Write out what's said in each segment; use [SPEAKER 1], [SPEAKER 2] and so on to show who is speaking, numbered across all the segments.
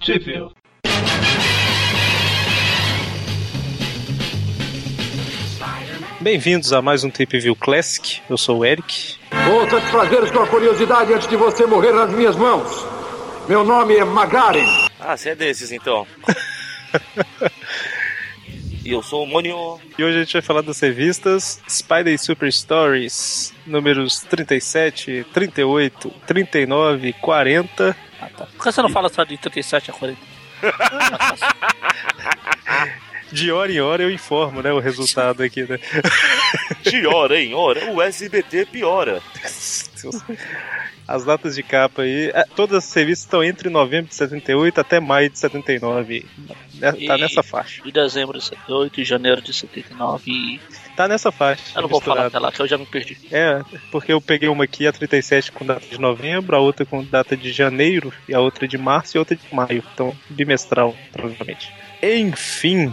[SPEAKER 1] Sheffield.
[SPEAKER 2] Bem-vindos a mais um Tape View Classic. Eu sou o Eric.
[SPEAKER 3] Vou satisfazer sua curiosidade antes de você morrer nas minhas mãos. Meu nome é Magaren.
[SPEAKER 4] Ah, você é desses então. e eu sou o Mônio.
[SPEAKER 2] E hoje a gente vai falar das revistas Spider Super Stories, números 37, 38, 39, 40.
[SPEAKER 5] Ah, tá. Por que você não fala só de 37 a 40?
[SPEAKER 2] De hora em hora eu informo, né, o resultado aqui, né?
[SPEAKER 4] De hora em hora, o SBT piora.
[SPEAKER 2] As latas de capa aí, é, todas as revistas estão entre novembro de 78 até maio de 79. Né, Tá
[SPEAKER 5] E-
[SPEAKER 2] nessa faixa.
[SPEAKER 5] De dezembro de 78 e janeiro de 79. e-
[SPEAKER 2] Tá nessa faixa.
[SPEAKER 5] Eu não vou falar
[SPEAKER 2] misturado.
[SPEAKER 5] até lá, que eu já me perdi.
[SPEAKER 2] É, porque eu peguei uma aqui, a 37 com data de novembro, a outra com data de janeiro, e a outra de março e a outra de maio. Então, bimestral, provavelmente. Enfim,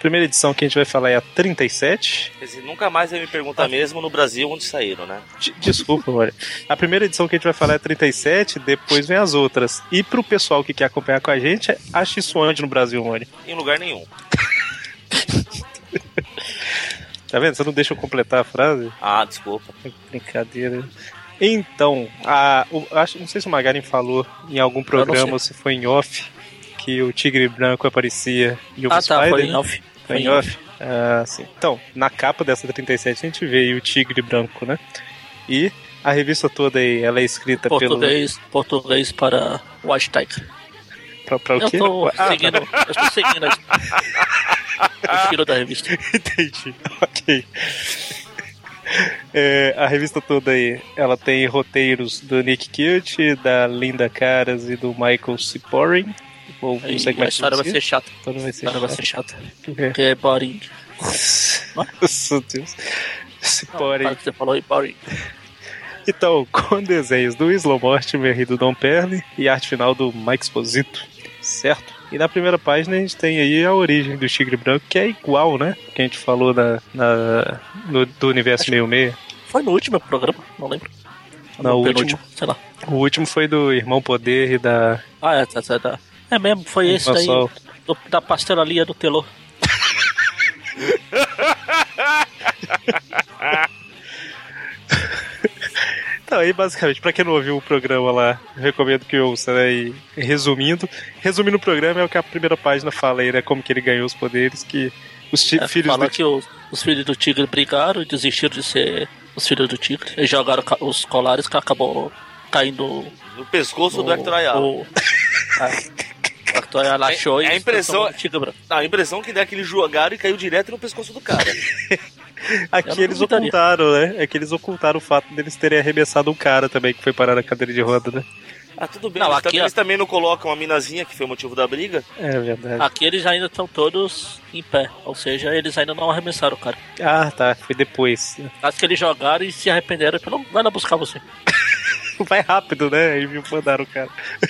[SPEAKER 2] primeira edição que a gente vai falar é a 37.
[SPEAKER 4] Quer dizer, nunca mais vai me perguntar mesmo no Brasil onde saíram, né?
[SPEAKER 2] De- Desculpa, olha. A primeira edição que a gente vai falar é a 37, depois vem as outras. E pro pessoal que quer acompanhar com a gente, acha isso onde no Brasil, Mori?
[SPEAKER 4] Em lugar nenhum.
[SPEAKER 2] Tá vendo? Você não deixa eu completar a frase?
[SPEAKER 4] Ah, desculpa.
[SPEAKER 2] Brincadeira. Então, a, o- acho, não sei se o Magarin falou em algum programa
[SPEAKER 5] sei.
[SPEAKER 2] ou se foi em off que o Tigre Branco aparecia e o
[SPEAKER 5] Ah, tá,
[SPEAKER 2] Spider. né?
[SPEAKER 5] foi em off.
[SPEAKER 2] Foi em off? Ah, sim. Então, na capa dessa 37 a gente vê aí o Tigre Branco, né? E a revista toda aí, ela é escrita pelo.
[SPEAKER 5] Português, português para o hashtag.
[SPEAKER 2] Pra, pra o
[SPEAKER 5] Eu
[SPEAKER 2] quê?
[SPEAKER 5] tô
[SPEAKER 2] Ah,
[SPEAKER 5] seguindo, eu estou seguindo a- o estilo da revista.
[SPEAKER 2] Entendi. Ok. É, a revista toda aí, ela tem roteiros do Nick Cute, da Linda Caras e do Michael Ciporin. Ou não sei como é
[SPEAKER 5] E a
[SPEAKER 2] que
[SPEAKER 5] história vai
[SPEAKER 2] pronuncia.
[SPEAKER 5] ser chata.
[SPEAKER 2] Então não vai
[SPEAKER 5] A história vai ser chata.
[SPEAKER 2] É.
[SPEAKER 5] Porque é boring.
[SPEAKER 2] Nossa, Deus. Ciporin.
[SPEAKER 5] Para que você falou aí, boring.
[SPEAKER 2] Então, com desenhos do Slow Mortimer e do Don Perle e arte final do Mike Exposito, certo? E na primeira página a gente tem aí a origem do Tigre Branco, que é igual, né? Que a gente falou na, na- no- do universo meio meia.
[SPEAKER 5] Foi no último programa, não lembro. Ou
[SPEAKER 2] Não,
[SPEAKER 5] no
[SPEAKER 2] o
[SPEAKER 5] penúltimo, sei lá.
[SPEAKER 2] O último foi do Irmão Poder e da.
[SPEAKER 5] Ah, é, tá, tá, tá. É mesmo, foi esse daí.
[SPEAKER 2] Sol.
[SPEAKER 5] do- da pastelaria do Telô.
[SPEAKER 2] Então, aí basicamente, pra quem não ouviu o programa lá, eu recomendo que ouça, né? E resumindo. Resumindo o programa é o que a primeira página fala aí, né? Como que ele ganhou os poderes, que os ti-
[SPEAKER 5] É,
[SPEAKER 2] filhos
[SPEAKER 5] fala
[SPEAKER 2] do.
[SPEAKER 5] que os, os filhos do tigre brigaram e desistiram de ser os filhos do tigre. E jogaram ca- os colares que acabou caindo.
[SPEAKER 4] No pescoço do Hector Ayala.
[SPEAKER 5] o- a- o Hector Ayala
[SPEAKER 4] É-
[SPEAKER 5] achou e
[SPEAKER 4] é a
[SPEAKER 5] se transformou
[SPEAKER 4] impressão-
[SPEAKER 5] no tigre branco.
[SPEAKER 4] Ah, a impressão que dá é que eles jogaram e caiu direto no pescoço do cara.
[SPEAKER 2] Aqui
[SPEAKER 5] eu não
[SPEAKER 2] eles
[SPEAKER 5] duvidaria.
[SPEAKER 2] ocultaram, né? É que eles ocultaram o fato deles terem arremessado um cara também que foi parar na cadeira de roda, né?
[SPEAKER 4] Ah, tudo bem.
[SPEAKER 5] Não,
[SPEAKER 4] eles,
[SPEAKER 5] aqui,
[SPEAKER 4] também,
[SPEAKER 5] ó.
[SPEAKER 4] eles também não colocam a minazinha, que foi o motivo da briga.
[SPEAKER 2] É verdade.
[SPEAKER 5] Aqui eles ainda estão todos em pé, ou seja, eles ainda não arremessaram o cara.
[SPEAKER 2] Ah, tá. Foi depois.
[SPEAKER 5] Acho que eles jogaram e se arrependeram e falaram: vai lá buscar você.
[SPEAKER 2] Vai rápido, né? E me mandaram o cara.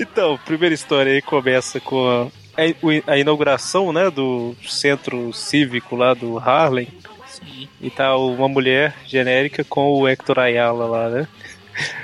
[SPEAKER 2] então, primeira história aí começa com a, é, a- a inauguração, né, do centro cívico lá do Harlem.
[SPEAKER 5] Sim.
[SPEAKER 2] E tá uma mulher genérica com o Hector Ayala lá, né?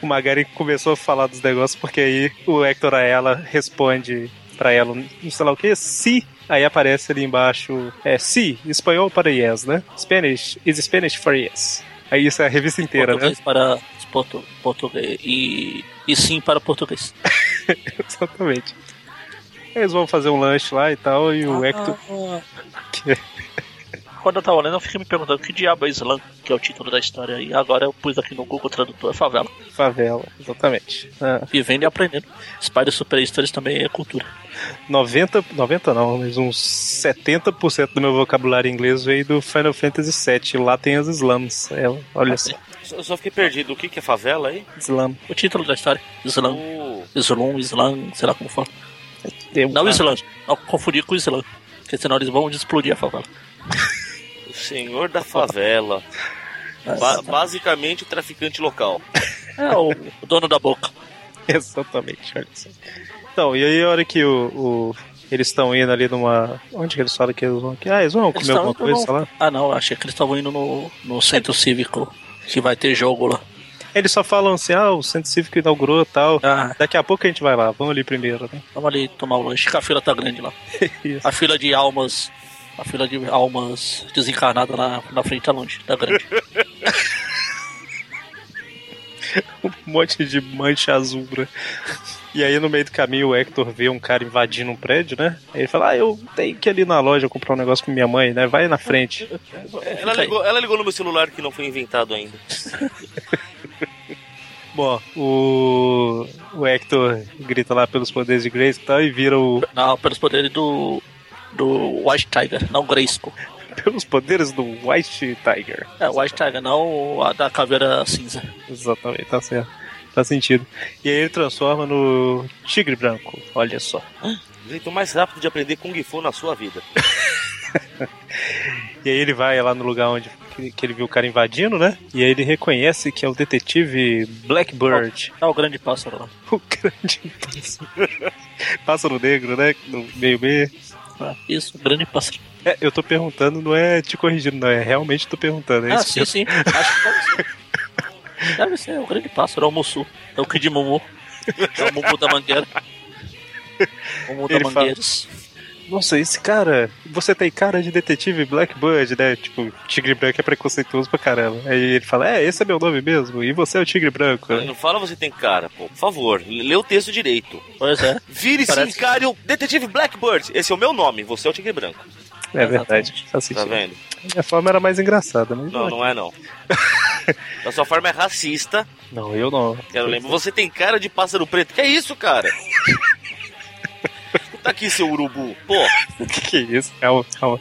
[SPEAKER 2] o Magari começou a falar dos negócios porque aí o Hector Ayala responde pra ela, não sei lá o que, se. Aí aparece ali embaixo, é, se, espanhol para yes, né? Spanish, is Spanish for yes. Aí isso é a revista inteira, né?
[SPEAKER 5] português para os portu- português e, e sim para português.
[SPEAKER 2] Exatamente. Eles vão fazer um lanche lá e tal, e
[SPEAKER 5] Ah,
[SPEAKER 2] o Hector. é Que?
[SPEAKER 5] Quando eu tava lendo, eu fiquei me perguntando que diabo é Islã, que é o título da história. E agora eu pus aqui no Google Tradutor, é favela.
[SPEAKER 2] Favela, exatamente. Ah,
[SPEAKER 5] Vivendo e aprendendo. Spider Super Stories também é cultura.
[SPEAKER 2] 90, 90 não, mas uns 70% do meu vocabulário inglês veio do Final Fantasy VII. Lá tem as slams. É, olha só,
[SPEAKER 4] Só- Eu só fiquei perdido. O que, que é favela aí?
[SPEAKER 2] slam.
[SPEAKER 5] O título da história, Islã.
[SPEAKER 4] O-
[SPEAKER 5] Islã, Islã, sei lá como fala.
[SPEAKER 2] Eu-
[SPEAKER 5] Não Islã, não confundir com Islã. Porque senão eles vão explodir a favela.
[SPEAKER 4] o senhor da favela. Ba- basicamente o traficante local.
[SPEAKER 5] É o o dono da boca.
[SPEAKER 2] Exatamente, olha só. Então, e aí a hora que o, o- eles estão indo ali numa. Onde que eles falam que eles vão? Que, ah, eles vão comer
[SPEAKER 5] tavam
[SPEAKER 2] alguma coisa,
[SPEAKER 5] indo
[SPEAKER 2] sei lá.
[SPEAKER 5] Ah não, eu achei que eles estavam indo no, no centro cívico, que vai ter jogo lá.
[SPEAKER 2] Eles só falam assim, ah, o centro cívico inaugurou e tal.
[SPEAKER 5] Ah.
[SPEAKER 2] Daqui a pouco a gente vai lá, vamos ali primeiro, né?
[SPEAKER 5] Vamos ali tomar o lanche, que a fila tá grande lá.
[SPEAKER 2] Isso.
[SPEAKER 5] A fila de almas. A fila de almas desencarnadas na, na frente tá longe, tá grande.
[SPEAKER 2] Um monte de mancha azul, né? E aí no meio do caminho o Hector vê um cara invadindo um prédio, né? Aí ele fala, ah, eu tenho que ir ali na loja comprar um negócio com minha mãe, né? Vai na frente.
[SPEAKER 4] Ela ligou, ela ligou no meu celular que não foi inventado ainda.
[SPEAKER 2] Bom, o, o Hector grita lá pelos poderes de Grace e tal e vira o...
[SPEAKER 5] Não, pelos poderes do. do White Tiger, não Grayskull.
[SPEAKER 2] pelos poderes do White Tiger.
[SPEAKER 5] É, White Tiger, não a da caveira cinza.
[SPEAKER 2] Exatamente, tá certo. Faz sentido. E aí ele transforma no Tigre Branco, olha só.
[SPEAKER 4] O jeito mais rápido de aprender Kung Fu na sua vida.
[SPEAKER 2] E aí ele vai lá no lugar onde que que ele viu o cara invadindo, né? E aí ele reconhece que é o detetive Blackbird,
[SPEAKER 5] É o grande pássaro lá.
[SPEAKER 2] o grande pássaro. pássaro negro, né? No meio meio.
[SPEAKER 5] Ah, Isso, o grande pássaro.
[SPEAKER 2] É, eu tô perguntando, não é te corrigindo, não. É realmente tô perguntando. É
[SPEAKER 5] ah,
[SPEAKER 2] isso
[SPEAKER 5] sim, sim. Acho que deve ser. Deve ser o grande pássaro, é o Mussu. É o Kid Mumu. É o Mumu da Mangueira. O Mumu da
[SPEAKER 2] Ele fala-
[SPEAKER 5] Mangueiras.
[SPEAKER 2] mesmo. Nossa, esse cara. Você tem cara de detetive Blackbird, né? Tipo, Tigre Branco é preconceituoso pra caramba. Aí ele fala: É, esse é meu nome mesmo. E você é o Tigre Branco. né?
[SPEAKER 4] Não fala você tem cara, pô. Por favor, lê o texto direito.
[SPEAKER 5] Pois é.
[SPEAKER 4] Vire-se,
[SPEAKER 5] Parece-
[SPEAKER 4] encare o Detetive Blackbird. Esse é o meu nome, você é o Tigre Branco.
[SPEAKER 2] É verdade. Faz
[SPEAKER 4] Tá
[SPEAKER 2] sentido.
[SPEAKER 4] vendo?
[SPEAKER 2] Minha forma era mais engraçada, mas.
[SPEAKER 4] Não, não é não. A sua forma é racista.
[SPEAKER 2] Não, eu não.
[SPEAKER 4] Quero lembrar, você tem cara de pássaro preto. Que é isso, cara? Tá aqui, seu urubu. Pô,
[SPEAKER 2] que isso? É Calma, calma.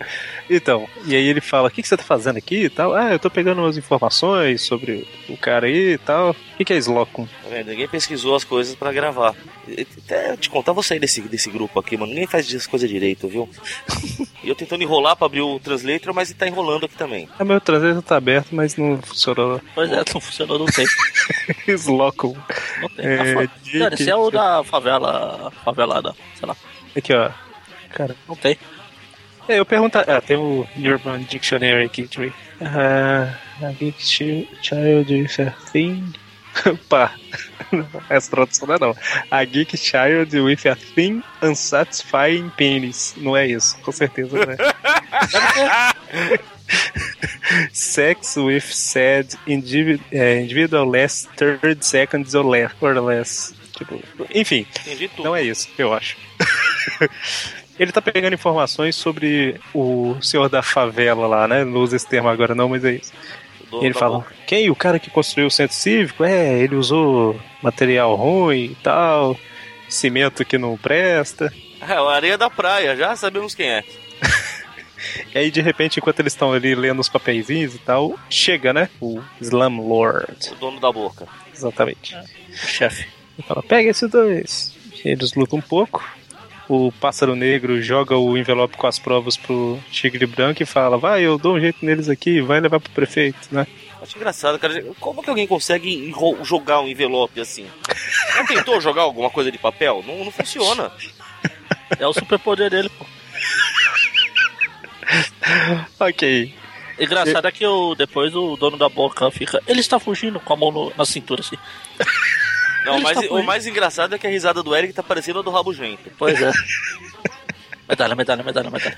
[SPEAKER 2] Então, e aí ele fala: O que, que você tá fazendo aqui e tal? Ah, eu tô pegando umas informações sobre o cara aí e tal. O que, que é Slocum?
[SPEAKER 4] tá vendo? Ninguém pesquisou as coisas pra gravar. E- Até eu te contar, eu vou sair desse, desse grupo aqui, mano. Ninguém faz as coisas direito, viu? E eu tentando enrolar pra abrir o translator, mas ele tá enrolando aqui também.
[SPEAKER 2] Ah, meu traseiro tá aberto, mas não funcionou.
[SPEAKER 5] Pois é, não funcionou, não tem.
[SPEAKER 2] Slocum.
[SPEAKER 5] Não tem.
[SPEAKER 2] É,
[SPEAKER 5] A fa-
[SPEAKER 2] de
[SPEAKER 5] Cara, esse
[SPEAKER 2] que-
[SPEAKER 5] é o da favela. favelada, sei lá.
[SPEAKER 2] Aqui, ó. Cara,
[SPEAKER 5] Não tem.
[SPEAKER 2] é, eu pergunto. Ah, tem o Urban Dictionary aqui, deixa eu ver. Ah, a big chi- Child is a thing. Pá, essa tradução não é não. A Geek Child with a Thin Unsatisfying Penis. Não é isso, com certeza não é. Sex with said indivi- eh, individual less 30 seconds or less. Or less. Tipo, enfim,
[SPEAKER 4] Entendi tudo.
[SPEAKER 2] não é isso, eu acho. Ele tá pegando informações sobre o senhor da favela lá, né? Não usa esse termo agora não, mas é isso.
[SPEAKER 4] Do-
[SPEAKER 2] E ele
[SPEAKER 4] da
[SPEAKER 2] fala,
[SPEAKER 4] boca.
[SPEAKER 2] quem? O cara que construiu o centro cívico? É, ele usou material ruim e tal, cimento que não presta.
[SPEAKER 4] É, o areia da praia, já sabemos quem é.
[SPEAKER 2] E aí, de repente, enquanto eles estão ali lendo os papeizinhos e tal, chega, né? O Slumlord.
[SPEAKER 4] O dono da boca.
[SPEAKER 2] Exatamente.
[SPEAKER 5] Chefe.
[SPEAKER 2] Ele fala, pega esses dois. Eles lutam um pouco. O pássaro negro joga o envelope com as provas pro tigre branco e fala, vai, eu dou um jeito neles aqui, vai levar pro prefeito, né?
[SPEAKER 4] Acho engraçado, cara. Como que alguém consegue enro- jogar um envelope assim? Já tentou jogar alguma coisa de papel? Não, não funciona.
[SPEAKER 5] É o superpoder dele, pô.
[SPEAKER 2] Ok.
[SPEAKER 5] Engraçado é que o, depois o dono da boca fica. Ele está fugindo com a mão no- na cintura, assim.
[SPEAKER 4] Não,
[SPEAKER 5] Ele
[SPEAKER 4] mas
[SPEAKER 5] tá
[SPEAKER 4] o
[SPEAKER 5] fugindo.
[SPEAKER 4] mais engraçado é que a risada do Eric tá parecendo a do Rabo Gento.
[SPEAKER 5] Pois é. medalha, medalha, medalha, medalha.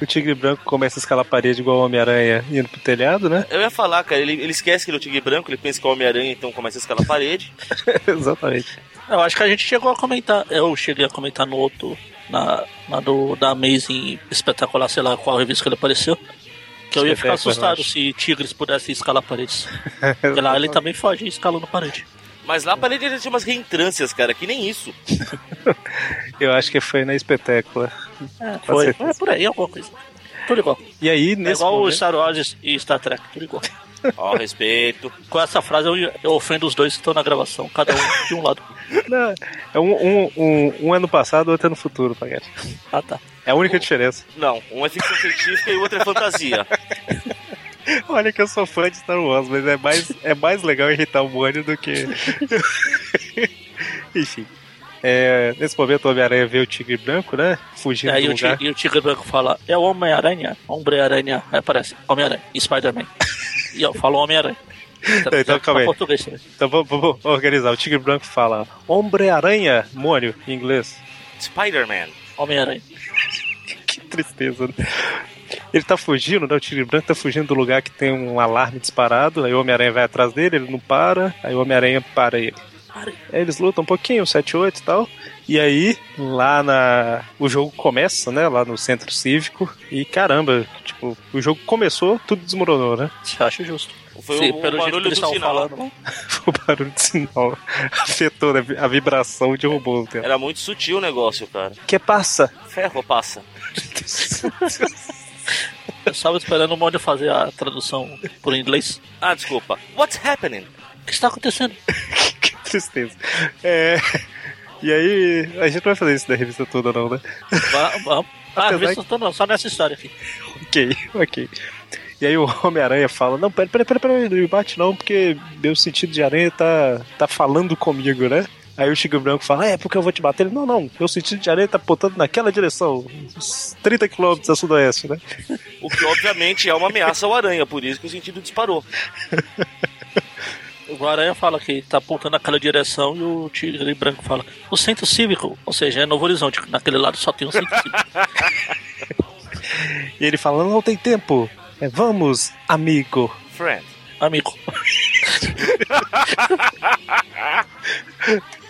[SPEAKER 2] O tigre branco começa a escalar a parede igual o Homem-Aranha indo pro telhado, né?
[SPEAKER 4] Eu ia falar, cara, ele, ele esquece que ele é o Tigre Branco, ele pensa que é o Homem-Aranha, então começa a escalar a parede.
[SPEAKER 2] Exatamente.
[SPEAKER 5] Eu acho que a gente chegou a comentar. Eu cheguei a comentar no outro. Na, na do, da Amazing Espetacular, sei lá qual revista que ele apareceu. Que eu ia
[SPEAKER 2] Espetacular,
[SPEAKER 5] ficar assustado
[SPEAKER 2] eu acho.
[SPEAKER 5] se tigres pudessem escalar paredes. Porque lá ele também foge escalando parede.
[SPEAKER 4] Mas lá a parede ele tinha umas reentrâncias, cara, que nem isso.
[SPEAKER 2] Eu acho que foi na espetácula.
[SPEAKER 5] É,
[SPEAKER 2] Com
[SPEAKER 5] foi.
[SPEAKER 2] certeza.
[SPEAKER 5] É por aí, alguma coisa. Tudo igual.
[SPEAKER 2] E aí,
[SPEAKER 5] É
[SPEAKER 2] nesse
[SPEAKER 5] igual o
[SPEAKER 2] momento-
[SPEAKER 5] Star Wars e Star Trek, tudo igual.
[SPEAKER 4] Ó, respeito.
[SPEAKER 5] Com essa frase eu, eu ofendo os dois que estão na gravação, cada um de um lado.
[SPEAKER 2] Não, é um, um, um, um ano passado, outro é no futuro, Pagani.
[SPEAKER 5] Ah tá.
[SPEAKER 2] É a única diferença.
[SPEAKER 4] Não, um é ficção científica e o outro é fantasia.
[SPEAKER 2] Olha que eu sou fã de Star Wars, mas é mais, é mais legal irritar o Mônio do que. Enfim. É, nesse momento, o Homem-Aranha vê o Tigre Branco, né? Fugindo
[SPEAKER 5] Aí
[SPEAKER 2] do
[SPEAKER 5] É, o, ti-
[SPEAKER 2] lugar.
[SPEAKER 5] e o Tigre Branco fala, é o Homem-Aranha? Homem-Aranha. Aí aparece, Homem-Aranha, e Spider-Man. E eu falo Homem-Aranha. Tá-
[SPEAKER 2] Então,
[SPEAKER 5] tá-
[SPEAKER 2] calma
[SPEAKER 5] tá
[SPEAKER 2] aí.
[SPEAKER 5] português também.
[SPEAKER 2] Então vamos, vamos organizar. O Tigre Branco fala Hombre-Aranha, Mônio, em inglês.
[SPEAKER 4] Spider-Man.
[SPEAKER 5] Homem-Aranha.
[SPEAKER 2] Que tristeza, né? Ele tá fugindo, né? O Tigre Branco tá fugindo do lugar que tem um alarme disparado. Aí o Homem-Aranha vai atrás dele, ele não para. Aí o Homem-Aranha para ele. Aí eles lutam um pouquinho, 7, 8 e tal. E aí, lá na. O jogo começa, né? Lá no centro cívico. E caramba, tipo, o jogo começou, tudo desmoronou, né?
[SPEAKER 5] Isso eu acho justo.
[SPEAKER 4] Foi
[SPEAKER 5] Sim,
[SPEAKER 4] o,
[SPEAKER 5] pelo jeito
[SPEAKER 4] barulho
[SPEAKER 5] que eles
[SPEAKER 4] do
[SPEAKER 5] estavam
[SPEAKER 4] sinal.
[SPEAKER 5] falando, né?
[SPEAKER 2] O barulho de sinal afetou né? a vibração de robô. Né?
[SPEAKER 4] Era muito sutil o negócio, cara.
[SPEAKER 2] Que passa?
[SPEAKER 4] Ferro passa.
[SPEAKER 5] Eu estava esperando o Mônio fazer a tradução por inglês.
[SPEAKER 4] Ah, desculpa. What's happening?
[SPEAKER 5] O que está acontecendo?
[SPEAKER 2] que tristeza. É. E aí, a gente não vai fazer isso da revista toda, não, né?
[SPEAKER 5] Vamos, vamos. Ah,
[SPEAKER 2] Apesar
[SPEAKER 5] vê se eu tô não, só nessa história aqui.
[SPEAKER 2] Ok, ok. E aí o Homem-Aranha fala, não, pera, pera, pera, pera, não me bate não, porque meu sentido de aranha tá, tá falando comigo, né? Aí o Chico Branco fala, é, porque eu vou te bater. Ele, não, não, meu sentido de aranha tá apontando naquela direção, uns 30 quilômetros a sudoeste, né?
[SPEAKER 4] O que obviamente é uma ameaça ao aranha, por isso que o sentido disparou.
[SPEAKER 5] O Aranha fala que tá apontando naquela direção e o Tigre Branco fala: o centro cívico, ou seja, é Novo Horizonte, naquele lado só tem um centro cívico.
[SPEAKER 2] E ele fala, não tem tempo, é, vamos, amigo.
[SPEAKER 4] Friend.
[SPEAKER 5] Amigo.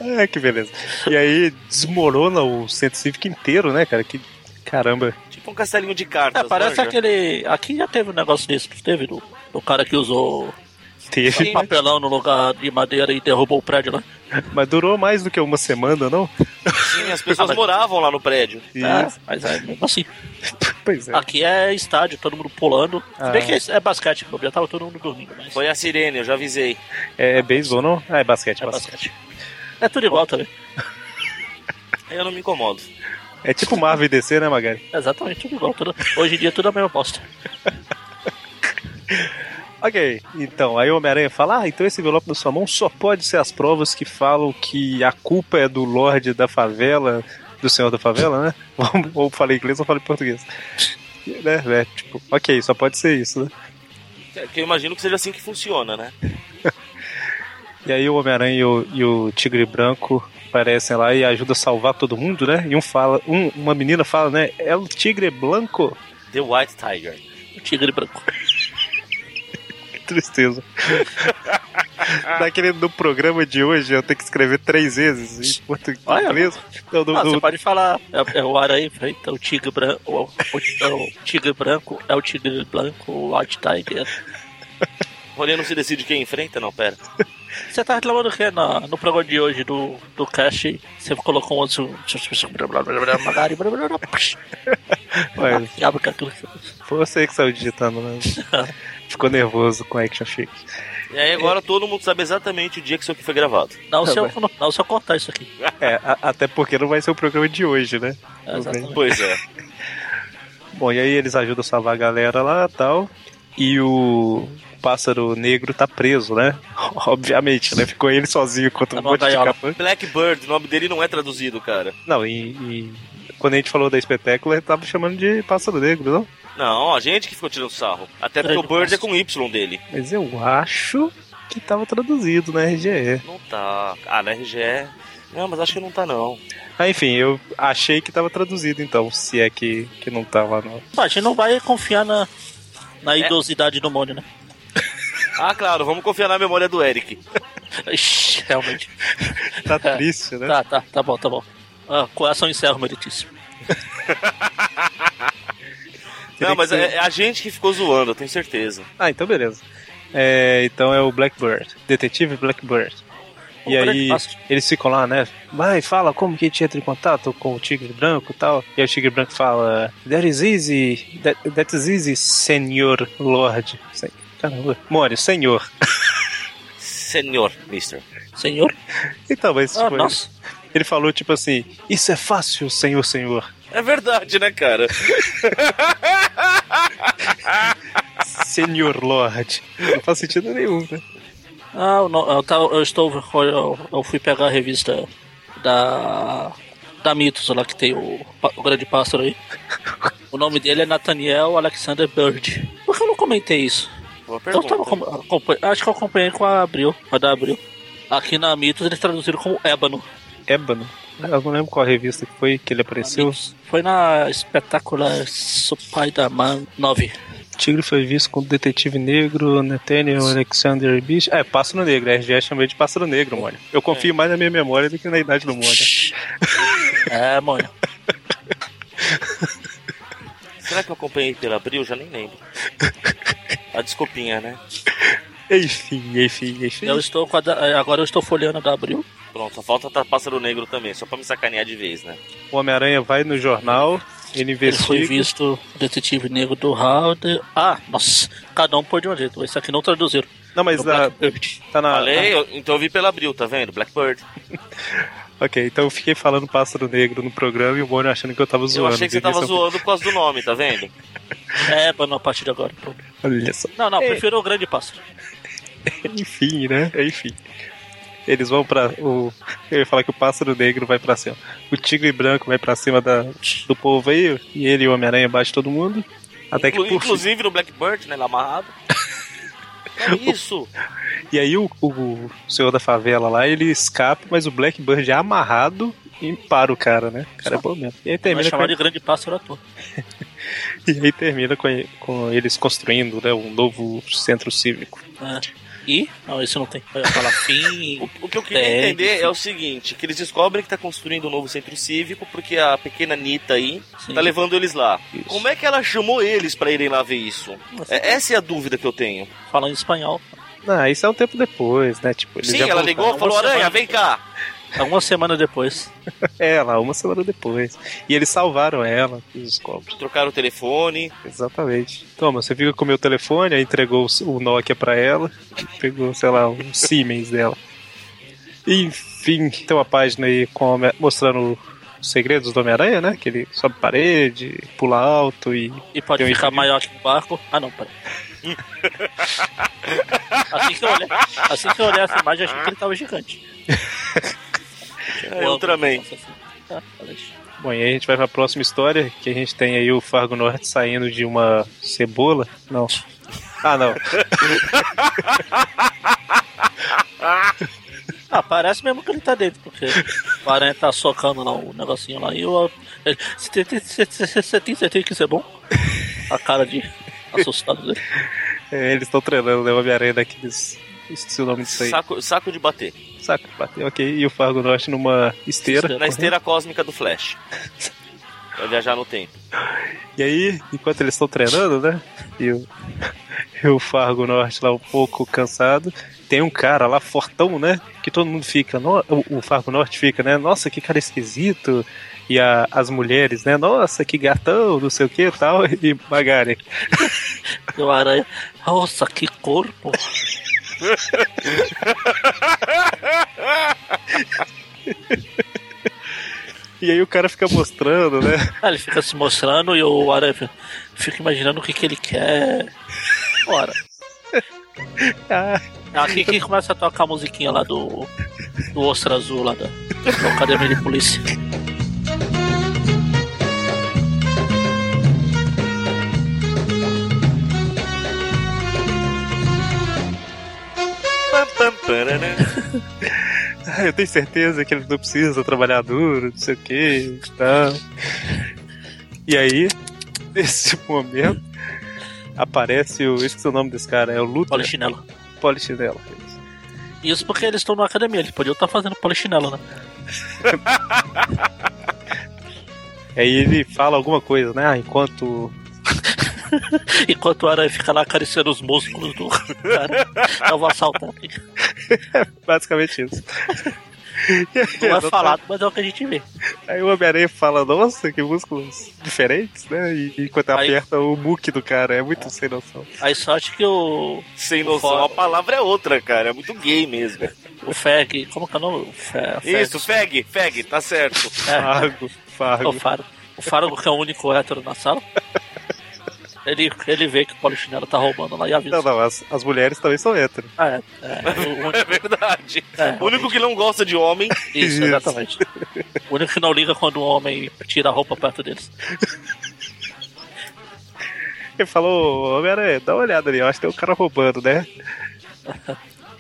[SPEAKER 2] É, que beleza. E aí desmorona o centro cívico inteiro, né, cara? Que caramba.
[SPEAKER 4] Tipo um castelinho de
[SPEAKER 5] É,
[SPEAKER 4] cartas.
[SPEAKER 5] parece
[SPEAKER 4] manja.
[SPEAKER 5] aquele. Aqui já teve um negócio desse, não teve do, do cara que usou
[SPEAKER 2] Teve,
[SPEAKER 5] papelão no lugar de madeira e derrubou o prédio lá.
[SPEAKER 2] mas durou mais do que uma semana, não?
[SPEAKER 4] Sim, as pessoas moravam lá no prédio.
[SPEAKER 5] Ah,
[SPEAKER 2] Isso.
[SPEAKER 5] mas é mesmo assim.
[SPEAKER 2] Pois é.
[SPEAKER 5] Aqui é estádio, todo mundo pulando.
[SPEAKER 2] Ah.
[SPEAKER 5] Se bem que é, é basquete, pô, já tava todo mundo dormindo, mas
[SPEAKER 4] Foi a sirene, eu já avisei.
[SPEAKER 2] É, é beisebol, não? Ah, é basquete,
[SPEAKER 5] é
[SPEAKER 2] basquete.
[SPEAKER 5] basquete. É tudo igual também.
[SPEAKER 4] Eu não me incomodo.
[SPEAKER 2] É tipo Marvel e DC, né, Magari?
[SPEAKER 5] Exatamente, tudo igual. Tudo... Hoje em dia tudo é a mesma bosta.
[SPEAKER 2] Ok, então, aí o Homem-Aranha fala: Ah, então esse envelope na sua mão só pode ser as provas que falam que a culpa é do Lorde da favela, do Senhor da favela, né? ou falei inglês ou falei português. Né, é, tipo, ok, só pode ser isso, né?
[SPEAKER 4] É, Que eu imagino que seja assim que funciona, né?
[SPEAKER 2] E aí o Homem-Aranha e, o- e o Tigre Branco aparecem lá e ajudam a salvar todo mundo, né? E um fala, um- uma menina fala, né? É o Tigre Blanco?
[SPEAKER 4] The White Tiger.
[SPEAKER 5] O tigre branco.
[SPEAKER 2] Que tristeza. Daquele do programa de hoje, eu tenho que escrever três vezes em português.
[SPEAKER 5] Ah, é?
[SPEAKER 2] Não, do-
[SPEAKER 5] Ah,
[SPEAKER 2] do-
[SPEAKER 5] você pode falar. É, é o aranha, então o tigre branco. O, o- o tigre branco é o tigre branco, o White Tiger.
[SPEAKER 4] O Rolê não se decide quem enfrenta, não, pera.
[SPEAKER 5] Você tá reclamando o que na, no programa de hoje do, do cast? Você colocou um outro.
[SPEAKER 2] Ué,
[SPEAKER 5] Abre com é aquilo.
[SPEAKER 2] foi você que saiu digitando, né? Ficou nervoso com Action Fake.
[SPEAKER 4] E aí agora todo mundo sabe exatamente o dia que isso aqui foi gravado.
[SPEAKER 5] Não, se eu, não, se eu cortar isso aqui.
[SPEAKER 2] É, a- até porque não vai ser o programa de hoje, né?
[SPEAKER 5] É, exatamente.
[SPEAKER 4] Pois é.
[SPEAKER 2] Bom, e aí eles ajudam a salvar a galera lá e tal. E o pássaro negro tá preso, né? Obviamente, né? Ficou ele sozinho contra um
[SPEAKER 5] Tá
[SPEAKER 2] monte
[SPEAKER 5] numa
[SPEAKER 2] de
[SPEAKER 5] gaiola.
[SPEAKER 2] capanga.
[SPEAKER 4] Blackbird, o nome dele não é traduzido, cara.
[SPEAKER 2] Não, e, e quando a gente falou da espetácula, ele tava chamando de pássaro negro, não?
[SPEAKER 4] Não, a gente que ficou tirando sarro. Até porque o Bird é com Y dele.
[SPEAKER 2] Mas eu acho que tava traduzido na RGE.
[SPEAKER 4] Não tá. Ah, na RGE. Não, mas acho que não tá, não.
[SPEAKER 2] Ah, enfim, eu achei que tava traduzido, então, se é que, que não tava, não.
[SPEAKER 5] Pô, A gente não vai confiar na,
[SPEAKER 2] É.
[SPEAKER 5] na idosidade do Mônio, né?
[SPEAKER 4] Ah, claro, vamos confiar na memória do Eric.
[SPEAKER 5] Ixi, realmente.
[SPEAKER 2] Tá triste, né?
[SPEAKER 5] Tá, tá, tá bom, tá bom. Ah, coração encerra, meritíssimo.
[SPEAKER 4] Não, mas
[SPEAKER 2] que-
[SPEAKER 4] é é a gente que ficou zoando, eu tenho certeza.
[SPEAKER 2] Ah, então beleza. É, então é o Blackbird, detetive Blackbird. E
[SPEAKER 5] Vamos
[SPEAKER 2] aí
[SPEAKER 5] pra ele,
[SPEAKER 2] eles ficam lá, né? Vai, fala como que a gente entra em contato com o Tigre Branco e tal. E aí o Tigre Branco fala: That is easy, that, that is easy, senhor Lord. Sen- Caramba, Mônio, senhor.
[SPEAKER 4] Senhor, mister.
[SPEAKER 5] Senhor?
[SPEAKER 2] Então, mas
[SPEAKER 5] Ah,
[SPEAKER 2] foi-
[SPEAKER 5] nossa.
[SPEAKER 2] ele falou tipo assim: Isso é fácil, senhor, senhor.
[SPEAKER 4] É verdade, né, cara?
[SPEAKER 2] Senhor Lord. Não faz sentido nenhum, né?
[SPEAKER 5] Ah, eu, não- eu, tava- eu estou. Eu, eu fui pegar a revista da. Da Mitos, lá que tem o, pa- o grande pássaro aí. O nome dele é Nathaniel Alexander Bird. Por que eu não comentei isso?
[SPEAKER 4] Uma
[SPEAKER 5] Então,
[SPEAKER 4] pergunta.
[SPEAKER 5] tava com- acompan- acho que eu acompanhei com a Abril, a da Abril. Aqui na Mitos eles traduziram como ébano.
[SPEAKER 2] Ébano. Eu não lembro qual revista que foi que ele
[SPEAKER 5] Na
[SPEAKER 2] apareceu.
[SPEAKER 5] Mitos. Foi na espetacular Supai da Man 9.
[SPEAKER 2] Tigre foi visto com o Detetive Negro, Nathaniel Alexander Bish. É, Pássaro Negro. A RGS chama ele de Pássaro Negro, mano. Eu confio mais na minha memória do que na idade do Mônio.
[SPEAKER 5] É, mano.
[SPEAKER 4] Será que eu acompanhei pela Abril? Já nem lembro. A desculpinha, né?
[SPEAKER 2] Enfim, enfim, enfim.
[SPEAKER 5] Eu estou com a da- agora eu estou folheando a da Abril.
[SPEAKER 4] Pronto, só falta tá Pássaro Negro também, só pra me sacanear de vez, né?
[SPEAKER 2] O Homem-Aranha vai no jornal, ele
[SPEAKER 5] Ele foi
[SPEAKER 2] investiga.
[SPEAKER 5] visto o detetive negro do Halder. Ah, nossa, cada um pôr de um jeito. Isso aqui não traduziram.
[SPEAKER 2] Não, mas
[SPEAKER 5] No
[SPEAKER 2] ah,
[SPEAKER 5] Blackbird.
[SPEAKER 2] tá na.
[SPEAKER 4] Falei, eu- então eu vi pela Abril, tá vendo? Blackbird.
[SPEAKER 2] Ok, então eu fiquei falando Pássaro Negro no programa e o Mônio achando que eu tava
[SPEAKER 4] Eu
[SPEAKER 2] zoando.
[SPEAKER 4] achei que você tava
[SPEAKER 2] Devia ser um-
[SPEAKER 4] zoando por causa do nome, tá vendo?
[SPEAKER 5] É, mano, a partir de agora. pô.
[SPEAKER 2] Olha só.
[SPEAKER 5] Não,
[SPEAKER 4] É.
[SPEAKER 5] não,
[SPEAKER 2] Ei.
[SPEAKER 5] prefiro o grande pássaro.
[SPEAKER 2] Enfim, né? Enfim. Eles vão pra. O... Eu ia falar que o pássaro negro vai pra cima. O tigre branco vai pra cima da... do povo aí. E ele e o Homem-Aranha bate todo mundo. Até que
[SPEAKER 4] Inclu-
[SPEAKER 2] por fim.
[SPEAKER 4] Inclusive no Blackbird, né? Lá amarrado. É isso.
[SPEAKER 2] E aí o, o senhor da favela lá, ele escapa, mas o Blackbird é amarrado e para o cara, né? O cara é bom mesmo. E aí
[SPEAKER 5] Vai
[SPEAKER 2] termina com
[SPEAKER 5] chamar de grande pássaro à toa.
[SPEAKER 2] E aí termina com, com eles construindo né, um novo centro cívico.
[SPEAKER 5] É. E? Não, isso não tem. Eu ia falar fim.
[SPEAKER 4] O, o que eu queria
[SPEAKER 5] É,
[SPEAKER 4] entender é o seguinte, que eles descobrem que tá construindo um novo centro cívico porque a pequena Anitta aí
[SPEAKER 5] Sim.
[SPEAKER 4] tá levando eles lá.
[SPEAKER 2] Isso.
[SPEAKER 4] Como é que ela chamou eles pra irem lá ver isso?
[SPEAKER 5] Nossa.
[SPEAKER 4] É- essa é a dúvida que eu tenho.
[SPEAKER 5] Falar em espanhol.
[SPEAKER 2] Ah, isso é um tempo depois, né? Tipo, eles
[SPEAKER 4] Sim,
[SPEAKER 2] já
[SPEAKER 4] ela
[SPEAKER 2] voltaram.
[SPEAKER 4] ligou e falou,
[SPEAKER 5] Você
[SPEAKER 4] Aranha,
[SPEAKER 5] vai-
[SPEAKER 4] vem cá.
[SPEAKER 5] Algumas semanas depois.
[SPEAKER 2] É, lá, uma semana depois. E eles salvaram ela, os cobras.
[SPEAKER 4] Trocaram o telefone.
[SPEAKER 2] Exatamente. Toma, você fica com o meu telefone, aí entregou o s- o Nokia pra ela, pegou, sei lá, um Siemens dela. Enfim, tem uma página aí com o Homem- mostrando os segredos do Homem-Aranha, né? Que ele sobe parede, pula alto e.
[SPEAKER 5] E pode
[SPEAKER 2] Eu
[SPEAKER 4] um
[SPEAKER 5] ficar
[SPEAKER 2] entendi.
[SPEAKER 5] maior que o barco. Ah, não, peraí. assim, que eu olhar, assim que eu olhar essa imagem, eu achei que ele tava gigante.
[SPEAKER 4] É, Ultraman.
[SPEAKER 5] Ah, deixa.
[SPEAKER 2] Bom, e aí a gente vai pra próxima história, que a gente tem aí o Fargo Norte saindo de uma cebola. Não. Ah, não.
[SPEAKER 5] Ah, parece mesmo que ele tá dentro, porque o aranha tá socando lá o negocinho lá e eu. Você tem- tem- você tem você tem certeza que isso é bom? A cara de assustado dele.
[SPEAKER 2] É, eles estão treinando, né? O Homem-Aranha daqueles. Esqueci o nome disso aí.
[SPEAKER 4] Saco, saco de bater.
[SPEAKER 2] Saco, bateu, ok. E o Fargo Norte numa esteira.
[SPEAKER 4] Na esteira cósmica do Flash. Vai viajar no tempo.
[SPEAKER 2] E aí, enquanto eles estão treinando, né? E o, e o Fargo Norte lá um pouco cansado. Tem um cara lá, fortão, né? Que todo mundo fica. No, o, o Fargo Norte fica, né? Nossa, que cara esquisito. E a- as mulheres, né? Nossa, que gatão, não sei o que e tal. E Magari.
[SPEAKER 5] E o aranha. Nossa, que corpo!
[SPEAKER 2] E aí o cara fica mostrando, né?
[SPEAKER 5] Ah, ele fica se mostrando e o aranha fica- fica imaginando o que, que ele quer. Bora.
[SPEAKER 2] Ah,
[SPEAKER 5] Aqui que começa a tocar a musiquinha lá do. do Ostra Azul lá da, da Academia de Polícia.
[SPEAKER 4] Pam, pam, pararam.
[SPEAKER 2] Ah, eu tenho certeza que ele não precisa trabalhar duro, não sei o que e tal. E aí, nesse momento, aparece o. Esqueci o nome desse cara, é o Luthor.
[SPEAKER 5] Polichinelo.
[SPEAKER 2] polichinelo.
[SPEAKER 5] Isso porque eles estão na academia, eles podiam estar fazendo polichinelo, né?
[SPEAKER 2] Aí ele fala alguma coisa, né? Ah, enquanto.
[SPEAKER 5] Enquanto o aranha fica lá acariciando os músculos do cara, eu vou assaltar. Não
[SPEAKER 2] Basicamente isso.
[SPEAKER 5] é falado, mas é o que a gente vê.
[SPEAKER 2] Aí o Homem-Aranha fala, nossa, que músculos diferentes, né? E e enquanto
[SPEAKER 5] Aí-
[SPEAKER 2] aperta o muque do cara, é muito sem noção.
[SPEAKER 5] Aí sorte que o.
[SPEAKER 4] Sem noção, a palavra é outra, cara. É muito gay mesmo.
[SPEAKER 5] O Feg. Como que é o nome? O Fe, Feg-
[SPEAKER 4] Isso, Feg, Feg, tá certo.
[SPEAKER 5] É,
[SPEAKER 2] Fargo,
[SPEAKER 5] o
[SPEAKER 2] Fargo.
[SPEAKER 5] Faro. O Faro, que é o único hétero na sala. Ele, ele vê que o polichinelo tá roubando lá e avisa.
[SPEAKER 2] Não, não, as, as mulheres também são hétero.
[SPEAKER 5] Ah, é, é, o único-
[SPEAKER 4] É verdade.
[SPEAKER 5] É,
[SPEAKER 4] o único que não gosta de homem.
[SPEAKER 5] Isso,
[SPEAKER 2] Isso.
[SPEAKER 5] exatamente. O único que não liga quando um homem tira a roupa perto deles.
[SPEAKER 2] Ele falou, ô, Homem-Aranha, dá uma olhada ali, eu acho que tem um cara roubando, né?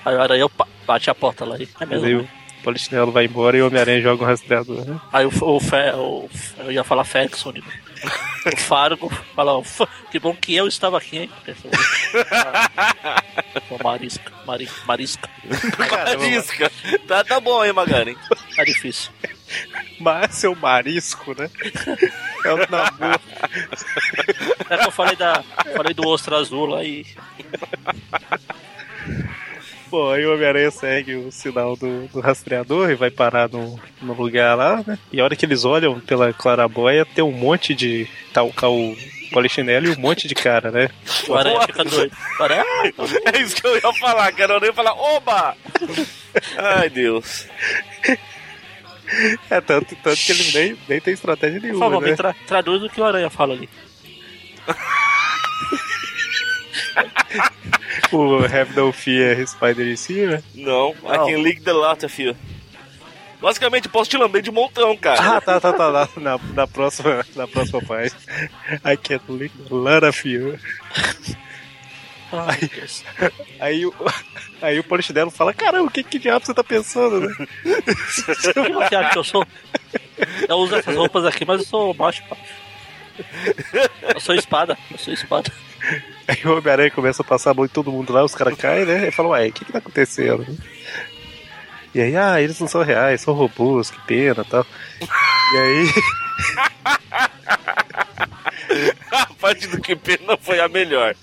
[SPEAKER 5] Aí o aranha opa, bate a porta lá aí. É mesmo.
[SPEAKER 2] Aí o Polichinelo vai embora e o Homem-Aranha joga um rastreador, né?
[SPEAKER 5] Aí o, o, Fe- o- Eu ia falar Félix, o único. O Fargo fala, "Ó, fa- que bom que eu estava aqui, hein? Pessoal. Ah, Marisca, mari, marisca.
[SPEAKER 4] Marisca. Tá, tá bom, hein, Magari?
[SPEAKER 5] Tá difícil.
[SPEAKER 2] Mas seu marisco, né? É o namoro.
[SPEAKER 5] É que eu falei, da, falei do ostra azul lá e.
[SPEAKER 2] Bom, aí o Homem-Aranha segue o sinal do, do rastreador e vai parar no, no lugar lá, né? E a hora que eles olham pela claraboia, tem um monte de. Tá, o- tá o polichinelo e um monte de cara, né?
[SPEAKER 5] O aranha fica doido. O aranha, "Ah,
[SPEAKER 4] É isso que eu ia falar, cara. Eu ia falar, oba! Ai, Deus.
[SPEAKER 2] É, tanto, tanto que eles nem, nem tem estratégia
[SPEAKER 5] por
[SPEAKER 2] nenhuma.
[SPEAKER 5] favor,
[SPEAKER 2] né?
[SPEAKER 5] me tra- traduz o que o aranha fala ali.
[SPEAKER 2] O é Have No Fear Spider em cima.
[SPEAKER 4] Não, I
[SPEAKER 5] Não.
[SPEAKER 4] can lick the latte, filho. Basicamente, posso te lamber de montão, cara.
[SPEAKER 2] Ah, tá, tá, tá. lá na, na próxima, na próxima página. I can't lick Lara Fear.
[SPEAKER 5] Ai, Deus.
[SPEAKER 2] Aí, o- aí o Polichinelo fala: Caramba, o que, que diabo você tá pensando, né?
[SPEAKER 5] O que você acha que eu sou? Eu uso essas roupas aqui, mas eu sou macho. pá. Eu sou espada, eu sou espada.
[SPEAKER 2] Aí o Homem-Aranha começa a passar a mão em todo mundo lá, os caras caem, né? E falam, uai, o que que tá acontecendo? E aí, ah, eles não são reais, são robôs, que pena tal. E aí,
[SPEAKER 5] Ah!
[SPEAKER 4] A parte do que pena foi a melhor.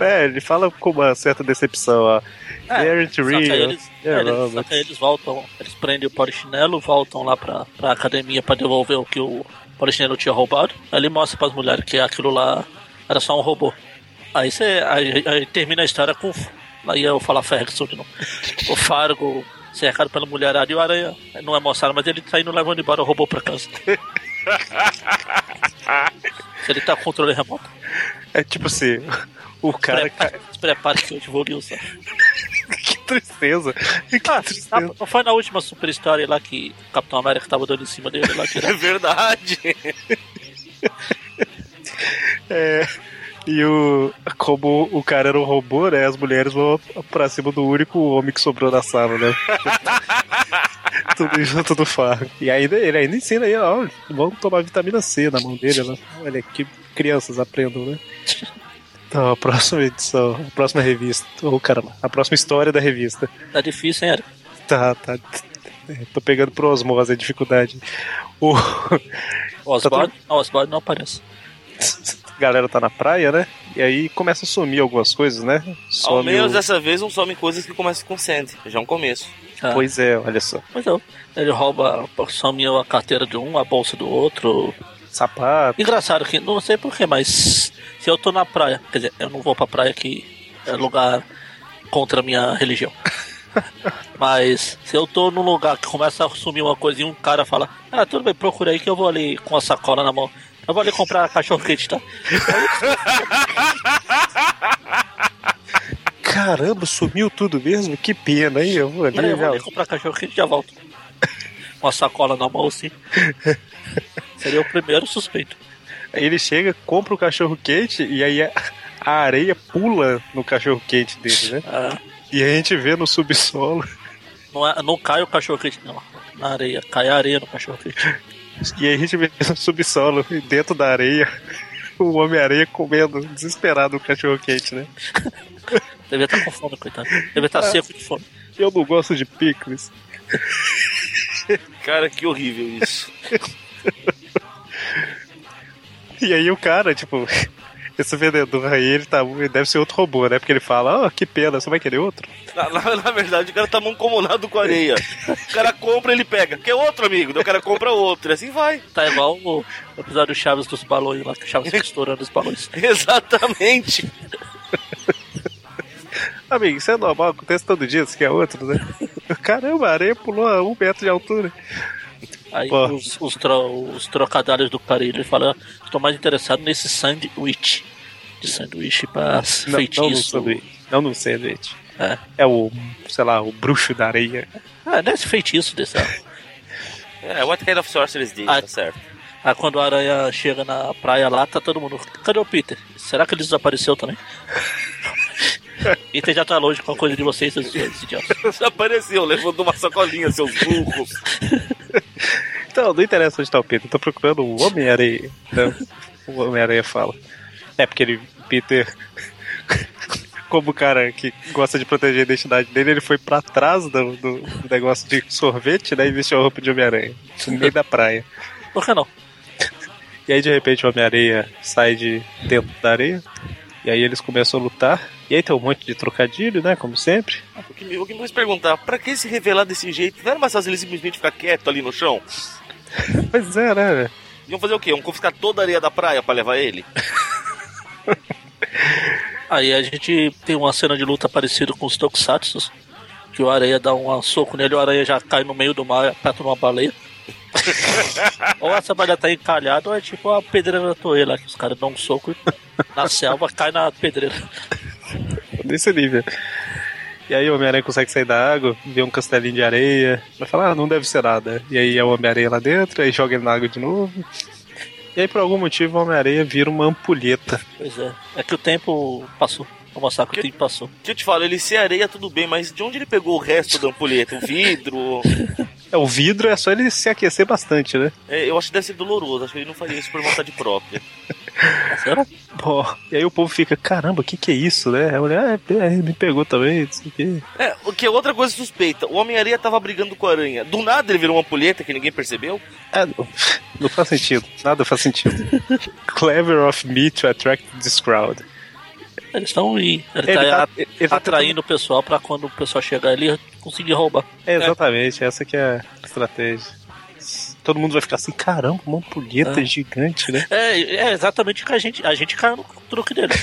[SPEAKER 2] né, ele fala com uma certa decepção, ó. They aren't
[SPEAKER 5] É, Só que aí
[SPEAKER 2] real. É,
[SPEAKER 5] eles, é,
[SPEAKER 2] they're
[SPEAKER 5] eles, só
[SPEAKER 2] robots."
[SPEAKER 5] que aí eles voltam, eles prendem o polichinelo, voltam lá pra, pra academia pra devolver o que o polichinelo tinha roubado. Aí ele mostra pras mulheres que aquilo lá era só um robô. Aí você aí, aí termina a história com. Aí eu falo Ferguson de novo. O Fargo cercado pela mulherada e o Aranha não é mostrado, mas ele tá indo levando embora o robô pra casa. ele tá com controle remoto.
[SPEAKER 2] É tipo assim, o cara.
[SPEAKER 5] Prepare- Se prepare que hoje vou lhe usar.
[SPEAKER 2] Que tristeza. Que
[SPEAKER 5] Ah, na-
[SPEAKER 2] tristeza.
[SPEAKER 5] não foi na última Super Story lá que o Capitão América tava dando em cima dele lá
[SPEAKER 4] É
[SPEAKER 5] direto.
[SPEAKER 4] verdade.
[SPEAKER 2] É, E o. Como o cara era um robô, né? As mulheres vão pra cima do único homem que sobrou da sala, né? Tudo junto do Fargo. E ainda ele ainda ensina aí, ó. Vamos tomar vitamina C na mão dele, né? Olha que crianças aprendam, né? Então, a próxima edição, a próxima revista. Ô, caramba, a próxima história da revista.
[SPEAKER 5] Tá difícil, hein, Eric?
[SPEAKER 2] Tá, tá. É, Tô pegando por osmose a dificuldade. O.
[SPEAKER 5] O Osborne? Não, o Osborne não aparece.
[SPEAKER 2] A galera tá na praia, né? E aí começa a sumir algumas coisas, né?
[SPEAKER 4] Ao
[SPEAKER 2] Some
[SPEAKER 4] menos
[SPEAKER 2] o...
[SPEAKER 4] dessa vez não some coisas que começam com Sandy. Já é um começo.
[SPEAKER 5] Ah,
[SPEAKER 2] Pois é, olha só.
[SPEAKER 5] Pois é. Ele rouba, some a carteira de um, a bolsa do outro.
[SPEAKER 2] Sapato.
[SPEAKER 5] Engraçado que, não sei porquê, mas se eu tô na praia, quer dizer, eu não vou pra praia que é lugar contra a minha religião. Mas se eu tô num lugar que começa a sumir uma coisa e um cara fala, ah, tudo bem, procura aí que eu vou ali com a sacola na mão. Eu vou ali comprar cachorro quente, tá?
[SPEAKER 2] Caramba, sumiu tudo mesmo? Que pena, hein? Eu vou ali,
[SPEAKER 5] Peraí, eu vou
[SPEAKER 2] já-
[SPEAKER 5] ali comprar cachorro quente e já volto. Com a sacola na mão, assim. Seria o primeiro suspeito.
[SPEAKER 2] Aí Ele chega, compra o cachorro quente e aí a, a areia pula no cachorro quente dele, né?
[SPEAKER 5] Ah,
[SPEAKER 2] E a gente vê no subsolo.
[SPEAKER 5] não, é- não cai o cachorro quente, não. Na areia. Cai a areia no cachorro quente.
[SPEAKER 2] E aí a gente vê no subsolo, e dentro da areia, o Homem-Aranha comendo desesperado o cachorro quente, né?
[SPEAKER 5] Devia estar com fome, coitado. Devia
[SPEAKER 2] É.
[SPEAKER 5] estar seco de fome.
[SPEAKER 2] Eu não gosto de picles.
[SPEAKER 4] Cara, que horrível isso.
[SPEAKER 2] E aí o cara, tipo, esse vendedor aí, ele tá. ele deve ser outro robô, né? Porque ele fala, ah, que pena, você vai querer outro?
[SPEAKER 4] Na, na- na verdade, o cara tá mancomunado com a areia. O cara compra, ele pega. Quer outro, amigo? Daí o cara compra outro. E assim vai.
[SPEAKER 5] Tá igual o episódio do Chaves dos balões lá, que o Chaves fica estourando os balões.
[SPEAKER 4] Exatamente.
[SPEAKER 2] Amigo, isso é normal, acontece todo dia, você quer outro, né? Caramba, a areia pulou a um metro de altura.
[SPEAKER 5] Aí
[SPEAKER 2] Pô.
[SPEAKER 5] os, os, tro, os trocadalhos do cara, ele fala, estou mais interessado nesse sandwich. De sanduíche pra
[SPEAKER 2] Não, não no
[SPEAKER 5] feitiço.
[SPEAKER 2] sanduíche. Não no sanduíche.
[SPEAKER 5] É.
[SPEAKER 2] É o, sei lá, o bruxo da areia.
[SPEAKER 5] ah, não é esse feitiço desse. ah.
[SPEAKER 4] É, what kind of sorcery is this?
[SPEAKER 5] Ah.
[SPEAKER 4] Tá certo.
[SPEAKER 5] Aí quando a aranha chega na praia lá, tá todo mundo. Cadê o Peter? Será que ele desapareceu também? Peter já tá longe com a coisa de vocês, seus seus idiotas.
[SPEAKER 4] Desapareceu, levantou uma sacolinha, seus burros.
[SPEAKER 2] Então, não interessa onde tá o Peter, tô procurando o Homem-Aranha. Então, o Homem-Aranha fala. É porque ele, Peter, como o cara que gosta de proteger a identidade dele, ele foi pra trás do, do negócio de sorvete, né? E vestiu a roupa de Homem-Aranha, no meio da praia.
[SPEAKER 5] Por que não?
[SPEAKER 2] E aí, de repente, o Homem-Aranha sai de dentro da areia. E aí eles começam a lutar. E aí tem um monte de trocadilho, né? Como sempre.
[SPEAKER 4] O que, me, o que me fez perguntar, pra que se revelar desse jeito? Não era mais fácil ele simplesmente ficar quieto ali no chão?
[SPEAKER 2] Pois é, né? velho?
[SPEAKER 4] Iam fazer o quê? Iam confiscar toda a areia da praia pra levar ele?
[SPEAKER 5] Aí a gente tem uma cena de luta parecida com os Tokusatsu, que o areia dá um soco nele, o areia já cai no meio do mar, aperta uma baleia. ou essa baleia tá encalhada, ou é tipo a pedreira da toei lá, que os caras dão um soco e na selva, cai na pedreira.
[SPEAKER 2] Desse nível. E aí o Homem-Aranha consegue sair da água, vê um castelinho de areia, vai falar, ah, não deve ser nada. E aí é o Homem-Aranha lá dentro, aí joga ele na água de novo. E aí por algum motivo o Homem-Aranha vira uma ampulheta.
[SPEAKER 5] Pois é, é que o tempo passou. Vou mostrar que o tempo passou.
[SPEAKER 4] Deixa eu te falar, ele se areia tudo bem, mas de onde ele pegou o resto da ampulheta? O vidro?
[SPEAKER 2] É, o vidro é só ele se aquecer bastante, né?
[SPEAKER 4] É, eu acho que deve ser doloroso, acho que ele não faria isso por vontade própria.
[SPEAKER 5] Tá
[SPEAKER 2] Bom, e aí o povo fica, caramba, o que que é isso, né? Aí A mulher, ah, é, é, me pegou também, não sei o quê.
[SPEAKER 4] É, o que é outra coisa suspeita, o Homem-Aranha tava brigando com a aranha. Do nada ele virou uma ampulheta que ninguém percebeu.
[SPEAKER 2] É, não, não faz sentido, nada faz sentido. Clever of me to attract this crowd.
[SPEAKER 5] Eles estão Ele, ele
[SPEAKER 2] Ele
[SPEAKER 5] tá,
[SPEAKER 2] tá- ele tá
[SPEAKER 5] atraindo o pessoal pra quando o pessoal chegar ele conseguir roubar.
[SPEAKER 2] É, exatamente, essa que é a estratégia. Todo mundo vai ficar assim, caramba, uma ampulheta gigante, né?
[SPEAKER 5] É, é exatamente o que a gente. A gente caiu no truque dele.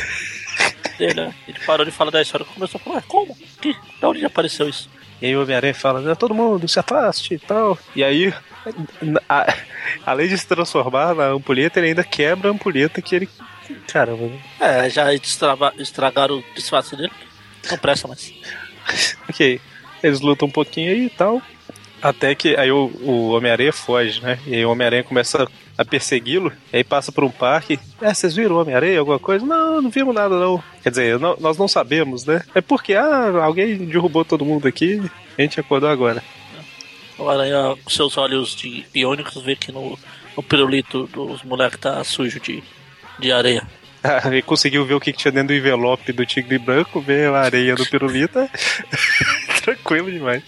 [SPEAKER 5] Ele, né? Ele parou de falar da história e começou a falar, "Ué, como? Que? Da onde apareceu isso?
[SPEAKER 2] E aí o Homem-Aranha fala, todo mundo se afaste e tal. E aí, a- além de se transformar na ampulheta, ele ainda quebra a ampulheta que ele. Caramba, né?
[SPEAKER 5] É, já estrava- estragaram o disfarce dele. Não presta mais.
[SPEAKER 2] Ok. Eles lutam um pouquinho aí e tal. Até que aí o, o Homem-Aranha foge, né? E aí o Homem-Aranha começa a persegui-lo. E aí passa por um parque. É, vocês viram o Homem-Aranha? Alguma coisa? Não, não vimos nada, não. Quer dizer, nó- nós não sabemos, né? É porque, ah, alguém derrubou todo mundo aqui. A gente acordou agora.
[SPEAKER 5] O aranha, com seus olhos de biônicos, vê que no, no pirulito dos moleques tá sujo de, de areia.
[SPEAKER 2] Ele Ah, conseguiu ver o que que tinha dentro do envelope do tigre branco, ver a areia do pirulita. Tranquilo demais.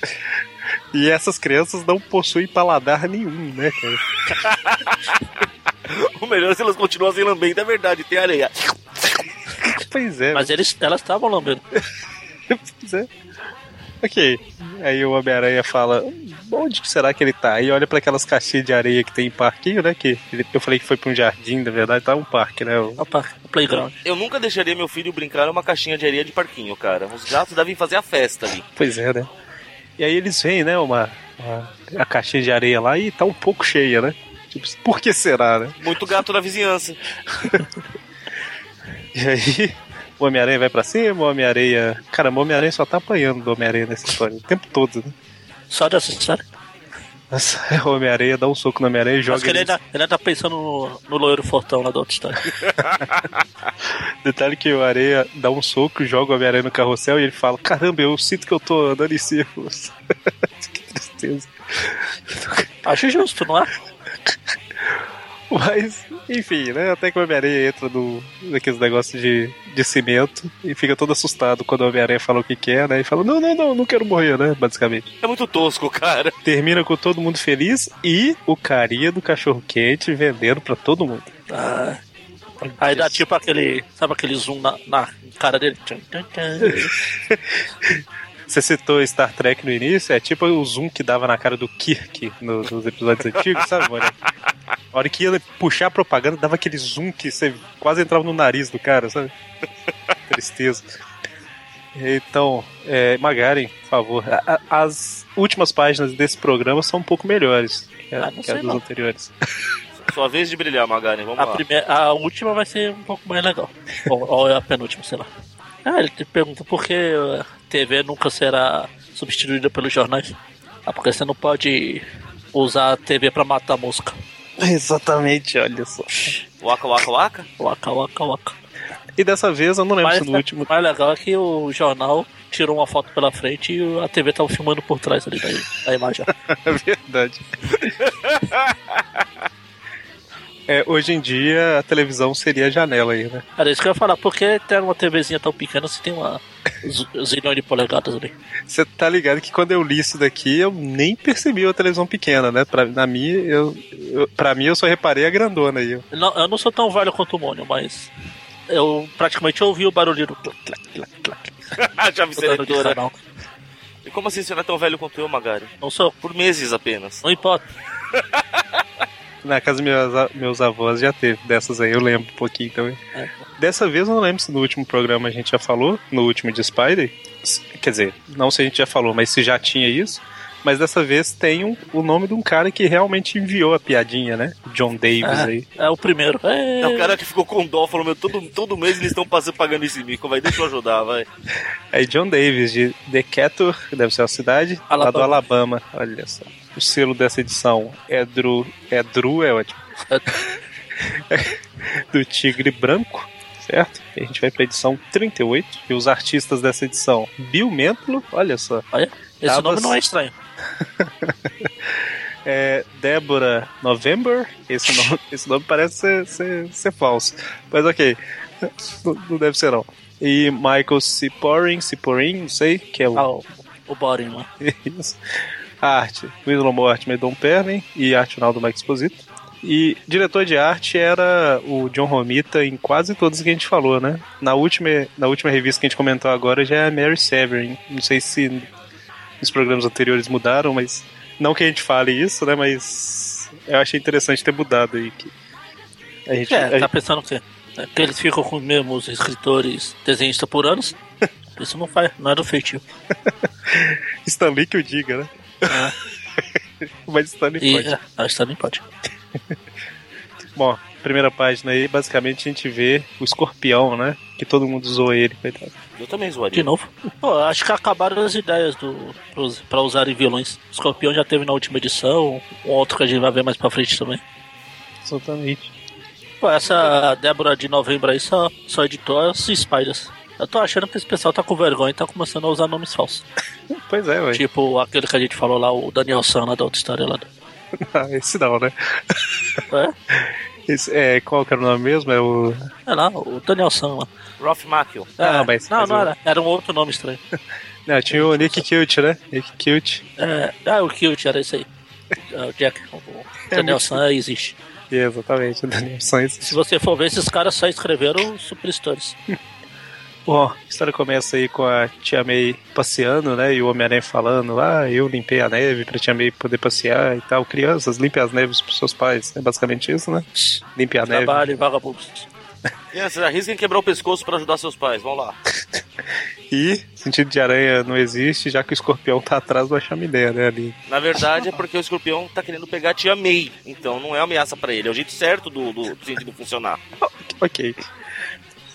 [SPEAKER 2] E essas crianças não possuem paladar nenhum, né, cara?
[SPEAKER 4] O melhor é se elas continuam sem lambendo, é verdade, tem areia.
[SPEAKER 2] Pois é,
[SPEAKER 5] Mas eles, elas estavam lambendo.
[SPEAKER 2] Pois é. Ok. Aí o Homem-Aranha fala: onde que será que ele tá? E olha pra aquelas caixinhas de areia que tem em parquinho, né? Que ele- eu falei que foi pra um jardim, na verdade, tá um parque, né? O-
[SPEAKER 5] Opa, playground.
[SPEAKER 4] Eu nunca deixaria meu filho brincar numa caixinha de areia de parquinho, cara. Os gatos devem fazer a festa ali.
[SPEAKER 2] Pois é, né? E aí eles veem, né, uma, uma- a caixinha de areia lá e tá um pouco cheia, né? Tipo, por que será, né?
[SPEAKER 4] Muito gato na vizinhança.
[SPEAKER 2] E aí o Homem-Aranha vai pra cima, o Homem-Aranha. Caramba, o Homem-Aranha só tá apanhando do Homem-Aranha nessa história o tempo todo, né?
[SPEAKER 5] Só dessa história.
[SPEAKER 2] Nossa, o Homem-Aranha dá um soco no Homem-Aranha e joga.
[SPEAKER 5] Acho que ele
[SPEAKER 2] ele-
[SPEAKER 5] ainda, ele ainda tá pensando no, no loiro fortão lá da outra história.
[SPEAKER 2] Detalhe que o Areia dá um soco, joga o Homem-Aranha no carrossel e ele fala: Caramba, eu sinto que eu tô andando em círculos. que tristeza.
[SPEAKER 5] Acho justo, não é?
[SPEAKER 2] Mas, enfim, né? Até que o Homem-Aranha entra no, naqueles negócios de, de cimento e fica todo assustado quando o Homem-Aranha fala o que quer, né? E fala: Não, não, não, não quero morrer, né? Basicamente.
[SPEAKER 4] É muito tosco, cara.
[SPEAKER 2] Termina com todo mundo feliz e o carinha do cachorro-quente vendendo pra todo mundo.
[SPEAKER 5] Ah, aí dá tipo aquele. Sabe aquele zoom na, na cara dele? Tchan, tchan, tchan.
[SPEAKER 2] Você citou Star Trek no início, é tipo o zoom que dava na cara do Kirk no- nos episódios antigos, sabe, mano? A hora que ia puxar a propaganda, dava aquele zoom que você quase entrava no nariz do cara, sabe? Tristeza. Então, é, Magaren, por favor, a- a- as últimas páginas desse programa são um pouco melhores que, a-
[SPEAKER 5] Ah, não
[SPEAKER 2] que as
[SPEAKER 5] sei
[SPEAKER 2] dos
[SPEAKER 5] não.
[SPEAKER 2] anteriores.
[SPEAKER 4] Sua vez de brilhar, Magari. Vamos
[SPEAKER 5] A,
[SPEAKER 4] lá.
[SPEAKER 5] primeira, a última vai ser um pouco mais legal. ou, ou é a penúltima, sei lá. Ah, ele te pergunta por que a TV nunca será substituída pelos jornais. Ah, porque você não pode usar a TV pra matar a mosca.
[SPEAKER 2] Exatamente, olha só.
[SPEAKER 4] Waka Waka Waka?
[SPEAKER 5] Waka, waka, waka.
[SPEAKER 2] E dessa vez eu não lembro
[SPEAKER 5] Mas
[SPEAKER 2] se no último.
[SPEAKER 5] o mais legal é que o jornal tirou uma foto pela frente e a TV tava filmando por trás ali da, da imagem.
[SPEAKER 2] É verdade. É, hoje em dia a televisão seria a janela aí, né?
[SPEAKER 5] Era isso que eu ia falar, por que ter uma TVzinha tão pequena se tem uma z- zilhão de polegadas ali?
[SPEAKER 2] Você tá ligado que quando eu li isso daqui, eu nem percebi a televisão pequena, né? Pra, na minha, eu, eu, pra mim, eu só reparei a grandona aí.
[SPEAKER 5] Não, eu não sou tão velho quanto o Mônio, mas eu praticamente ouvi o barulho do clac, clac, clac, clac,
[SPEAKER 4] Chave
[SPEAKER 5] mudando de
[SPEAKER 4] seletora.
[SPEAKER 5] canal.
[SPEAKER 4] E como assim você não é tão velho quanto eu, Magari?
[SPEAKER 5] Não sou,
[SPEAKER 4] Por meses apenas.
[SPEAKER 5] não importa.
[SPEAKER 2] Na casa dos meus, a- meus avós já teve dessas aí, eu lembro um pouquinho também.
[SPEAKER 5] É.
[SPEAKER 2] Dessa vez eu não lembro se no último programa a gente já falou, no último de Spider. S- Quer dizer, não se a gente já falou, mas se já tinha isso. Mas dessa vez tem um- o nome de um cara que realmente enviou a piadinha, né? John Davis aí.
[SPEAKER 5] É, é o primeiro. É,
[SPEAKER 4] É o cara que ficou com dó, falou, meu, todo, todo mês eles estão passando pagando esse mico, vai, deixa eu ajudar, vai.
[SPEAKER 2] É John Davis, de Decatur, que deve ser a cidade, lá do
[SPEAKER 5] Alabama.
[SPEAKER 2] Alabama. Olha só. O selo dessa edição é Dru, é, Dru, é ótimo. do Tigre Branco, certo? E a gente vai pra edição 38. E os artistas dessa edição, Bill Mantlo, olha só.
[SPEAKER 5] Esse
[SPEAKER 2] Tava
[SPEAKER 5] nome não
[SPEAKER 2] assim.
[SPEAKER 5] é estranho.
[SPEAKER 2] É Débora November. Esse nome, esse nome parece ser, ser, ser falso. Mas ok. Não, não deve ser não. E Michael Ciporin, Ciporin, não sei, que é o
[SPEAKER 5] Ah, o, o Boring lá.
[SPEAKER 2] Isso. A arte, Winslow Mortimer, Don Perlin e arte final do Mike Exposito. E diretor de arte era o John Romita em quase todos que a gente falou, né? Na última, na última revista que a gente comentou agora já é a Mary Severin. Não sei se nos programas anteriores mudaram, mas não que a gente fale isso, né? Mas eu achei interessante ter mudado aí. Que a gente, a
[SPEAKER 5] É, tá
[SPEAKER 2] gente-
[SPEAKER 5] pensando o quê? É que eles ficam com os mesmos escritores desenhistas por anos. Isso não faz, não é do feitio.
[SPEAKER 2] Stanley que o diga, né? mas Stanley
[SPEAKER 5] É. E
[SPEAKER 2] pode.
[SPEAKER 5] é, a história não pode.
[SPEAKER 2] Bom, primeira página aí, basicamente a gente vê o escorpião, né? Que todo mundo zoou ele, coitado.
[SPEAKER 4] Eu também
[SPEAKER 5] De
[SPEAKER 4] zoaria.
[SPEAKER 5] novo. Pô, acho que acabaram as ideias do, pros, pra usarem vilões. Escorpião já teve na última edição, um outro que a gente vai ver mais pra frente também.
[SPEAKER 2] Exatamente.
[SPEAKER 5] Pô, essa Débora de novembro aí só, só editou as Spiders. Eu tô achando que esse pessoal tá com vergonha e tá começando a usar nomes falsos.
[SPEAKER 2] Pois é, velho.
[SPEAKER 5] Tipo aquele que a gente falou lá, o Daniel San lá da outra história lá.
[SPEAKER 2] Ah, Esse não, né?
[SPEAKER 5] É,
[SPEAKER 2] Esse, é, qual que era o nome mesmo? É o.
[SPEAKER 5] é lá, o Daniel San lá.
[SPEAKER 4] Ralph Macchio.
[SPEAKER 5] É,
[SPEAKER 2] Ah, mas-
[SPEAKER 5] não,
[SPEAKER 2] mas
[SPEAKER 5] não
[SPEAKER 2] o-
[SPEAKER 5] era. Era um outro nome estranho.
[SPEAKER 2] Não, tinha o Nick Cute, né? Nick Cute.
[SPEAKER 5] É, ah, o Kilt era esse aí. É, O Jack, o Daniel San existe.
[SPEAKER 2] É, exatamente, o Daniel Sainz.
[SPEAKER 5] Se você for ver, esses caras só escreveram Super Stories.
[SPEAKER 2] Bom, a história começa aí com a Tia May passeando, né? E o Homem-Aranha falando: Ah, eu limpei a neve pra Tia May poder passear e tal. Crianças, limpem as neves pros seus pais. É basicamente isso, né? Limpe a neve.
[SPEAKER 5] Trabalho, vagabundos.
[SPEAKER 4] Crianças, arrisquem quebrar o pescoço pra ajudar seus pais, vamos lá.
[SPEAKER 2] E sentido de aranha não existe, já que o escorpião tá atrás da chaminé, né? Ali.
[SPEAKER 4] Na verdade é porque o escorpião tá querendo pegar a tia May, então não é ameaça pra ele, é o jeito certo do, do, do sentido funcionar.
[SPEAKER 2] Ok.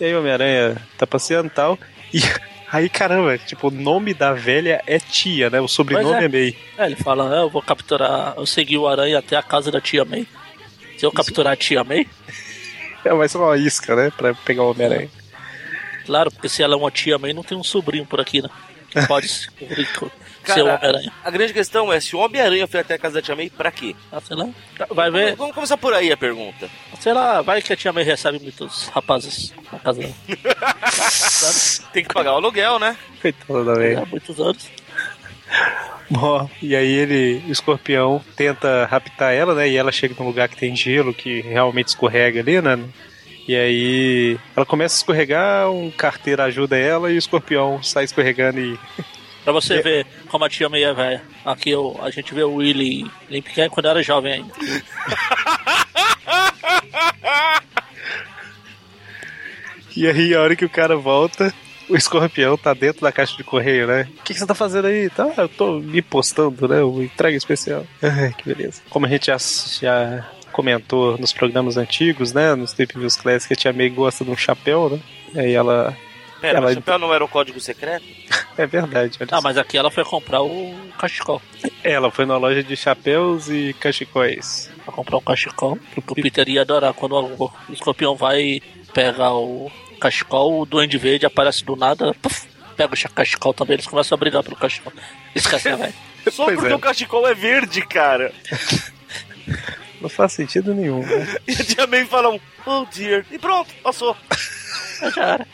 [SPEAKER 2] E aí o Homem-Aranha tá passeando e tal. E aí, caramba, tipo, o nome da velha é tia, né? O sobrenome é.
[SPEAKER 5] Pois é.
[SPEAKER 2] May.
[SPEAKER 5] É, ele fala, "Ah, eu vou capturar, eu segui o aranha até a casa da tia May. Se eu capturar a tia May,
[SPEAKER 2] É mais uma isca, né? Pra pegar o Homem-Aranha.
[SPEAKER 5] claro, porque se ela é uma tia May, não tem um sobrinho por aqui, né? Pode se- ser o
[SPEAKER 4] Cara,
[SPEAKER 5] Homem-Aranha.
[SPEAKER 4] a grande questão é se o Homem-Aranha foi até a casa da tia May, pra quê?
[SPEAKER 5] Ah, sei lá. Vai ver,
[SPEAKER 4] Vamos começar por aí a pergunta.
[SPEAKER 5] sei lá, vai que a tia May recebe muitos rapazes na casa dela.
[SPEAKER 4] Tem que pagar o aluguel, né?
[SPEAKER 2] Coitada da velha.
[SPEAKER 5] Há muitos anos.
[SPEAKER 2] Bom, e aí ele, o escorpião, tenta raptar ela, né? E ela chega num lugar que tem gelo, que realmente escorrega ali, né? E aí ela começa a escorregar, um carteiro ajuda ela e o escorpião sai escorregando e
[SPEAKER 5] Pra você
[SPEAKER 2] É.
[SPEAKER 5] ver como a tia May é velha. Aqui eu, a gente vê o Willy limpo quando era jovem ainda.
[SPEAKER 2] E aí, a hora que o cara volta, o escorpião tá dentro da caixa de correio, né? O que, que você tá fazendo aí? Tá, eu tô me postando, né? Uma entrega especial. Ai, que beleza. Como a gente já, já comentou nos programas antigos, né? Nos Trip Views Classic, a Tia May gosta de um chapéu, né? E aí ela...
[SPEAKER 4] Pera,
[SPEAKER 2] Ela-
[SPEAKER 4] o chapéu não era o código secreto?
[SPEAKER 2] É verdade, olha
[SPEAKER 5] Ah,
[SPEAKER 2] só.
[SPEAKER 5] mas aqui ela foi comprar o cachecol.
[SPEAKER 2] Ela foi na loja de chapéus e cachecóis.
[SPEAKER 5] pra comprar um cachecol. Porque o Peter ia adorar quando o o escorpião vai e pega o cachecol, o Duende Verde aparece do nada, puf, pega o cachecol também, eles começam a brigar pelo cachecol. Esquece, né, velho.
[SPEAKER 4] Só
[SPEAKER 2] Pois
[SPEAKER 4] porque
[SPEAKER 2] é.
[SPEAKER 4] o cachecol é verde, cara.
[SPEAKER 2] Não faz sentido nenhum. Né?
[SPEAKER 4] E a Tia May fala um, oh dear. E pronto, passou.
[SPEAKER 5] Já era.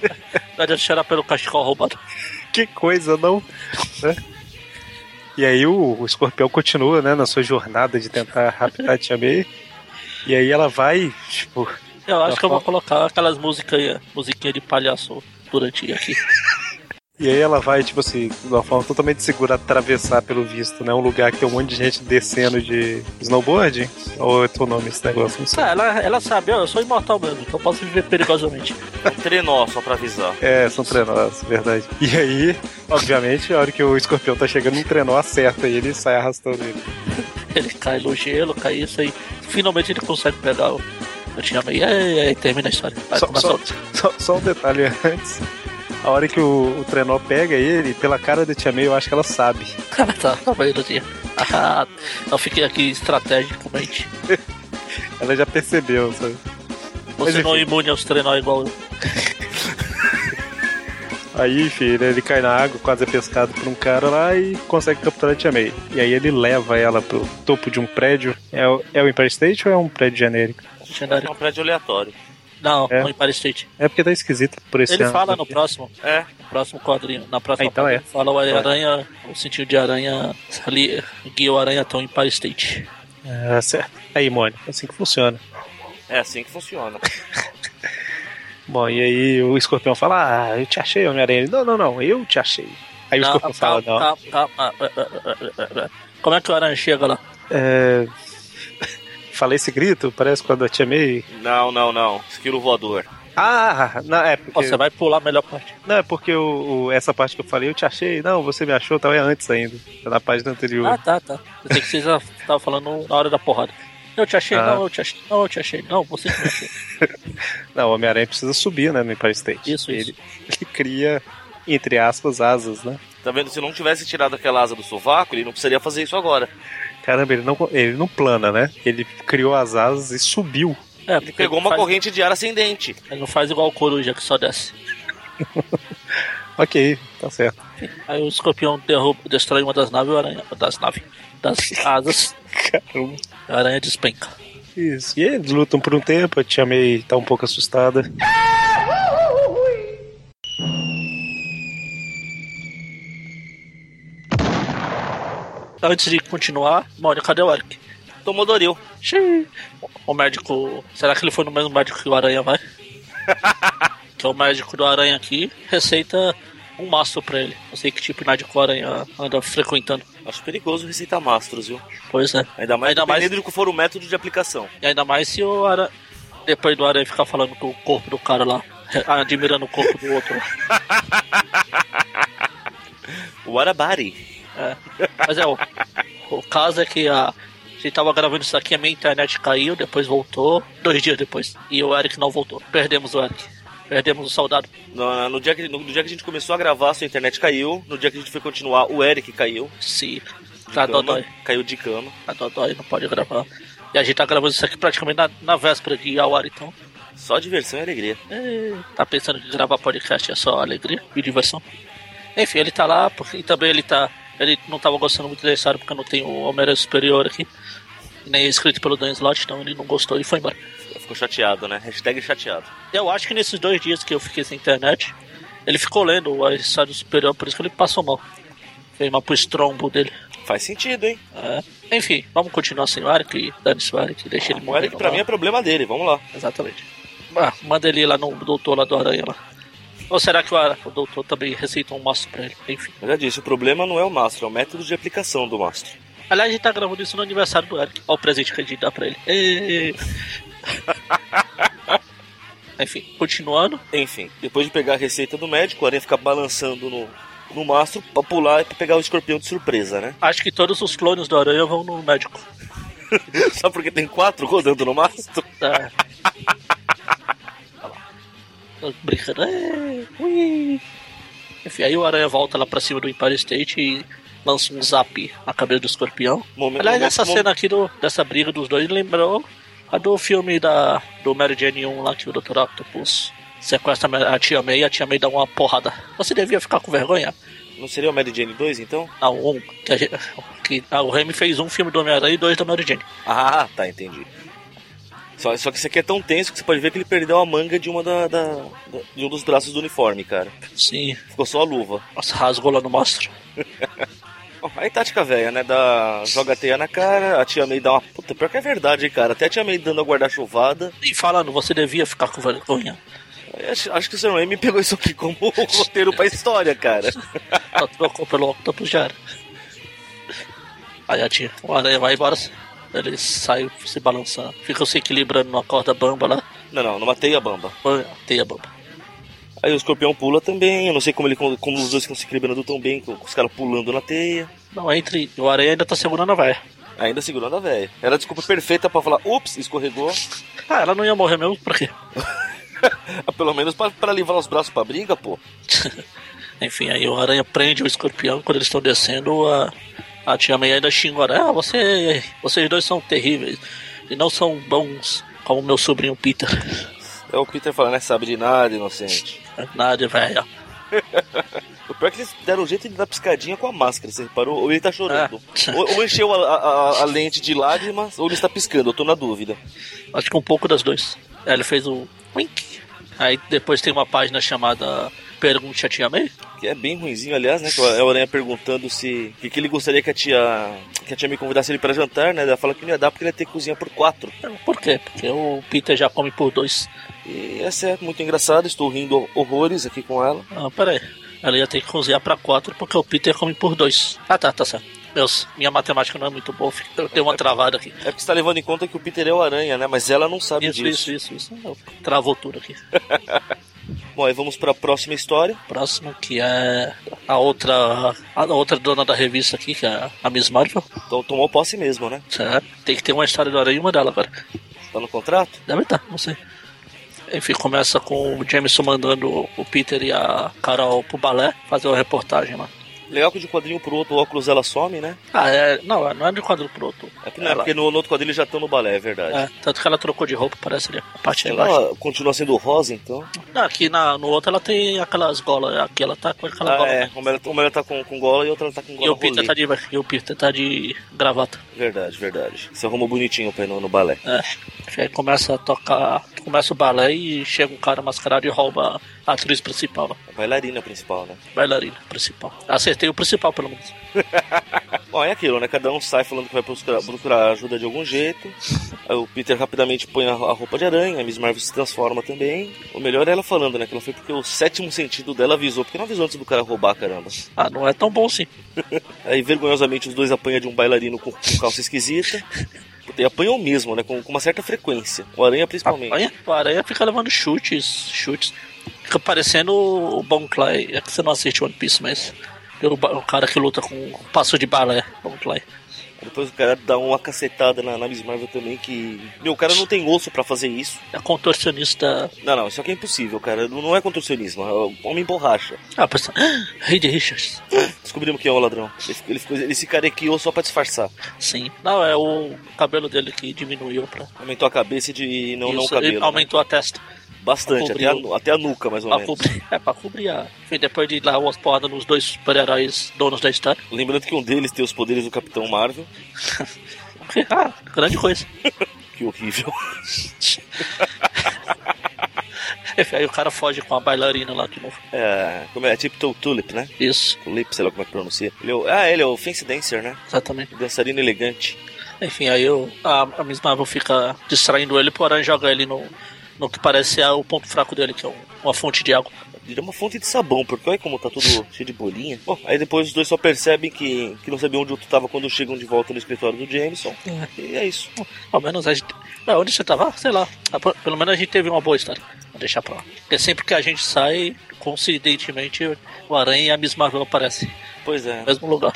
[SPEAKER 5] Não adianta chorar pelo cachecol roubado.
[SPEAKER 2] que coisa, não. né? E aí o, o escorpião continua, né, na sua jornada de tentar raptar a Tia May. E aí ela vai, tipo,
[SPEAKER 5] Eu acho
[SPEAKER 2] Tá
[SPEAKER 5] que eu vou
[SPEAKER 2] bom.
[SPEAKER 5] colocar aquelas músicas, musiquinha de palhaço durante aqui.
[SPEAKER 2] E aí ela vai, tipo assim, de uma forma totalmente segura, atravessar pelo visto, né? Um lugar que tem um monte de gente descendo de snowboard. Ou é o nome esse negócio? Não sei.
[SPEAKER 5] Ah, ela, ela sabe, eu eu sou imortal mesmo, então eu posso viver perigosamente.
[SPEAKER 4] É um trenó, só pra avisar.
[SPEAKER 2] É, são trenós, verdade. E aí, obviamente, a hora que o escorpião tá chegando, um trenó acerta ele e sai arrastando ele.
[SPEAKER 5] Ele cai no gelo, cai isso aí. Finalmente ele consegue pegar o. Eu te amo e aí, aí termina a história. Vai
[SPEAKER 2] Só,
[SPEAKER 5] começar
[SPEAKER 2] só-
[SPEAKER 5] outra.
[SPEAKER 2] só- só um detalhe antes. A hora que o, o trenó pega ele, pela cara da Tia May, eu acho que ela sabe.
[SPEAKER 5] Cara, tá, tá vendo assim. Ah, eu fiquei aqui estrategicamente.
[SPEAKER 2] Ela já percebeu, sabe? Mas
[SPEAKER 5] Você não é
[SPEAKER 2] enfim.
[SPEAKER 5] imune aos trenó igual eu.
[SPEAKER 2] Aí, enfim, né, ele cai na água, quase é pescado por um cara lá e consegue capturar a Tia May. E aí ele leva ela pro topo de um prédio. É o, é o Empire State ou é um prédio genérico?
[SPEAKER 4] É
[SPEAKER 5] Genérico.
[SPEAKER 4] um prédio aleatório.
[SPEAKER 5] Não,
[SPEAKER 2] É.
[SPEAKER 5] não em Paris State.
[SPEAKER 2] É porque tá esquisito por esse
[SPEAKER 5] Ele
[SPEAKER 2] ano. né?
[SPEAKER 5] fala no próximo,
[SPEAKER 4] É,
[SPEAKER 5] no próximo quadrinho. Na próxima
[SPEAKER 2] Ah, então
[SPEAKER 5] página,
[SPEAKER 2] é.
[SPEAKER 5] fala o aranha, o sentido de aranha ali, guia o aranha tão em Paris State.
[SPEAKER 2] É, certo. Aí, Mônio, é assim que funciona.
[SPEAKER 4] é assim que funciona.
[SPEAKER 2] Bom, e aí o escorpião fala: Ah, eu te achei, Homem-Aranha. Ele, Não, não, não, eu te achei. Aí o
[SPEAKER 5] Não, tá,
[SPEAKER 2] escorpião fala: Não.
[SPEAKER 5] calma, calma, calma. Ah, ah, ah, ah, ah. Como é que o aranha chega lá?
[SPEAKER 2] É... Falei esse grito, parece quando a Tia May.
[SPEAKER 4] Não, não, não. Esquilo voador.
[SPEAKER 2] Ah, não, é porque.
[SPEAKER 5] Pô, Você vai pular a melhor parte.
[SPEAKER 2] Não, é porque o, o- essa parte que eu falei, eu te achei, não, você me achou, tal, é antes ainda. Tá na página anterior.
[SPEAKER 5] Ah, tá, tá. Eu sei que vocês estavam falando na hora da porrada. Eu te achei,
[SPEAKER 2] Ah.
[SPEAKER 5] não, eu te achei, não, eu te achei, não, você que me achou.
[SPEAKER 2] Não, o Homem-Aranha precisa subir, né, no Empire State.
[SPEAKER 5] Isso,
[SPEAKER 2] ele,
[SPEAKER 5] isso.
[SPEAKER 2] ele cria, entre aspas, asas, né?
[SPEAKER 4] Tá vendo? Se não tivesse tirado aquela asa do sovaco, ele não precisaria fazer isso agora.
[SPEAKER 2] Caramba, ele não, ele não plana, né? Ele criou as asas e subiu.
[SPEAKER 5] É,
[SPEAKER 4] Ele
[SPEAKER 5] porque
[SPEAKER 4] pegou uma
[SPEAKER 5] faz-
[SPEAKER 4] corrente de ar ascendente.
[SPEAKER 5] Ele não faz igual o coruja que só desce.
[SPEAKER 2] Ok, tá certo.
[SPEAKER 5] Aí o escorpião derruba, destrói uma das naves, o aranha. Das naves. Das asas,
[SPEAKER 2] Caramba.
[SPEAKER 5] a aranha despenca.
[SPEAKER 2] Isso. E eles lutam por um tempo, a Tia May tá um pouco assustada.
[SPEAKER 5] Antes de continuar, Mônica, cadê o Eric?
[SPEAKER 4] Tomou Doril.
[SPEAKER 5] Xiii. O médico. Será que ele foi no mesmo médico que o Aranha vai? que é o médico do Aranha aqui, receita um mastro pra ele. Não sei que tipo de médico o Aranha anda frequentando.
[SPEAKER 4] Acho perigoso receitar mastros, viu?
[SPEAKER 5] Pois é.
[SPEAKER 4] Ainda mais
[SPEAKER 5] Ainda mais-
[SPEAKER 4] dependendo do que for o método de aplicação.
[SPEAKER 5] E ainda mais se o Aranha. Depois do Aranha ficar falando com o corpo do cara lá, admirando o corpo do outro.
[SPEAKER 4] O Arabari.
[SPEAKER 5] É. Mas é, o, o caso é que a, a gente tava gravando isso aqui, a minha internet caiu, depois voltou, dois dias depois. E o Eric não voltou. Perdemos o Eric. Perdemos o soldado.
[SPEAKER 4] No, no dia que, no, no dia que a gente começou a gravar, sua internet caiu. No dia que a gente foi continuar, o Eric caiu.
[SPEAKER 5] Se.
[SPEAKER 4] de cama.
[SPEAKER 5] Tá dodói.
[SPEAKER 4] Caiu de cama.
[SPEAKER 5] A Dodói não pode gravar. E a gente tá gravando isso aqui praticamente na, na véspera de ir ao ar, então.
[SPEAKER 4] Só diversão e alegria.
[SPEAKER 5] é, tá pensando que gravar podcast é só alegria e diversão. Enfim, ele tá lá, porque e também ele tá. Ele não tava gostando muito da história porque não tem o Homem-Aranha Superior aqui. Nem é escrito pelo Dan Slott, então ele não gostou e foi embora.
[SPEAKER 4] Ficou chateado, né? Hashtag chateado.
[SPEAKER 5] Eu acho que nesses dois dias que eu fiquei sem internet, ele ficou lendo a história do superior, por isso que ele passou mal. Foi mal pro estrombo dele.
[SPEAKER 4] Faz sentido, hein?
[SPEAKER 5] É. Enfim, vamos continuar sem o Eric, dane-se o Eric, deixa ele
[SPEAKER 4] O
[SPEAKER 5] morrer.
[SPEAKER 4] Eric, pra mim, é problema dele. Vamos lá.
[SPEAKER 5] Exatamente. Ah, manda ele ir lá no doutor lá do Aranha lá. Ou será que o, ara- o doutor também receita um mastro pra ele? Enfim.
[SPEAKER 4] Eu já disse, o problema não é o mastro, é o método de aplicação do mastro.
[SPEAKER 5] Aliás, a gente tá gravando isso no aniversário do Eric. Olha o presente que a gente dá pra ele. Ê. Enfim, continuando.
[SPEAKER 4] Enfim, depois de pegar a receita do médico, o aranha fica balançando no, no mastro pra pular e pra pegar o escorpião de surpresa, né?
[SPEAKER 5] Acho que todos os clones do Aranha vão no médico.
[SPEAKER 4] Só porque tem quatro rodando no mastro.
[SPEAKER 5] Tá. Olha lá. Tô Brincando. É, ui. Enfim, aí o Aranha volta lá pra cima do Empire State e lança um zap na cabeça do escorpião.
[SPEAKER 4] Momento-
[SPEAKER 5] Aliás, essa
[SPEAKER 4] momento-
[SPEAKER 5] cena aqui do, dessa briga dos dois lembrou a do filme da, do Mary Jane 1 lá que o Dr. Octopus sequestra a a tia May e a tia May dá uma porrada. Você devia ficar com vergonha?
[SPEAKER 4] Não seria o Mary Jane 2, então?
[SPEAKER 5] Não, um. Que, a gente- que- ah, o Remy fez um filme do Homem-Aranha e dois da Mary Jane.
[SPEAKER 4] Ah, tá, entendi. Só, só que isso aqui é tão tenso que você pode ver que ele perdeu a manga de uma da, da- da- de um dos braços do uniforme, cara.
[SPEAKER 5] Sim.
[SPEAKER 4] Ficou só a luva.
[SPEAKER 5] Nossa, rasgou lá no mostro.
[SPEAKER 4] Bom, Aí tática velha, né? Dá, joga a teia na cara, a tia May dá uma. Puta, pior que é verdade, hein, cara. Até a tia May dando a guarda-chuvada.
[SPEAKER 5] E falando, você devia ficar com vergonha.
[SPEAKER 4] Eu Acho, acho que o Sam Raimi pegou isso aqui como roteiro pra história, cara.
[SPEAKER 5] Só trocou pelo Octopus já era. Aí a tia, o aranha vai embora. Ele sai se balançando. Fica se equilibrando numa corda bamba lá.
[SPEAKER 4] Não, não, não matei a bamba.
[SPEAKER 5] Põe a Teia bamba.
[SPEAKER 4] Aí o escorpião pula também. Eu não sei como, ele, como os dois ficam se equilibrando tão bem, com os caras pulando na teia.
[SPEAKER 5] Não, entre. O aranha ainda tá segurando a véia.
[SPEAKER 4] Ainda segurando a velha. Era a desculpa perfeita pra falar, ups, escorregou.
[SPEAKER 5] Ah, ela não ia morrer mesmo, pra quê?
[SPEAKER 4] Pelo menos pra, pra livrar os braços pra briga, pô.
[SPEAKER 5] Enfim, aí o aranha prende o escorpião. Quando eles estão descendo, a, a tia May ainda xinga o aranha. Ah, você, vocês dois são terríveis. E não são bons como meu sobrinho Peter.
[SPEAKER 4] É o Peter falando, né? Sabe de nada, inocente.
[SPEAKER 5] Nada, velho.
[SPEAKER 4] O pior é que eles deram um jeito de dar piscadinha com a máscara, você reparou? Ou ele tá chorando.
[SPEAKER 5] É.
[SPEAKER 4] Ou, ou encheu a, a- a- a lente de lágrimas, ou ele está piscando, eu tô na dúvida.
[SPEAKER 5] Acho que um pouco das duas. Aí ele fez o wink. Aí depois tem uma página chamada Pergunte a Tia May.
[SPEAKER 4] Que é bem ruimzinho, aliás, né? Que é o Aranha perguntando se. O que, que ele gostaria que a tia. Que a tia me convidasse ele pra jantar, né? Ela fala que não ia dar porque ele ia ter que cozinhar por quatro.
[SPEAKER 5] Por quê? Porque o Peter já come por dois.
[SPEAKER 4] E essa é muito engraçada, estou rindo horrores aqui com ela.
[SPEAKER 5] Ah, peraí. Ela ia ter que cozinhar pra quatro porque o Peter come por dois. Ah, tá, tá certo. Meus, minha matemática não é muito boa, fica- eu dei uma travada aqui.
[SPEAKER 4] É porque você tá levando em conta que o Peter é o Aranha, né? Mas ela não sabe
[SPEAKER 5] Isso,
[SPEAKER 4] disso.
[SPEAKER 5] isso, isso, isso. Eu- Travou tudo aqui.
[SPEAKER 4] Bom, aí vamos pra próxima história.
[SPEAKER 5] Próximo que é a outra, a outra dona da revista aqui, que é a Miss Marvel.
[SPEAKER 4] Então tomou posse mesmo, né?
[SPEAKER 5] Certo? Tem que ter uma história do aranha e uma dela agora.
[SPEAKER 4] Tá no contrato?
[SPEAKER 5] Deve estar, não sei. Enfim, começa com o Jameson mandando o Peter e a Carol pro balé fazer uma reportagem lá.
[SPEAKER 4] Legal que de um quadrinho pro outro o óculos ela some, né?
[SPEAKER 5] Ah, é. Não, não é de um quadro pro outro.
[SPEAKER 4] É que não, é
[SPEAKER 5] Ela-
[SPEAKER 4] porque no, no outro quadrinho eles já estão no balé, é verdade.
[SPEAKER 5] é, tanto que ela trocou de roupa, parece ali, a parte de baixo.
[SPEAKER 4] Ela continua sendo rosa, então.
[SPEAKER 5] Não, aqui na, no outro ela tem aquelas golas, aqui ela tá com aquela
[SPEAKER 4] Ah,
[SPEAKER 5] gola.
[SPEAKER 4] é. Uma ela, uma ela tá com, com gola e outra ela tá com gola
[SPEAKER 5] E o, Peter
[SPEAKER 4] rolê.
[SPEAKER 5] tá de, e o Peter tá de gravata.
[SPEAKER 4] Verdade, verdade. Se arrumou bonitinho pra ir no, no balé.
[SPEAKER 5] É. Aí começa a tocar. Começa o balé e chega um cara mascarado e rouba a atriz principal, a
[SPEAKER 4] A bailarina principal, né?
[SPEAKER 5] bailarina principal. Acertei o principal, pelo menos.
[SPEAKER 4] Bom, é aquilo, né? Cada um sai falando que vai procurar, procurar ajuda de algum jeito. Aí o Peter rapidamente põe a, a roupa de aranha, a Miss Marvel se transforma também. O melhor é ela falando, né? Que ela foi porque o sétimo sentido dela avisou. Porque não avisou antes do cara roubar, caramba.
[SPEAKER 5] Ah, não é tão bom sim.
[SPEAKER 4] Aí, vergonhosamente, os dois apanham de um bailarino com, com calça esquisita. E apanham mesmo, né? Com, com uma certa frequência. O aranha, principalmente.
[SPEAKER 5] Apanha? O Aranha fica levando chutes, chutes. Fica parecendo o Bon Clay. É que você não assiste One Piece, mas. O, ba- o cara que luta com o passo de balé, Bon Clay.
[SPEAKER 4] Depois o cara dá uma cacetada na, na Miss Marvel também que... Meu, o cara não tem osso pra fazer isso.
[SPEAKER 5] É contorcionista.
[SPEAKER 4] Não, não, isso aqui é impossível, cara. Não, não é contorcionismo, é o homem borracha.
[SPEAKER 5] Ah, pensa. Rei de Richards.
[SPEAKER 4] Descobrimos quem é o ladrão. Ele, ficou- ele, ficou- ele se carequeou só pra disfarçar.
[SPEAKER 5] Sim. Não, é o cabelo dele que diminuiu pra.
[SPEAKER 4] Aumentou a cabeça de... e não, não o
[SPEAKER 5] Isso,
[SPEAKER 4] cabelo.
[SPEAKER 5] ele
[SPEAKER 4] né?
[SPEAKER 5] aumentou a testa.
[SPEAKER 4] Bastante, até
[SPEAKER 5] cobriu.
[SPEAKER 4] a, nu- até a nuca, mais ou
[SPEAKER 5] Pra
[SPEAKER 4] menos.
[SPEAKER 5] cobrir, é, pra cobrir a. Enfim, depois de dar umas porradas nos dois super-heróis donos da história.
[SPEAKER 4] Lembrando que um deles tem os poderes do Capitão Marvel.
[SPEAKER 5] ah, grande coisa.
[SPEAKER 4] Que horrível.
[SPEAKER 5] Enfim, aí o cara foge com a bailarina lá de novo.
[SPEAKER 4] É, como é? É tipo Tul- Tulip, né?
[SPEAKER 5] Isso,
[SPEAKER 4] Tulip, sei lá como é que pronuncia. Ele é o- ah, ele é o Fence Dancer, né?
[SPEAKER 5] exatamente.
[SPEAKER 4] O dançarino elegante.
[SPEAKER 5] Enfim, aí eu, a, a Miss Marvel fica distraindo ele, porém joga ele no, no que parece ser o ponto fraco dele, que é um- uma fonte de água.
[SPEAKER 4] Diria é uma fonte de sabão, porque olha como tá tudo cheio de bolinha. Bom, aí depois os dois só percebem que, que não sabiam onde o outro tava quando chegam de volta no escritório do Jameson. E é isso.
[SPEAKER 5] Ao menos a gente. Ah, onde você tava? Sei lá. Ah, pe- Pelo menos a gente teve uma boa história. Vou deixar pra lá. Porque sempre que a gente sai, coincidentemente, o Aranha e a Miss Marvel aparecem
[SPEAKER 4] Pois é,
[SPEAKER 5] no mesmo lugar.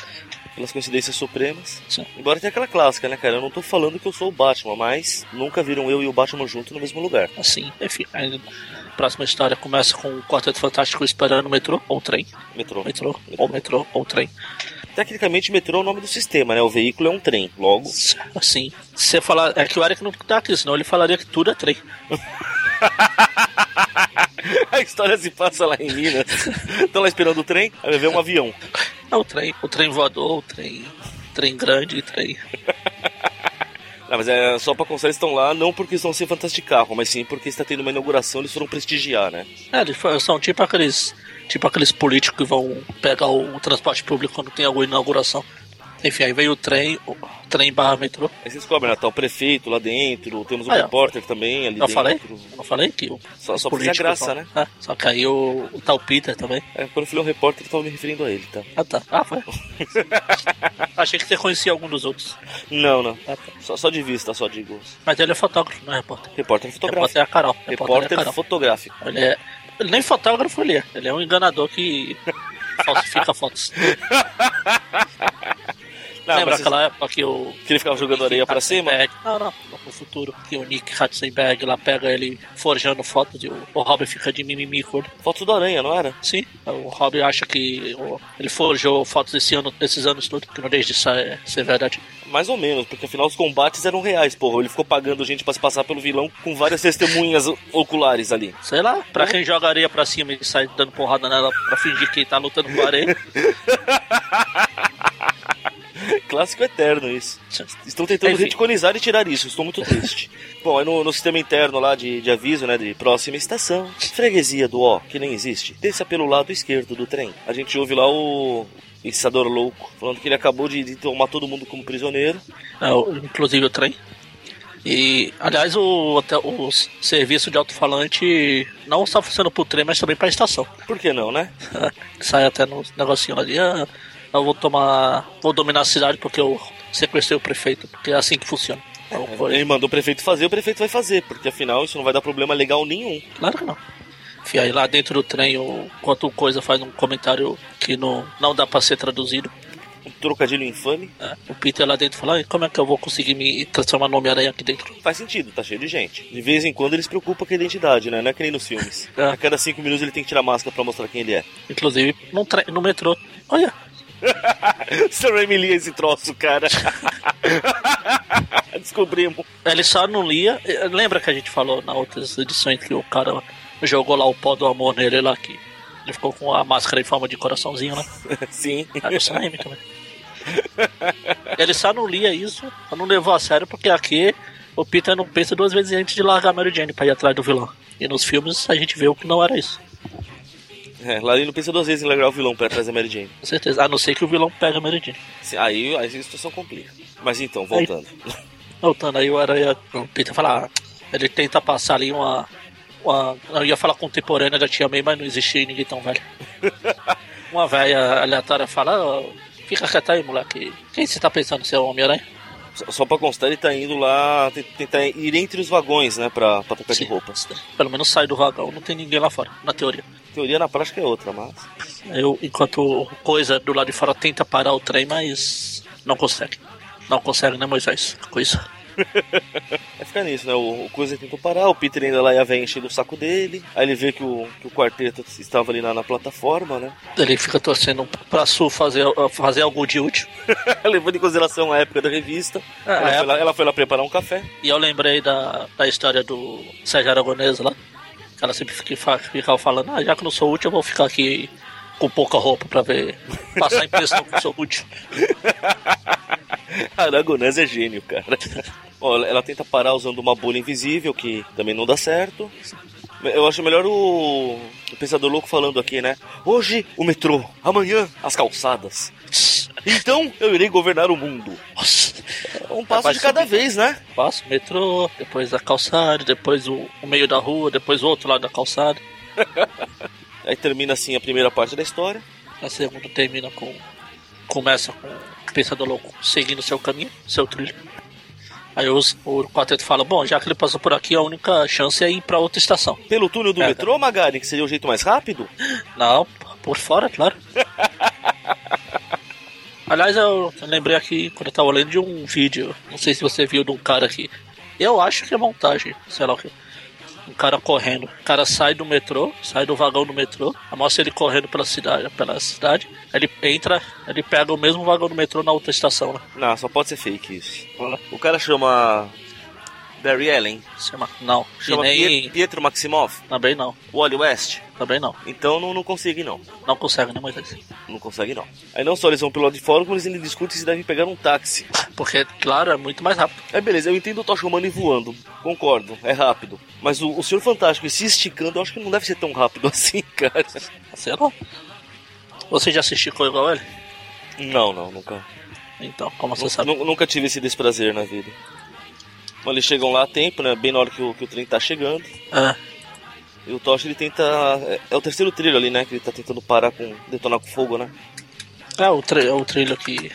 [SPEAKER 4] pelas coincidências supremas.
[SPEAKER 5] Sim.
[SPEAKER 4] Embora tenha aquela clássica, né, cara? Eu não tô falando que eu sou o Batman, mas nunca viram eu e o Batman junto no mesmo lugar.
[SPEAKER 5] Assim, enfim. Aí, próxima história começa com o Quarteto Fantástico esperando o metrô ou o trem.
[SPEAKER 4] Metrô.
[SPEAKER 5] Metrô, ou metrô ou trem.
[SPEAKER 4] Tecnicamente, metrô é o nome do sistema, né? O veículo é um trem. Logo,
[SPEAKER 5] Assim, se eu falar. É que o Eric não tá aqui, senão ele falaria que tudo é trem.
[SPEAKER 4] a história se passa lá em Minas. Estão lá esperando o trem, aí vai ver um avião.
[SPEAKER 5] É o trem, o trem voador, o trem. Trem grande, trem.
[SPEAKER 4] Não, mas é só pra constar, eles estão lá não porque estão sem fantástico carro, mas sim porque está tendo uma inauguração, eles foram prestigiar, né?
[SPEAKER 5] É, eles fa- são tipo aqueles. Tipo aqueles políticos que vão pegar o, o transporte público quando tem alguma inauguração. Enfim, aí veio o trem, o trem barra metrô.
[SPEAKER 4] Aí vocês cobrem, né? Tá o prefeito lá dentro, temos um
[SPEAKER 5] Aí, ó.
[SPEAKER 4] repórter também ali
[SPEAKER 5] Não
[SPEAKER 4] dentro.
[SPEAKER 5] falei? Não falei que o.
[SPEAKER 4] Só-
[SPEAKER 5] os
[SPEAKER 4] só porque é
[SPEAKER 5] políticos
[SPEAKER 4] graça,
[SPEAKER 5] vão-
[SPEAKER 4] né?
[SPEAKER 5] Ah, só que aí o, o tal Peter também.
[SPEAKER 4] É, quando eu falei um repórter, eu tava me referindo a ele, tá?
[SPEAKER 5] Ah tá. Ah, foi. Achei que você conhecia algum dos outros.
[SPEAKER 4] Não, não.
[SPEAKER 5] Ah, tá.
[SPEAKER 4] Só, só de vista, só digo.
[SPEAKER 5] Mas ele é fotógrafo, não é repórter.
[SPEAKER 4] Repórter
[SPEAKER 5] Repórter
[SPEAKER 4] fotográfico.
[SPEAKER 5] é a Carol.
[SPEAKER 4] Repórter
[SPEAKER 5] é a Carol.
[SPEAKER 4] fotográfico.
[SPEAKER 5] Ele é. Ele nem fotógrafo ele é. Ele é um enganador que falsifica fotos.
[SPEAKER 4] Não,
[SPEAKER 5] Lembra
[SPEAKER 4] mas vocês-
[SPEAKER 5] aquela É. época que o.
[SPEAKER 4] que ele ficava jogando areia pra cima?
[SPEAKER 5] Hatzenberg- Não, não. No futuro, que o Nick Hatzenberg lá pega ele forjando foto de. O Robin fica de mimimi com ele.
[SPEAKER 4] Foto da aranha, não era?
[SPEAKER 5] Sim, o Robin acha que o- ele forjou fotos desse ano, desses anos tudo, que não deixa de ser, ser verdade.
[SPEAKER 4] Mais ou menos, porque afinal os combates eram reais, porra. Ele ficou pagando gente pra se passar pelo vilão com várias testemunhas o- oculares ali.
[SPEAKER 5] Sei lá, pra quem joga areia pra cima e sai dando porrada nela pra fingir que tá lutando com a areia.
[SPEAKER 4] Clássico eterno isso. Estão tentando
[SPEAKER 5] Enfim.
[SPEAKER 4] reticonizar e tirar isso, estou muito triste. Bom, aí no, no sistema interno lá de, de aviso, né, de próxima estação, freguesia do O, que nem existe, desça pelo lado esquerdo do trem. A gente ouve lá o ensinador louco, falando que ele acabou de, de tomar todo mundo como prisioneiro.
[SPEAKER 5] É, o- inclusive o trem. E, aliás, o, até o s- serviço de alto-falante não só funciona pro trem, mas também pra estação.
[SPEAKER 4] Por que não, né?
[SPEAKER 5] Sai até no negocinho ali, ah, eu vou tomar. vou dominar a cidade porque eu sequestrei o prefeito, porque é assim que funciona. Então, foi-
[SPEAKER 4] Ele mandou o prefeito fazer, o prefeito vai fazer, porque afinal isso não vai dar problema legal nenhum.
[SPEAKER 5] Claro que não. Enfim, aí lá dentro do trem, o Quanto Coisa faz um comentário que não, não dá pra ser traduzido.
[SPEAKER 4] Um trocadilho infame.
[SPEAKER 5] né? O Peter lá dentro fala, "Ai, como é que eu vou conseguir me transformar no Homem-Aranha aqui dentro?
[SPEAKER 4] Faz sentido, tá cheio de gente. De vez em quando eles se preocupam com a identidade, né? Não é que nem nos filmes.
[SPEAKER 5] É.
[SPEAKER 4] A cada cinco minutos ele tem que tirar a máscara pra mostrar quem ele é.
[SPEAKER 5] Inclusive, num trem, no metrô. Olha,
[SPEAKER 4] Sam Raimi lia esse troço, cara. Descobrimos.
[SPEAKER 5] ele só não lia. Eh, Lembra que a gente falou na outras edições que o cara jogou lá o pó do amor nele lá que ele ficou com a máscara em forma de coraçãozinho, né?
[SPEAKER 4] Sim.
[SPEAKER 5] Ah, do Sam Raimi também. Ele só não lia isso, só não levou a sério, porque aqui o Peter não pensa duas vezes antes de largar a Mary Jane pra ir atrás do vilão. E nos filmes a gente viu que não era isso.
[SPEAKER 4] É, Larry não pensa duas vezes em largar o vilão pra trás da Mary Jane.
[SPEAKER 5] Com certeza. A não ser que o vilão pega a Mary Jane.
[SPEAKER 4] Sim, Aí, aí a situação complica. Mas então, voltando.
[SPEAKER 5] Voltando aí, o Aranha. O Peter fala. ah, Ele tenta passar ali uma. uma eu ia falar contemporânea da Tia May, mas não existe ninguém tão velho. uma velha aleatória fala. "Ó, fica quieto aí, moleque. Quem você tá pensando ser o Homem-Aranha?
[SPEAKER 4] Só, só pra constar, ele tá indo lá te- tentar ir entre os vagões, né? Pra, pra trocar de roupa.
[SPEAKER 5] Pelo menos sai do vagão, não tem ninguém lá fora, na teoria.
[SPEAKER 4] Teoria na prática é outra, mas.
[SPEAKER 5] Eu, enquanto coisa do lado de fora tenta parar o trem, mas não consegue. Não consegue, né, Moisés? Coisa.
[SPEAKER 4] Vai ficar nisso, né? O, o Coisa tentou parar, o Peter ainda lá e a véia enchendo o saco dele. Aí ele vê que o, que o quarteto estava ali na, na plataforma, né?
[SPEAKER 5] Ele fica torcendo pra Sul fazer, fazer algo de útil.
[SPEAKER 4] Levando em consideração a época da revista.
[SPEAKER 5] Ah,
[SPEAKER 4] ela,
[SPEAKER 5] é.
[SPEAKER 4] foi lá, ela foi lá preparar um café.
[SPEAKER 5] E eu lembrei da, da história do Sérgio Aragonês lá. que Ela sempre fica- fa- ficava falando, ah, já que eu não sou útil, eu vou ficar aqui com pouca roupa pra ver. Passar a impressão que eu sou útil.
[SPEAKER 4] Aragonés é gênio, cara. Ó, ela, ela tenta parar usando uma bolha invisível, que também não dá certo. Eu acho melhor o, o Pensador Louco falando aqui, né? Hoje o metrô, amanhã as calçadas. Então eu irei governar o mundo.
[SPEAKER 5] Nossa.
[SPEAKER 4] É Um passo
[SPEAKER 5] Rapaz,
[SPEAKER 4] de cada
[SPEAKER 5] isso-
[SPEAKER 4] vez, né?
[SPEAKER 5] Passa o metrô, depois a calçada, depois o, o meio da rua, depois o outro lado da calçada.
[SPEAKER 4] Aí termina assim a primeira parte da história.
[SPEAKER 5] A segunda termina com. Começa com o Pensador Louco seguindo seu caminho, seu trilho. Aí os, o quarteto fala: Bom, já que ele passou por aqui, a única chance é ir pra outra estação.
[SPEAKER 4] Pelo túnel do
[SPEAKER 5] É,
[SPEAKER 4] metrô, Magari, que seria o jeito mais rápido?
[SPEAKER 5] Não, por fora, claro. Aliás, eu lembrei aqui, quando eu tava lendo, de um vídeo. Não sei se você viu de um cara aqui. Eu acho que é montagem, sei lá o que. um cara correndo. O cara sai do metrô, sai do vagão do metrô, mostra ele correndo pela cidade, pela cidade. Ele entra, ele pega o mesmo vagão do metrô na outra estação, né?
[SPEAKER 4] Não, só pode ser fake isso. O cara chama. Barry Allen.
[SPEAKER 5] Chama- é Não. E
[SPEAKER 4] Chama Pie-
[SPEAKER 5] nem.
[SPEAKER 4] Pietro Maximoff.
[SPEAKER 5] Também não.
[SPEAKER 4] Wally West.
[SPEAKER 5] Também não.
[SPEAKER 4] Então não, não consegue, não.
[SPEAKER 5] Não consegue, né, Moisés?
[SPEAKER 4] Não consegue, não. Aí não só eles vão pelo lado de fora, como eles ainda discutem se devem pegar um táxi.
[SPEAKER 5] Porque, claro, é muito mais rápido.
[SPEAKER 4] É beleza, eu entendo o Tocha Humana e voando. Concordo, é rápido. Mas o, o Senhor Fantástico e se esticando, eu acho que não deve ser tão rápido assim, cara.
[SPEAKER 5] Sei lá. Você já assistiu com igual ele?
[SPEAKER 4] Não, não, nunca.
[SPEAKER 5] Então, como você
[SPEAKER 4] Nu-
[SPEAKER 5] sabe.
[SPEAKER 4] nu- Nunca tive esse desprazer na vida. Mas eles chegam lá a tempo, né? Bem na hora que o, que o trem tá chegando.
[SPEAKER 5] Ah,
[SPEAKER 4] E o Tocha ele tenta. é- É o terceiro trilho ali, né? Que ele tá tentando parar com. detonar com fogo, né?
[SPEAKER 5] É, o, tri- é o trilho que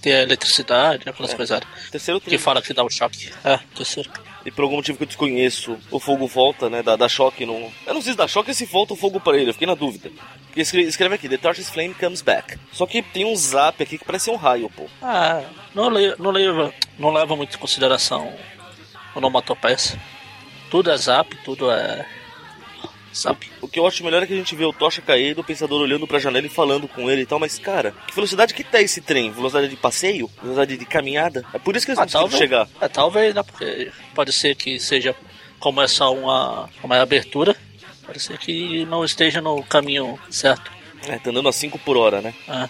[SPEAKER 5] tem a eletricidade, aquelas coisas.
[SPEAKER 4] Terceiro
[SPEAKER 5] Que
[SPEAKER 4] trilho.
[SPEAKER 5] fala que dá um choque. É, terceiro.
[SPEAKER 4] E por algum motivo que eu desconheço, o fogo volta, né? Dá, dá choque no. Eu não sei se dá choque ou se volta o fogo pra ele, eu fiquei na dúvida. Porque escre- escreve aqui, The Torch's Flame Comes Back. Só que tem um zap aqui que parece um raio, pô.
[SPEAKER 5] Ah, não, le- não, leva, não leva muito em consideração onomatopeias. Tudo é zap, tudo é. Zap.
[SPEAKER 4] O que eu acho melhor é que a gente vê o Tocha cair do pensador olhando pra janela e falando com ele e tal, mas cara, que velocidade que tá esse trem? Velocidade de passeio? Velocidade de caminhada? É por isso que eles
[SPEAKER 5] Ah,
[SPEAKER 4] não conseguiram chegar.
[SPEAKER 5] talvez, é, talvez, né? Porque pode ser que seja como é só uma, uma abertura, pode ser que não esteja no caminho certo.
[SPEAKER 4] É, tá andando a 5 por hora, né?
[SPEAKER 5] Ah,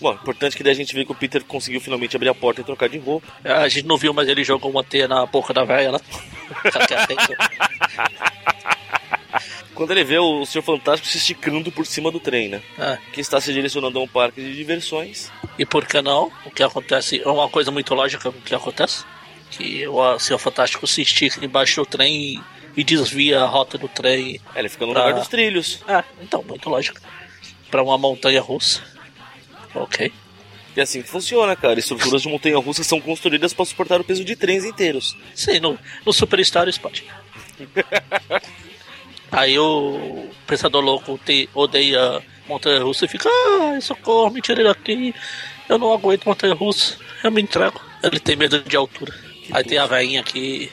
[SPEAKER 4] Bom, importante que daí a gente vê que o Peter conseguiu finalmente abrir a porta e trocar de roupa.
[SPEAKER 5] É, A gente não viu, mas ele jogou uma teia na boca da né? velha lá.
[SPEAKER 4] Quando ele vê o Sr. Fantástico se esticando por cima do trem, né?
[SPEAKER 5] É,
[SPEAKER 4] que está se direcionando a um parque de diversões.
[SPEAKER 5] E por que não? O que acontece é uma coisa muito lógica o que acontece. Que o Senhor Fantástico se estica embaixo do trem e desvia a rota do trem.
[SPEAKER 4] É, Ele fica no
[SPEAKER 5] Pra-
[SPEAKER 4] lugar dos trilhos.
[SPEAKER 5] Ah, então, muito lógico. Para uma montanha russa. Ok.
[SPEAKER 4] E é assim que funciona, cara. Estruturas de montanha russa são construídas para suportar o peso de trens inteiros.
[SPEAKER 5] Sim, no, no Superstar Spot. Aí o Pensador Louco te- odeia Montanha Russa e fica, ai, socorro, me tira daqui, eu não aguento Montanha Russa, eu me entrego. Ele tem medo de altura. Aí tem a veinha que.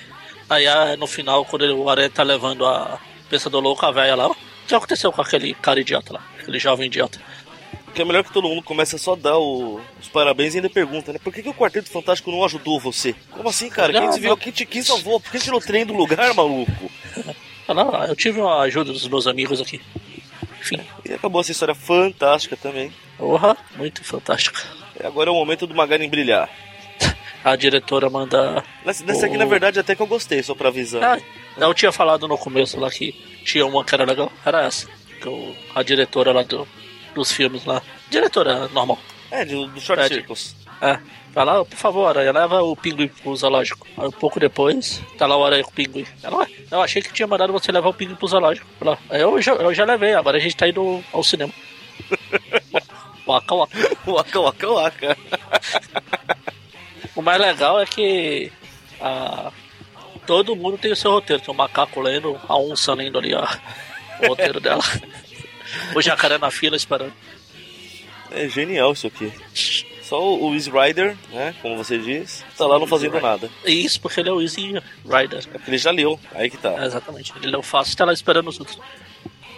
[SPEAKER 5] Aí ah, no final, quando ele, o Aranha tá levando a Pensador Louco, a velha lá, ó, o que aconteceu com aquele cara idiota lá, aquele jovem idiota?
[SPEAKER 4] O que é melhor que todo mundo começa só a dar o- os parabéns e ainda pergunta, né? Por que, que o Quarteto Fantástico não ajudou você? Como assim, cara? Quem
[SPEAKER 5] Não,
[SPEAKER 4] desviou?
[SPEAKER 5] não.
[SPEAKER 4] Quem, te, quem salvou? Por que tirou o trem do lugar, maluco?
[SPEAKER 5] Ela, "Ah, eu tive a ajuda dos meus amigos aqui. Enfim,
[SPEAKER 4] E acabou essa história fantástica também.
[SPEAKER 5] porra, muito fantástica.
[SPEAKER 4] E agora é o momento do Magaren brilhar.
[SPEAKER 5] A diretora manda
[SPEAKER 4] Nessa, nessa aqui,
[SPEAKER 5] Oh.
[SPEAKER 4] na verdade, até que eu gostei, só pra avisar.
[SPEAKER 5] Ah, eu tinha falado no começo lá que tinha uma que era legal, era essa. Que o- a diretora lá do- dos filmes lá. Diretora normal.
[SPEAKER 4] É, do, do Short
[SPEAKER 5] É, de-
[SPEAKER 4] Circles.
[SPEAKER 5] É. Vai lá, por favor, Aranha, leva o pinguim pro zoológico. Aí um pouco depois, tá lá o Aranha com o pinguim. Ela, ué, eu achei que tinha mandado você levar o pinguim pro zoológico. Ela, eu, já, eu já levei, agora a gente tá indo ao cinema. Waka, waka.
[SPEAKER 4] Waka, waka, waka.
[SPEAKER 5] O mais legal é que ah, todo mundo tem o seu roteiro. Tem o macaco lendo, a onça lendo ali, ó, o roteiro dela. O jacaré na fila esperando.
[SPEAKER 4] É genial isso aqui. Só o Easy Rider, né? Como você diz, tá lá não fazendo nada.
[SPEAKER 5] E isso porque ele é o Easy Rider.
[SPEAKER 4] É porque ele já leu, aí que
[SPEAKER 5] É,
[SPEAKER 4] tá.
[SPEAKER 5] exatamente. Ele não faz e tá lá esperando os outros.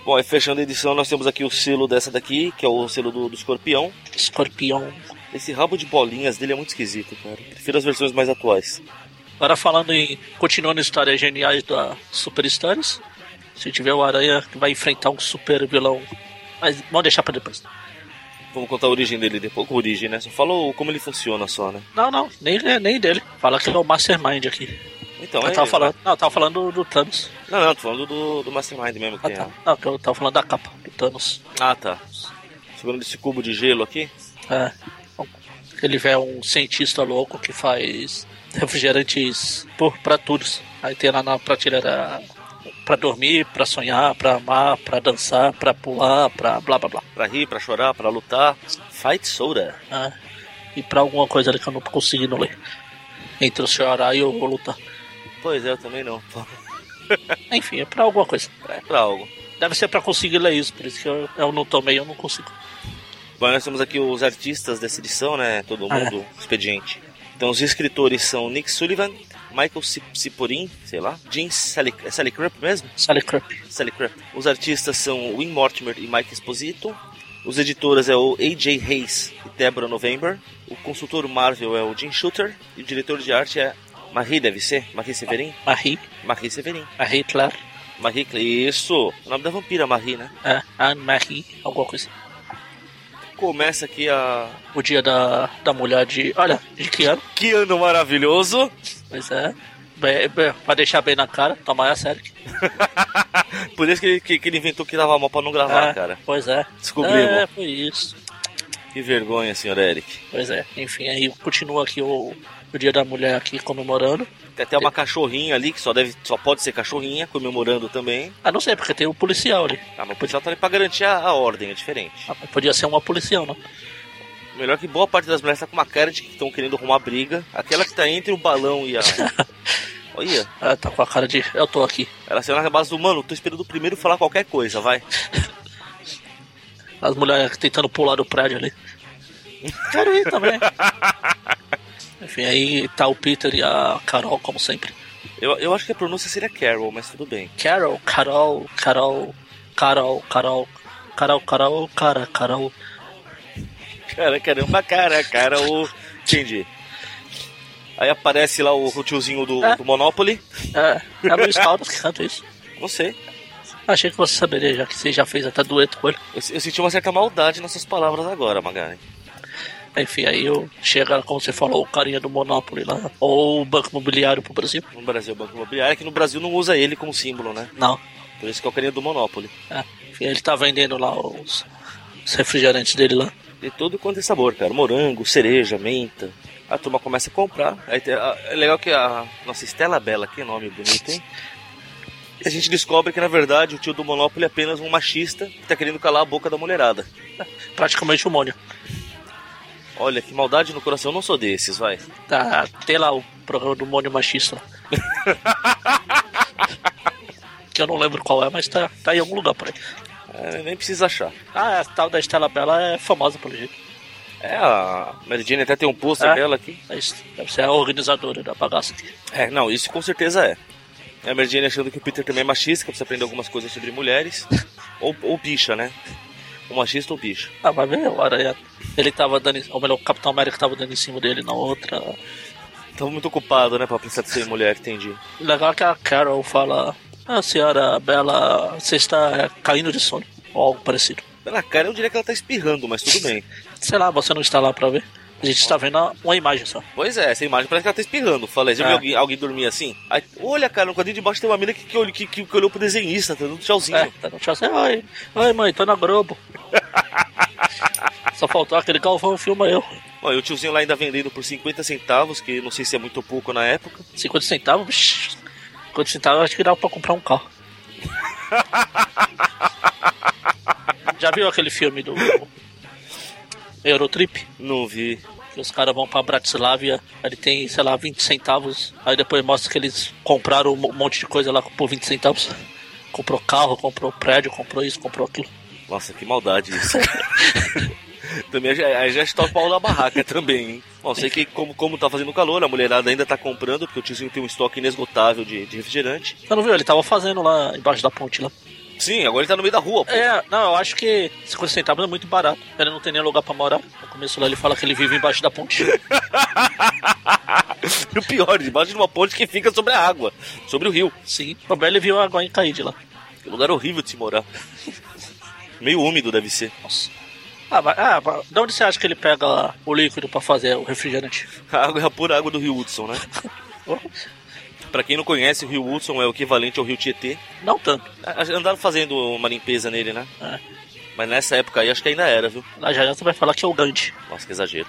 [SPEAKER 4] Bom, aí fechando a edição, nós temos aqui o selo dessa daqui, que é o selo do, do escorpião.
[SPEAKER 5] Escorpião.
[SPEAKER 4] Esse rabo de bolinhas dele é muito esquisito, cara. Prefiro as versões mais atuais.
[SPEAKER 5] Agora falando em. Continuando histórias geniais da Superstars. Se tiver o Aranha que vai enfrentar um super vilão. Mas vamos deixar pra depois.
[SPEAKER 4] Vamos contar a origem dele depois. Com origem, né? Só fala o- como ele funciona só, né?
[SPEAKER 5] Não, não, nem, nem dele. Fala que ele é o Mastermind aqui.
[SPEAKER 4] Então,
[SPEAKER 5] Eu
[SPEAKER 4] é- né?
[SPEAKER 5] tava falando, não, eu tava falando do- do Thanos.
[SPEAKER 4] Não, não, tô falando do, do Mastermind mesmo. Que
[SPEAKER 5] Ah,
[SPEAKER 4] tem
[SPEAKER 5] tá.
[SPEAKER 4] a-
[SPEAKER 5] Não, que eu tava falando da capa do Thanos.
[SPEAKER 4] ah, tá. Segurando esse cubo de gelo aqui.
[SPEAKER 5] É. Ele é um cientista louco que faz refrigerantes por, pra todos. Aí tem lá na prateleira pra dormir, pra sonhar, pra amar, pra dançar, pra pular, pra blá blá blá.
[SPEAKER 4] Pra rir, pra chorar, pra lutar. Fight soda.
[SPEAKER 5] É. E pra alguma coisa ali que eu não tô conseguindo ler. Entre o chorar e eu vou lutar.
[SPEAKER 4] Pois é, eu também não.
[SPEAKER 5] Enfim, é pra alguma coisa.
[SPEAKER 4] É pra algo.
[SPEAKER 5] Deve ser pra conseguir ler isso, por isso que eu, eu não tomei, eu não consigo.
[SPEAKER 4] Bom, nós temos aqui os artistas dessa edição, né? Todo
[SPEAKER 5] Ah,
[SPEAKER 4] mundo expediente. Então os escritores são Nick Sullivan, Michael Cip- Ciporin, sei lá, Jim Sally, é Sally Crupp mesmo?
[SPEAKER 5] Sally Crupp.
[SPEAKER 4] Sally Crupp. Os artistas são Win Mortimer e Mike Esposito. Os editores é o A.J. Hayes e Deborah November. O consultor Marvel é o Jim Shooter. E o diretor de arte é Marie, deve ser? Marie Severin?
[SPEAKER 5] Marie,
[SPEAKER 4] Marie Severin.
[SPEAKER 5] Marie Claire,
[SPEAKER 4] Marie, Cle- isso! O nome da vampira, Marie, né?
[SPEAKER 5] é, Anne-Marie, alguma coisa.
[SPEAKER 4] Começa aqui a...
[SPEAKER 5] O dia da, da mulher de. Olha, de que ano?
[SPEAKER 4] Que ano maravilhoso!
[SPEAKER 5] Pois é. Bem, bem, pra deixar bem na cara, tomar a sério.
[SPEAKER 4] Por isso que ele, que, que ele inventou que dava mal pra não gravar,
[SPEAKER 5] É,
[SPEAKER 4] Ah, cara.
[SPEAKER 5] Pois é.
[SPEAKER 4] Descobrimos.
[SPEAKER 5] É, foi isso.
[SPEAKER 4] Que vergonha, senhor Eric.
[SPEAKER 5] Pois é. Enfim, aí continua aqui o, o Dia da Mulher aqui comemorando.
[SPEAKER 4] Tem até uma cachorrinha ali, que só, deve, só pode ser cachorrinha, comemorando também.
[SPEAKER 5] Ah, não sei, porque tem o policial ali.
[SPEAKER 4] Ah, mas o policial tá ali pra garantir a, a ordem, é diferente.
[SPEAKER 5] Ah, mas Podia ser uma policial, não?
[SPEAKER 4] Melhor que boa parte das mulheres tá com uma cara de que estão querendo arrumar briga. Aquela que tá entre o balão e a. Olha,
[SPEAKER 5] Ah, tá com a cara de. Eu tô aqui.
[SPEAKER 4] ela saiu na base do mano, tô esperando o primeiro falar qualquer coisa, vai.
[SPEAKER 5] As mulheres tentando pular do prédio ali. Quero ir também. Enfim, aí tá o Peter e a Carol, como sempre.
[SPEAKER 4] Eu, eu acho que a pronúncia seria Carol, mas tudo bem.
[SPEAKER 5] Carol, Carol, Carol, Carol, Carol, Carol, Carol, cara, Carol.
[SPEAKER 4] Cara, caramba, cara, cara, o. Entendi. Aí aparece lá o, o tiozinho do,
[SPEAKER 5] É.
[SPEAKER 4] do Monopoly.
[SPEAKER 5] É, é o Luiz Caldas que canta isso.
[SPEAKER 4] Não sei.
[SPEAKER 5] Achei que você saberia, já que você já fez até dueto com ele.
[SPEAKER 4] Eu, eu senti uma certa maldade nessas palavras agora, Magari.
[SPEAKER 5] Enfim, aí eu chega, como você falou, o carinha do Monopoly lá, ou o Banco Imobiliário pro Brasil.
[SPEAKER 4] No Brasil, o Banco Imobiliário, é que no Brasil não usa ele como símbolo, né?
[SPEAKER 5] Não.
[SPEAKER 4] Por isso que é o carinha do Monopoly.
[SPEAKER 5] É, enfim, ele tá vendendo lá os, os refrigerantes dele lá.
[SPEAKER 4] De todo quanto é sabor, cara. Morango, cereja, menta. A turma começa a comprar. Aí tem a- é legal que a nossa Estela Bela, que nome bonito, hein? A gente descobre que, na verdade, o tio do Monopoly é apenas um machista que tá querendo calar a boca da mulherada.
[SPEAKER 5] Praticamente o Mônio.
[SPEAKER 4] Olha, que maldade no coração, eu não sou desses, vai.
[SPEAKER 5] Tá, tem lá o programa do Mônio Machista. lá. que eu não lembro qual é, mas tá, tá em algum lugar por aí.
[SPEAKER 4] É, nem precisa achar.
[SPEAKER 5] Ah, a tal da Estela Bela é famosa pelo jeito.
[SPEAKER 4] É, a Mary Jane até tem um pôster
[SPEAKER 5] É.
[SPEAKER 4] dela aqui.
[SPEAKER 5] Mas deve ser a organizadora da bagaça aqui.
[SPEAKER 4] É, não, isso com certeza é. É a Mary Jane achando que o Peter também é machista, que precisa aprender algumas coisas sobre mulheres. ou, ou bicha, né? Ou machista ou bicha.
[SPEAKER 5] Ah, vai ver, o Aranha. Ele tava dando. em- Ou melhor, o Capitão América tava dando em cima dele na outra.
[SPEAKER 4] Tava muito ocupado, né, pra pensar de ser mulher, entendi.
[SPEAKER 5] Legal que a Carol fala. Ah, senhora Bela, você está é, caindo de sono. Ou algo parecido.
[SPEAKER 4] Pela cara eu diria que ela tá espirrando, mas tudo bem.
[SPEAKER 5] Sei lá, você não está lá pra ver. A gente está vendo uma imagem só.
[SPEAKER 4] Pois é, essa imagem parece que ela tá espirrando. Falei, já
[SPEAKER 5] É.
[SPEAKER 4] viu alguém, alguém dormir assim? Aí, olha, cara, no quadrinho de baixo tem uma mina que, que, olhou- que, que olhou pro desenhista, tá dando tchauzinho.
[SPEAKER 5] É, tá no tchau assim, oi, oi mãe, tô na Globo. Só faltou aquele Galvão filma eu.
[SPEAKER 4] Ó, e o tiozinho lá ainda vendendo por 50 centavos, que não sei se é muito pouco na época.
[SPEAKER 5] 50 centavos, vixi, 50 centavos acho que dá pra comprar um carro. Já viu aquele filme do Eurotrip?
[SPEAKER 4] Não vi.
[SPEAKER 5] Que os caras vão pra Bratislávia, aí tem, sei lá, 20 centavos. Aí depois mostra que eles compraram um monte de coisa lá por 20 centavos. Comprou carro, comprou prédio, comprou isso, comprou aquilo.
[SPEAKER 4] Nossa, que maldade isso. também já- aí já está o pau na barraca também, hein? Bom, sei que como, como tá fazendo calor, a mulherada ainda tá comprando, porque o tiozinho tem um estoque inesgotável de, de refrigerante.
[SPEAKER 5] Você não viu? Ele tava fazendo lá embaixo da ponte lá.
[SPEAKER 4] Sim, agora ele tá no meio da rua, pô.
[SPEAKER 5] É, não, eu acho que 50 centavos é muito barato. Ele não tem nem lugar pra morar. No começo lá ele fala que ele vive embaixo da ponte.
[SPEAKER 4] E o pior, debaixo de uma ponte que fica sobre a água, sobre o rio.
[SPEAKER 5] Sim. O Bel ele viu a água cair de lá.
[SPEAKER 4] Que um lugar horrível de se morar. Meio úmido deve ser.
[SPEAKER 5] Nossa. Ah, mas, ah, mas de onde você acha que ele pega o líquido pra fazer o refrigerante?
[SPEAKER 4] A água é a pura água do rio Hudson, né? Pra quem não conhece, o rio Hudson é o equivalente ao rio Tietê.
[SPEAKER 5] Não tanto.
[SPEAKER 4] A- a- Andaram fazendo uma limpeza nele, né?
[SPEAKER 5] É.
[SPEAKER 4] Mas nessa época aí acho que ainda era, viu?
[SPEAKER 5] Na Jaiança vai falar que é o Gandhi.
[SPEAKER 4] Nossa, que exagero.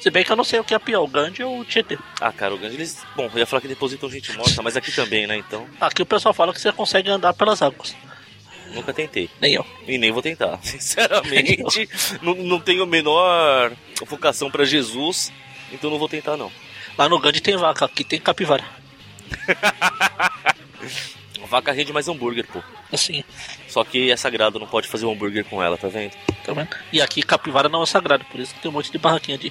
[SPEAKER 5] Se bem que eu não sei o que é pior, o Gandhi ou o Tietê.
[SPEAKER 4] Ah, cara, o Gandhi, eles... Bom, eu ia falar que depositam gente morta, mas aqui também, né? Então,
[SPEAKER 5] Aqui o pessoal fala que você consegue andar pelas águas.
[SPEAKER 4] nunca tentei.
[SPEAKER 5] Nem eu.
[SPEAKER 4] E nem vou tentar. Sinceramente, não, não tenho a menor vocação pra Jesus, então não vou tentar, não.
[SPEAKER 5] Lá no Gandhi tem vaca, aqui tem capivara.
[SPEAKER 4] Vaca rende mais hambúrguer, pô.
[SPEAKER 5] Assim,
[SPEAKER 4] Só que é sagrado, não pode fazer um hambúrguer com ela, tá vendo?
[SPEAKER 5] tá vendo? E aqui capivara não é sagrado, por isso que tem um monte de barraquinha de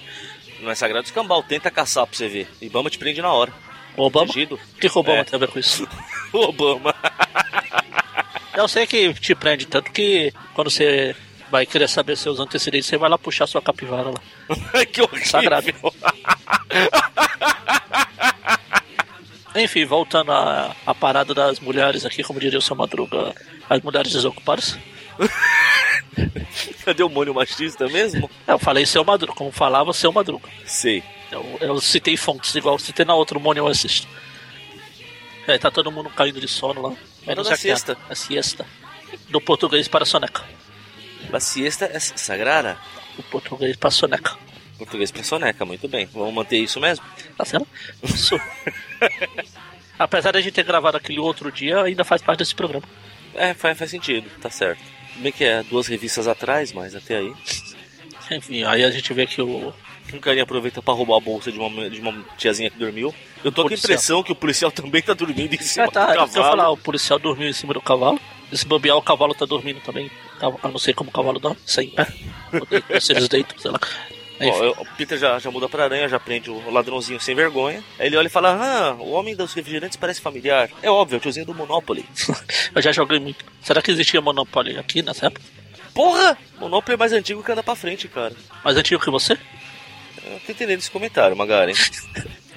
[SPEAKER 4] Não é sagrado escambau, tenta caçar pra você ver. Ibama te prende na hora.
[SPEAKER 5] O Obama?
[SPEAKER 4] Protegido.
[SPEAKER 5] O que que o Obama
[SPEAKER 4] É.
[SPEAKER 5] tem a ver com isso?
[SPEAKER 4] O Obama.
[SPEAKER 5] Eu sei que te prende, tanto que quando você vai querer saber seus antecedentes, você vai lá puxar sua capivara lá.
[SPEAKER 4] que horrível.
[SPEAKER 5] Sagrado. Enfim, voltando à, à parada das mulheres aqui, como diria o seu Madruga, as mulheres desocupadas.
[SPEAKER 4] É demônio machista mesmo?
[SPEAKER 5] Eu falei seu Madruga, como falava seu Madruga.
[SPEAKER 4] Sei.
[SPEAKER 5] Eu, eu citei fontes, igual eu citei na outra, o Mônio eu assisto. É, tá todo mundo caindo de sono lá. Menos
[SPEAKER 4] na
[SPEAKER 5] a Kiara.
[SPEAKER 4] siesta.
[SPEAKER 5] A siesta. Do português para a soneca.
[SPEAKER 4] A siesta é sagrada?
[SPEAKER 5] Do português para a soneca.
[SPEAKER 4] Português pra soneca, muito bem. Vamos manter isso mesmo?
[SPEAKER 5] Tá certo? Isso. Apesar de a gente ter gravado aquele outro dia, ainda faz parte desse programa.
[SPEAKER 4] É, faz, faz sentido, tá certo. Tudo bem que é duas revistas atrás, mas até aí.
[SPEAKER 5] Enfim, aí a gente vê que o.
[SPEAKER 4] Um carinha aproveita pra roubar a bolsa de uma, de uma tiazinha que dormiu. Eu tô com a
[SPEAKER 5] Policial.
[SPEAKER 4] impressão que o policial também tá dormindo em cima
[SPEAKER 5] Ah, tá,
[SPEAKER 4] do
[SPEAKER 5] é isso que eu ia falar,
[SPEAKER 4] cavalo.
[SPEAKER 5] o policial dormiu em cima do cavalo. E se bobear, o cavalo tá dormindo também. Cav- Eu não sei né? como o cavalo dorme, sem pé. Ou deito, ou se eles deitam, sei lá. Enfim,
[SPEAKER 4] Ó, eu- o Peter já, já muda pra aranha, já prende o ladrãozinho sem vergonha. Aí ele olha e fala: Ah, o homem dos refrigerantes parece familiar. É óbvio, é o tiozinho do Monopoly.
[SPEAKER 5] eu já joguei muito. Será que existia Monopoly aqui nessa época?
[SPEAKER 4] Porra! Monopoly é mais antigo que anda pra frente, cara.
[SPEAKER 5] Mais antigo que você?
[SPEAKER 4] Eu tô entendendo esse comentário, Magaren.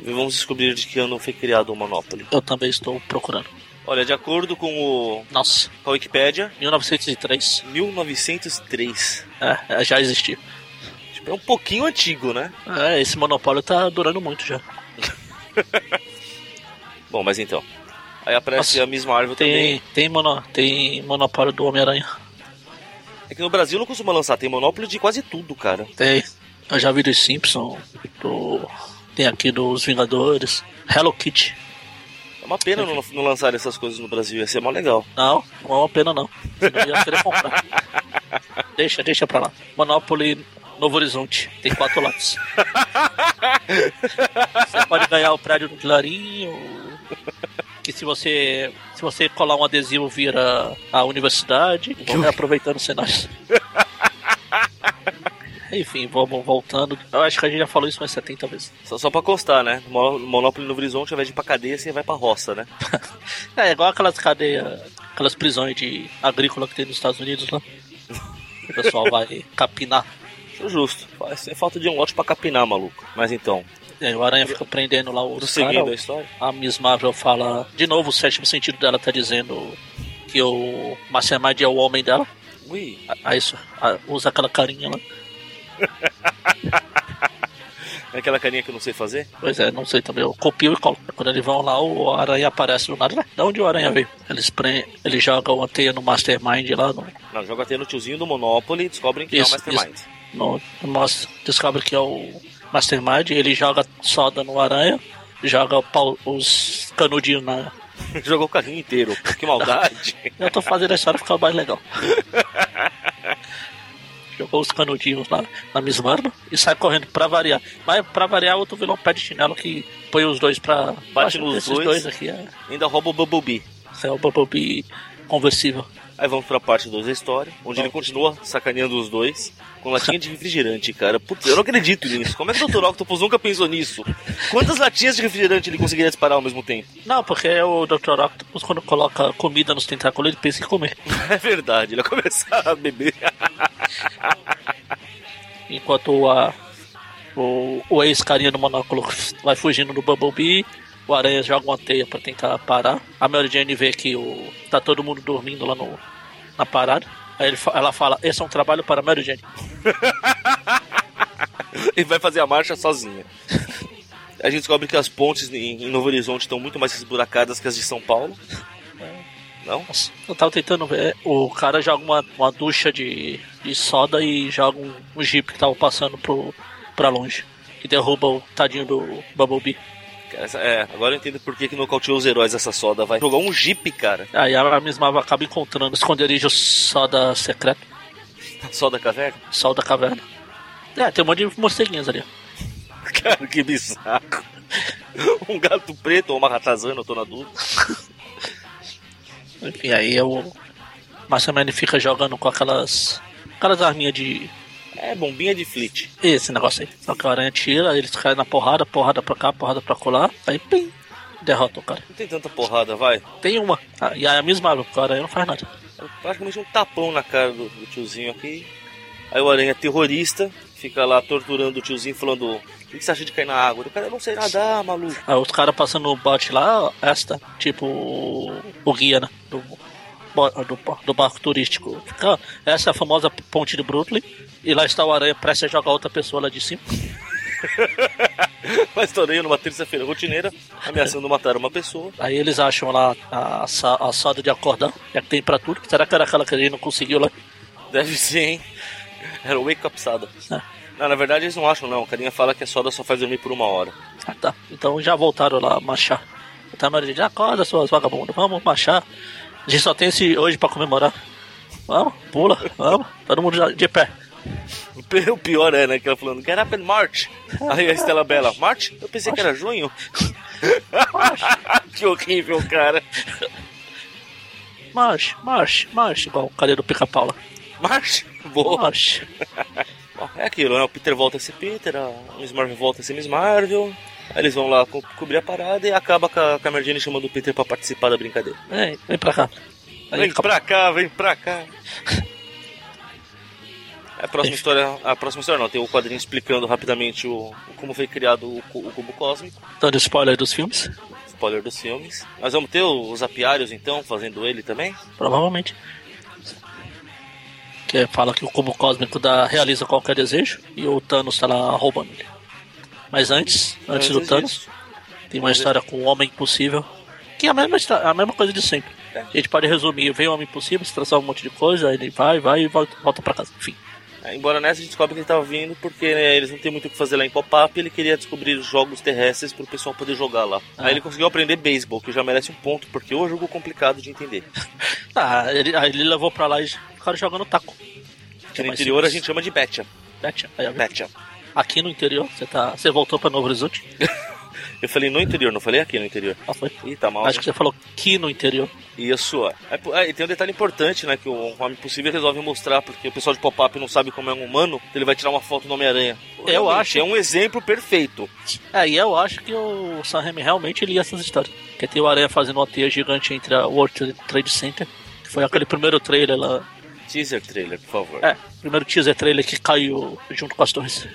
[SPEAKER 4] Vamos descobrir de que ano foi criado o Monopoly.
[SPEAKER 5] Eu também estou procurando.
[SPEAKER 4] Olha, de acordo com, o,
[SPEAKER 5] Nossa,
[SPEAKER 4] com a Wikipédia,
[SPEAKER 5] 1903.
[SPEAKER 4] 1903.
[SPEAKER 5] É, é, já existia.
[SPEAKER 4] Tipo, é um pouquinho antigo, né?
[SPEAKER 5] É, esse monopólio tá durando muito já.
[SPEAKER 4] Bom, mas então. Aí aparece
[SPEAKER 5] Nossa,
[SPEAKER 4] a Miss Marvel
[SPEAKER 5] Tem,
[SPEAKER 4] também.
[SPEAKER 5] tem, mono, tem monopólio do Homem-Aranha.
[SPEAKER 4] É que no Brasil não costuma lançar, tem Monopoly de quase tudo, cara.
[SPEAKER 5] Tem. Eu já vi dos Simpsons. Do... Tem aqui dos Vingadores. Hello Kitty.
[SPEAKER 4] É uma pena não, não lançar essas coisas no Brasil, ia ser mó legal.
[SPEAKER 5] Não, não é uma pena não. Você não ia querer comprar. deixa, deixa pra lá. Monopoly Novo Horizonte. Tem quatro lados. você pode ganhar o prédio do Clarinho. Que se você. Se você colar um adesivo vira a universidade, vão aproveitando cenários. Enfim, vamos voltando. Eu acho que a gente já falou isso umas 70 vezes.
[SPEAKER 4] Só, só pra constar, né? Mo- Monopoly no Horizonte, ao invés de ir pra cadeia, você vai pra roça, né?
[SPEAKER 5] É igual aquelas cadeias, aquelas prisões de agrícola que tem nos Estados Unidos lá. O pessoal vai capinar.
[SPEAKER 4] Justo. Faz- É falta de um lote pra capinar, maluco. Mas então,
[SPEAKER 5] E aí É, o Aranha fica prendendo lá o
[SPEAKER 4] prosseguindo a
[SPEAKER 5] cara.
[SPEAKER 4] história.
[SPEAKER 5] A Miss Marvel fala. De novo, o sétimo sentido dela tá dizendo que o Mastermind é o homem dela.
[SPEAKER 4] Ui,
[SPEAKER 5] Aí isso, a- usa aquela carinha lá.
[SPEAKER 4] é aquela carinha que eu não sei fazer?
[SPEAKER 5] Pois é, não sei também. Eu copio e colo. Quando eles vão lá, o Aranha aparece do nada. Né? Da onde o Aranha veio? Eles prendem, ele joga uma teia no Mastermind lá. No,
[SPEAKER 4] Não, joga até no tiozinho do Monopoly e descobrem que é
[SPEAKER 5] Isso,
[SPEAKER 4] o Mastermind.
[SPEAKER 5] no, no Mas- descobre que é o Mastermind. Ele joga soda no Aranha. Joga o pau- os canudinhos na.
[SPEAKER 4] Jogou o carrinho inteiro. Que maldade.
[SPEAKER 5] Eu tô fazendo a história ficar mais legal. Jogou os canudinhos lá na Miss Marvel e sai correndo pra variar. Mas pra variar, outro vilão pé de chinelo que põe os dois pra.
[SPEAKER 4] Bate
[SPEAKER 5] Acho
[SPEAKER 4] nos
[SPEAKER 5] que esses
[SPEAKER 4] dois.
[SPEAKER 5] aqui. É,
[SPEAKER 4] Ainda rouba o Bumblebee.
[SPEAKER 5] esse é o Bumblebee conversível.
[SPEAKER 4] Aí vamos pra parte 2 da história, onde ele continua sacaneando os dois com latinha de refrigerante, cara. Putz, eu não acredito nisso. Como é que o Dr. Octopus nunca pensou nisso? Quantas latinhas de refrigerante ele conseguiria disparar ao mesmo tempo?
[SPEAKER 5] Não, porque é o Dr. Octopus, quando coloca comida nos tentáculos, ele pensa em comer.
[SPEAKER 4] É verdade, ele ia começar a beber.
[SPEAKER 5] Enquanto a, o, o ex-carinha do monóculo vai fugindo do Bumblebee, o Aranha joga uma teia pra tentar parar. A Mary Jane vê que o, tá todo mundo dormindo lá no, na parada. Aí ele fa- ela fala, esse é um trabalho para a Mary Jane.
[SPEAKER 4] Ele vai fazer a marcha sozinho. A gente descobre que as pontes em em Novo Horizonte estão muito mais esburacadas que as de São Paulo. Não?
[SPEAKER 5] Nossa, eu tava tentando ver. O cara joga uma, uma ducha de, de soda e joga um, um jeep que tava passando pro, pra longe. E derruba o tadinho do Bumblebee.
[SPEAKER 4] Cara, essa- é, agora eu entendo por que, que nocauteou os heróis essa soda. Vai jogar um jipe, cara.
[SPEAKER 5] Aí a mesma acaba encontrando esconderijo soda secreto,
[SPEAKER 4] Soda caverna.
[SPEAKER 5] sol da caverna. É, tem um monte de morceguinhas ali.
[SPEAKER 4] Cara, que bizarro. Um gato preto ou uma ratazana, eu tô na dúvida.
[SPEAKER 5] é Enfim, aí o Mastermind fica jogando com aquelas. aquelas arminhas de.
[SPEAKER 4] É bombinha de flit.
[SPEAKER 5] Esse negócio aí. Só que a aranha tira, eles caem na porrada, porrada pra cá, porrada pra colar, aí pim, derrota o cara.
[SPEAKER 4] Não tem tanta porrada, vai.
[SPEAKER 5] Tem uma. Ah, E aí a Miss Marvel, porque a aranha não faz nada.
[SPEAKER 4] É praticamente um tapão na cara do, do tiozinho aqui. Aí o aranha terrorista fica lá torturando o tiozinho, falando: O que que você acha de cair na água? O cara eu não sei nadar, maluco.
[SPEAKER 5] Aí os caras passando o bote lá, esta, tipo o- o guia, né? Do, bo- do, do barco turístico. Fica, ó, essa é a famosa ponte de Brooklyn. E lá está o aranha prestes a jogar outra pessoa lá de cima.
[SPEAKER 4] Mas torneio numa terça-feira rotineira, ameaçando matar uma pessoa.
[SPEAKER 5] Aí eles acham lá a, sa- a soda de acordão, que é que tem pra tudo. Será que era aquela que ele não conseguiu lá?
[SPEAKER 4] Deve ser, hein? Era o wake up sada.
[SPEAKER 5] Ah,
[SPEAKER 4] Não, na verdade eles não acham, não. A carinha fala que a soda só faz dormir por uma hora.
[SPEAKER 5] ah, tá. Então já voltaram lá a marchar. Então a maioria diz, acorda suas vagabundas, vamos marchar. A gente só tem esse hoje pra comemorar. Vamos, pula, vamos. Todo mundo já de pé.
[SPEAKER 4] O pi- O pior é, né? Que ela falando, get up and march. Aí a Estela Bela, march? Eu pensei que era junho. que horrível, cara.
[SPEAKER 5] Marche, marche, marche. Igual o cara do pica-pau lá.
[SPEAKER 4] March? Boa.
[SPEAKER 5] Marche.
[SPEAKER 4] Bom, É aquilo, né? O Peter volta a ser Peter, a Miss Marvel volta a ser Miss Marvel. Aí eles vão lá co- cobrir a parada e acaba com a, com a Mary Jane chamando o Peter pra participar da brincadeira.
[SPEAKER 5] Vem, vem pra cá. Aí
[SPEAKER 4] vem
[SPEAKER 5] acaba-
[SPEAKER 4] pra cá, vem pra cá. A próxima história, a próxima história não, tem o quadrinho explicando rapidamente o, o como foi criado o, cu- o cubo cósmico,
[SPEAKER 5] Dando spoiler dos filmes?
[SPEAKER 4] spoiler dos filmes. Nós vamos ter os apiários então, fazendo ele também.
[SPEAKER 5] Provavelmente. Que fala que o cubo cósmico dá, realiza qualquer desejo e o Thanos tá lá roubando ele. Mas antes, antes do Thanos,
[SPEAKER 4] disso,
[SPEAKER 5] tem uma história com o Homem Impossível. Que é a mesma, histó- a mesma coisa de sempre.
[SPEAKER 4] É.
[SPEAKER 5] A gente pode resumir, vem o Homem Impossível, se transforma um monte de coisa, aí ele vai, vai e volta, volta pra casa. Enfim.
[SPEAKER 4] É, Embora nessa a gente descobre que ele tava vindo porque né, eles não tem muito o que fazer lá em Pop-Up e ele queria descobrir os jogos terrestres pro pessoal poder jogar lá.
[SPEAKER 5] Ah.
[SPEAKER 4] Aí ele conseguiu aprender beisebol, que já merece um ponto, porque eu jogo complicado de entender.
[SPEAKER 5] Ah, ele, aí ele levou pra lá e ficaram jogando taco.
[SPEAKER 4] Que no
[SPEAKER 5] mais
[SPEAKER 4] interior a
[SPEAKER 5] simples.
[SPEAKER 4] gente É. chama de betcha.
[SPEAKER 5] É Betcha, aí, ó,
[SPEAKER 4] Betcha.
[SPEAKER 5] Aqui no interior, você tá. Você voltou pra Novo Horizonte?
[SPEAKER 4] Eu falei no interior, não falei aqui no interior.
[SPEAKER 5] Ah, foi.
[SPEAKER 4] Ih, tá mal.
[SPEAKER 5] Acho que você falou que no interior.
[SPEAKER 4] Isso, ó. É, pô, é, e tem um detalhe importante, né? Que o Homem Possível resolve mostrar, porque o pessoal de pop-up não sabe como é um humano, então ele vai tirar uma foto do Homem-Aranha.
[SPEAKER 5] Eu acho.
[SPEAKER 4] É um exemplo perfeito.
[SPEAKER 5] É, e eu acho que o Sam Raimi realmente lia essas histórias. Porque tem o Aranha fazendo uma teia gigante entre a World Trade Center, que foi aquele primeiro trailer lá.
[SPEAKER 4] Teaser trailer, por favor.
[SPEAKER 5] É, primeiro teaser trailer que caiu junto com as torres.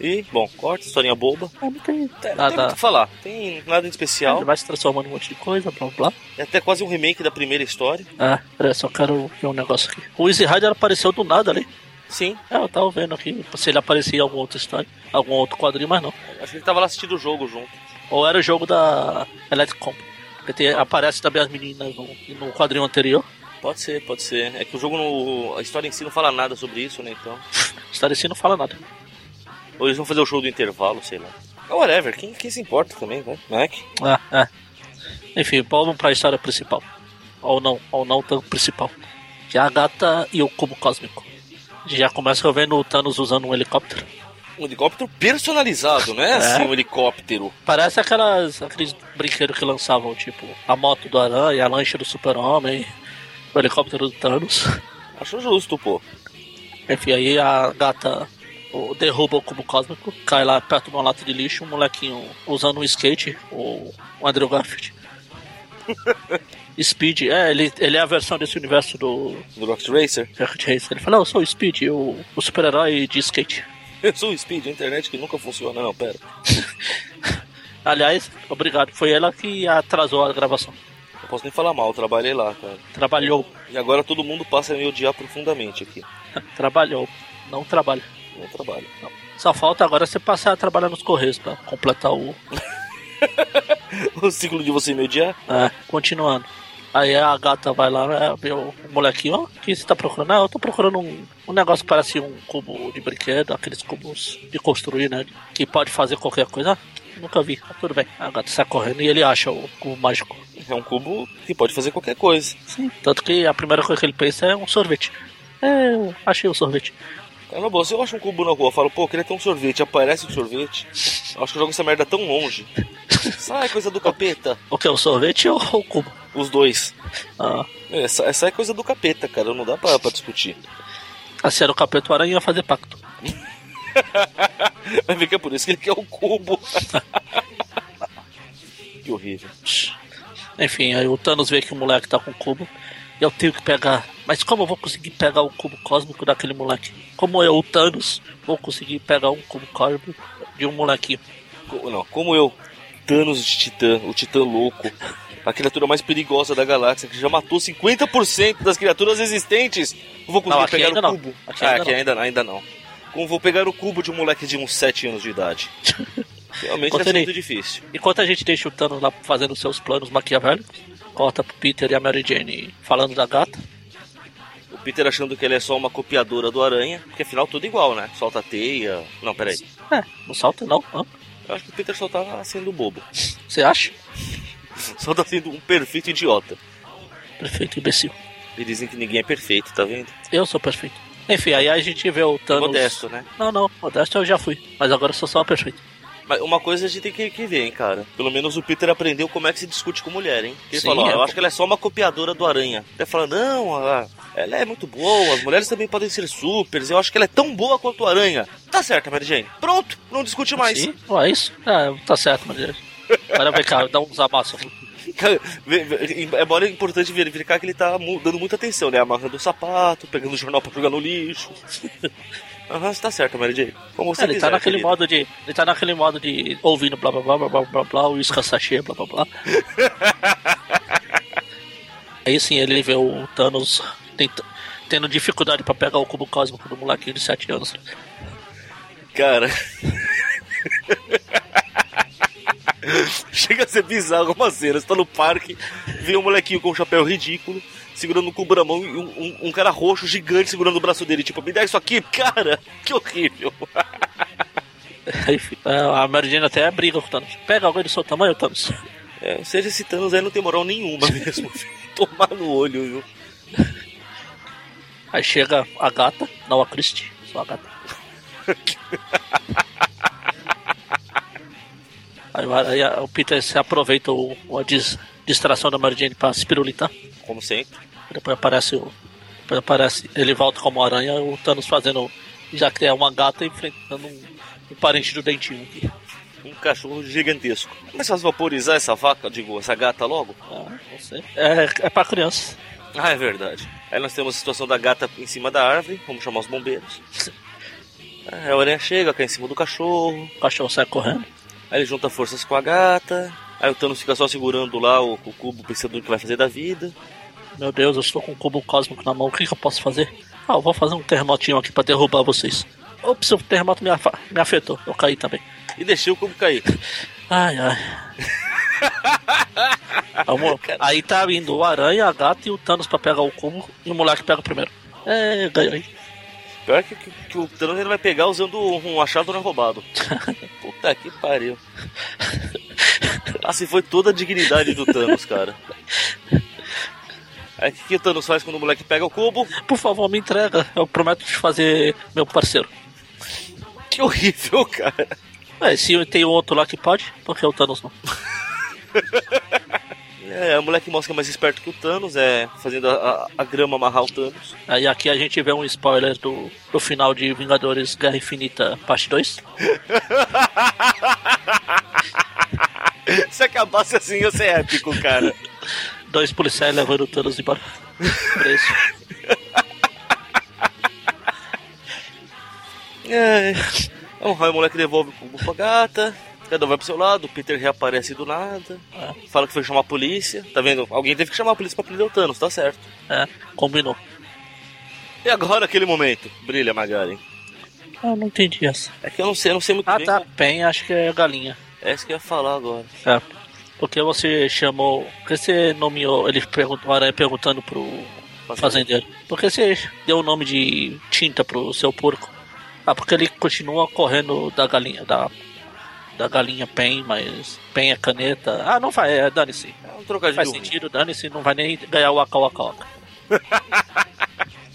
[SPEAKER 4] E, bom, corta, historinha boba.
[SPEAKER 5] É, não tem
[SPEAKER 4] Não tem muito o
[SPEAKER 5] nada.
[SPEAKER 4] que falar. Tem nada de especial.
[SPEAKER 5] Ele vai se transformando em um monte de coisa, blá blá.
[SPEAKER 4] É até quase um remake da primeira história.
[SPEAKER 5] Ah, peraí, só quero ver um negócio aqui. O Easy Rider apareceu do nada ali.
[SPEAKER 4] Sim.
[SPEAKER 5] É, eu tava vendo aqui se ele aparecia em alguma outra história, algum outro quadrinho, mas não.
[SPEAKER 4] Acho que ele tava lá assistindo o jogo junto.
[SPEAKER 5] Ou era o jogo da Electric Comp. Porque tem- aparece também as meninas no, no quadrinho anterior.
[SPEAKER 4] Pode ser, pode ser. É que o jogo, não, a história em si não fala nada sobre isso, né? Então.
[SPEAKER 5] Estareci não fala nada.
[SPEAKER 4] Ou eles vão fazer o show do intervalo, sei lá. Ou whatever, quem, quem se importa também, né? Mac?
[SPEAKER 5] É, é. Enfim, vamos pra história principal. Ou não, ou não tão principal. Que é a gata e o cubo cósmico. A gente já começa vendo o Thanos usando um helicóptero.
[SPEAKER 4] Um helicóptero personalizado, não é, assim um helicóptero.
[SPEAKER 5] Parece aquelas, aqueles brinquedos que lançavam, tipo, a moto do Aranha, a lancha do Super-Homem, o helicóptero do Thanos.
[SPEAKER 4] Acho justo, pô.
[SPEAKER 5] Enfim, aí a gata o- derruba o cubo cósmico, cai lá perto de uma lata de lixo, um molequinho usando um skate, o o Andrew Garfield. Speed, é, ele, ele é a versão desse universo do
[SPEAKER 4] Do Rocket Racer.
[SPEAKER 5] Rocket Racer. Ele fala, "Ah, eu sou o Speed, o, o super-herói de skate.
[SPEAKER 4] Eu sou o Speed, a internet que nunca funciona, não, pera.
[SPEAKER 5] Aliás, obrigado, foi ela que atrasou a gravação.
[SPEAKER 4] Não posso nem falar mal, eu trabalhei lá, cara.
[SPEAKER 5] Trabalhou,
[SPEAKER 4] E agora todo mundo passa a me odiar profundamente aqui.
[SPEAKER 5] trabalhou, não trabalha.
[SPEAKER 4] Não trabalho.
[SPEAKER 5] Só falta agora você passar a trabalhar nos Correios pra completar o.
[SPEAKER 4] O ciclo de você me odiar?
[SPEAKER 5] É, continuando. Aí a gata vai lá, né, vê o o molequinho, ó, o que você tá procurando? Ah, eu tô procurando um, um negócio que parece um cubo de brinquedo, aqueles cubos de construir, né? Que pode fazer qualquer coisa. Ah, nunca vi, Ah, tudo bem. A gata sai correndo e ele acha o cubo mágico.
[SPEAKER 4] É um cubo que pode fazer qualquer coisa.
[SPEAKER 5] Sim. Tanto que a primeira coisa que ele pensa é um sorvete. É, eu achei o sorvete.
[SPEAKER 4] Cara, na boa, se eu acho um cubo na rua, eu falo, pô, eu queria ter um sorvete, aparece um sorvete. Eu acho que eu jogo essa merda tão longe. Sai, coisa do capeta.
[SPEAKER 5] O que? O sorvete ou o cubo?
[SPEAKER 4] Os dois. é,
[SPEAKER 5] Ah,
[SPEAKER 4] Essa, essa é coisa do capeta, cara. Não dá pra, pra discutir.
[SPEAKER 5] assim era o capeta o aranha ia fazer pacto.
[SPEAKER 4] Vai ver que é por isso que ele quer o cubo. que horrível.
[SPEAKER 5] Enfim, aí o Thanos vê que o moleque tá com o cubo. E eu tenho que pegar. Mas como eu vou conseguir pegar o cubo cósmico daquele moleque? Como eu, o Thanos, vou conseguir pegar um cubo cósmico de um molequinho?
[SPEAKER 4] Co- Não, como eu, Thanos de Titã, o Titã louco, a criatura mais perigosa da galáxia, que já matou 50% das criaturas existentes, vou conseguir
[SPEAKER 5] Não, aqui
[SPEAKER 4] pegar
[SPEAKER 5] ainda
[SPEAKER 4] o
[SPEAKER 5] não.
[SPEAKER 4] cubo.
[SPEAKER 5] Aqui
[SPEAKER 4] ah,
[SPEAKER 5] ainda
[SPEAKER 4] aqui
[SPEAKER 5] não.
[SPEAKER 4] ainda, ainda não. Como vou pegar o cubo de um moleque de uns 7 anos de idade? Realmente deve ser
[SPEAKER 5] Continue.
[SPEAKER 4] muito difícil.
[SPEAKER 5] Enquanto a gente deixa o Thanos lá fazendo seus planos maquiavélicos, corta pro Peter e a Mary Jane falando da gata.
[SPEAKER 4] O Peter achando que ele é só uma copiadora do Aranha, porque afinal tudo igual, né? Solta a teia. Não, peraí.
[SPEAKER 5] É, não salta não. Hã?
[SPEAKER 4] Eu acho que o Peter só tá sendo bobo.
[SPEAKER 5] Você acha?
[SPEAKER 4] Só tá sendo um perfeito idiota.
[SPEAKER 5] Perfeito, imbecil.
[SPEAKER 4] E dizem que ninguém é perfeito, tá vendo?
[SPEAKER 5] Eu sou perfeito. Enfim, aí a gente vê o Thanos.
[SPEAKER 4] Modesto, né?
[SPEAKER 5] Não, não, modesto eu já fui. Mas agora eu sou só perfeito.
[SPEAKER 4] Mas uma coisa a gente tem que, que ver, hein, cara. Pelo menos o Peter aprendeu como é que se discute com mulher, hein? Ele
[SPEAKER 5] Sim,
[SPEAKER 4] falou, ó,
[SPEAKER 5] é,
[SPEAKER 4] eu
[SPEAKER 5] pô.
[SPEAKER 4] acho que ela é só uma copiadora do Aranha. Até fala, não, ela, ela é muito boa, as mulheres também podem ser supers, eu acho que ela é tão boa quanto o Aranha. Tá certo, Mary Jane. Pronto, não discute mais.
[SPEAKER 5] Sim? Não é isso? É, tá certo, Maria. Agora vem cá, dá uns amassos. assim.
[SPEAKER 4] Cara, vê- vê- Embora é importante verificar que ele tá mu- dando muita atenção, né? Amarrando o sapato, pegando o jornal pra jogar no lixo. Aham, você tá certo, Mary Jane. Como você
[SPEAKER 5] É, ele
[SPEAKER 4] quiser,
[SPEAKER 5] tá naquele
[SPEAKER 4] querida.
[SPEAKER 5] modo de. Ele tá naquele modo de ouvindo blá blá blá blá blá blá blá, uísca sachê, blá blá blá. Aí sim ele vê o Thanos tenta- tendo dificuldade pra pegar o cubo cósmico do molequinho de 7 anos.
[SPEAKER 4] Cara. Chega a ser bizarro algumas cenas. Você tá no parque, vê um molequinho com um chapéu ridículo, segurando um cubo na mão e um, um- um cara roxo gigante segurando o braço dele. Tipo, me dá isso aqui, cara! Que horrível!
[SPEAKER 5] Aí enfim, a Mary Jane até briga com o Thanos. Pega alguém do seu tamanho, Thanos.
[SPEAKER 4] É, seja esse Thanos aí não tem moral nenhuma É mesmo. filho. Tomar no olho, viu?
[SPEAKER 5] Aí chega a gata, não a Christie, só a gata. Aí, vai- aí a- o Peter se aproveita o, a dis- distração da Mary Jane pra se pirulitar.
[SPEAKER 4] Como sempre.
[SPEAKER 5] Depois aparece o. Depois aparece. Ele volta como aranha, o Thanos fazendo. Já que é uma gata enfrentando um, um parente do dentinho aqui.
[SPEAKER 4] Um cachorro gigantesco. Mas faz vaporizar essa vaca, digo, essa gata logo?
[SPEAKER 5] Ah, não sei. É, é pra criança.
[SPEAKER 4] Ah, é verdade. Aí nós temos a situação da gata em cima da árvore, vamos chamar os bombeiros. Ah, a aranha chega, cai em cima do cachorro,
[SPEAKER 5] O cachorro sai correndo.
[SPEAKER 4] aí ele junta forças com a gata, aí o Thanos fica só segurando lá o, o cubo, pensando no que vai fazer da vida.
[SPEAKER 5] Meu Deus, eu estou com um cubo cósmico na mão, o que, que eu posso fazer? Ah, eu vou fazer um terremotinho aqui pra derrubar vocês. Ops, o terremoto me, afa- me afetou, eu caí também.
[SPEAKER 4] E deixei o cubo cair.
[SPEAKER 5] Ai, ai. Amor, aí tá vindo o aranha, a gata e o Thanos pra pegar o cubo e o moleque pega o primeiro. É, ganhei.
[SPEAKER 4] Pior que, que, que o Thanos ele vai pegar usando um achado não roubado. Puta que pariu. Assim foi toda a dignidade do Thanos, cara. Aí o que, que o Thanos faz quando o moleque pega o cubo?
[SPEAKER 5] Por favor, me entrega, eu prometo te fazer meu parceiro.
[SPEAKER 4] Que horrível, cara.
[SPEAKER 5] É, se tem outro lá que pode, porque o Thanos não.
[SPEAKER 4] É, o moleque mostra que é mais esperto que o Thanos, é fazendo a, a- a grama amarrar o Thanos.
[SPEAKER 5] Aí aqui a gente vê um spoiler do, do final de Vingadores Guerra Infinita, parte 2.
[SPEAKER 4] Se acabasse assim, ia ser épico, cara.
[SPEAKER 5] Dois policiais levando o Thanos embora. Preso.
[SPEAKER 4] É. Então, aí o moleque devolve o cubo pra gata, cada um vai pro seu lado, o Peter reaparece do nada, fala que foi chamar a polícia, tá vendo? Alguém teve que chamar a polícia pra prender o Thanos, tá certo.
[SPEAKER 5] É, combinou.
[SPEAKER 4] E agora aquele momento? Brilha, Magaren.
[SPEAKER 5] Ah, não entendi essa.
[SPEAKER 4] É que eu não sei, eu não sei muito
[SPEAKER 5] Ah,
[SPEAKER 4] bem.
[SPEAKER 5] tá.
[SPEAKER 4] como-
[SPEAKER 5] Pen, acho que é galinha.
[SPEAKER 4] É isso que eu ia falar agora.
[SPEAKER 5] É. Porque você chamou. Por que você nomeou. Ele perguntou, o Aranha perguntando pro fazendeiro. Por que você deu o nome de tinta pro seu porco? Ah, porque ele continua correndo da galinha. Da, da galinha Pen, mas Pen é caneta. Ah, não vai, é, dane-se.
[SPEAKER 4] É um trocadilho
[SPEAKER 5] Faz
[SPEAKER 4] ruim.
[SPEAKER 5] sentido, dane-se, não vai nem ganhar o Waka Waka Waka.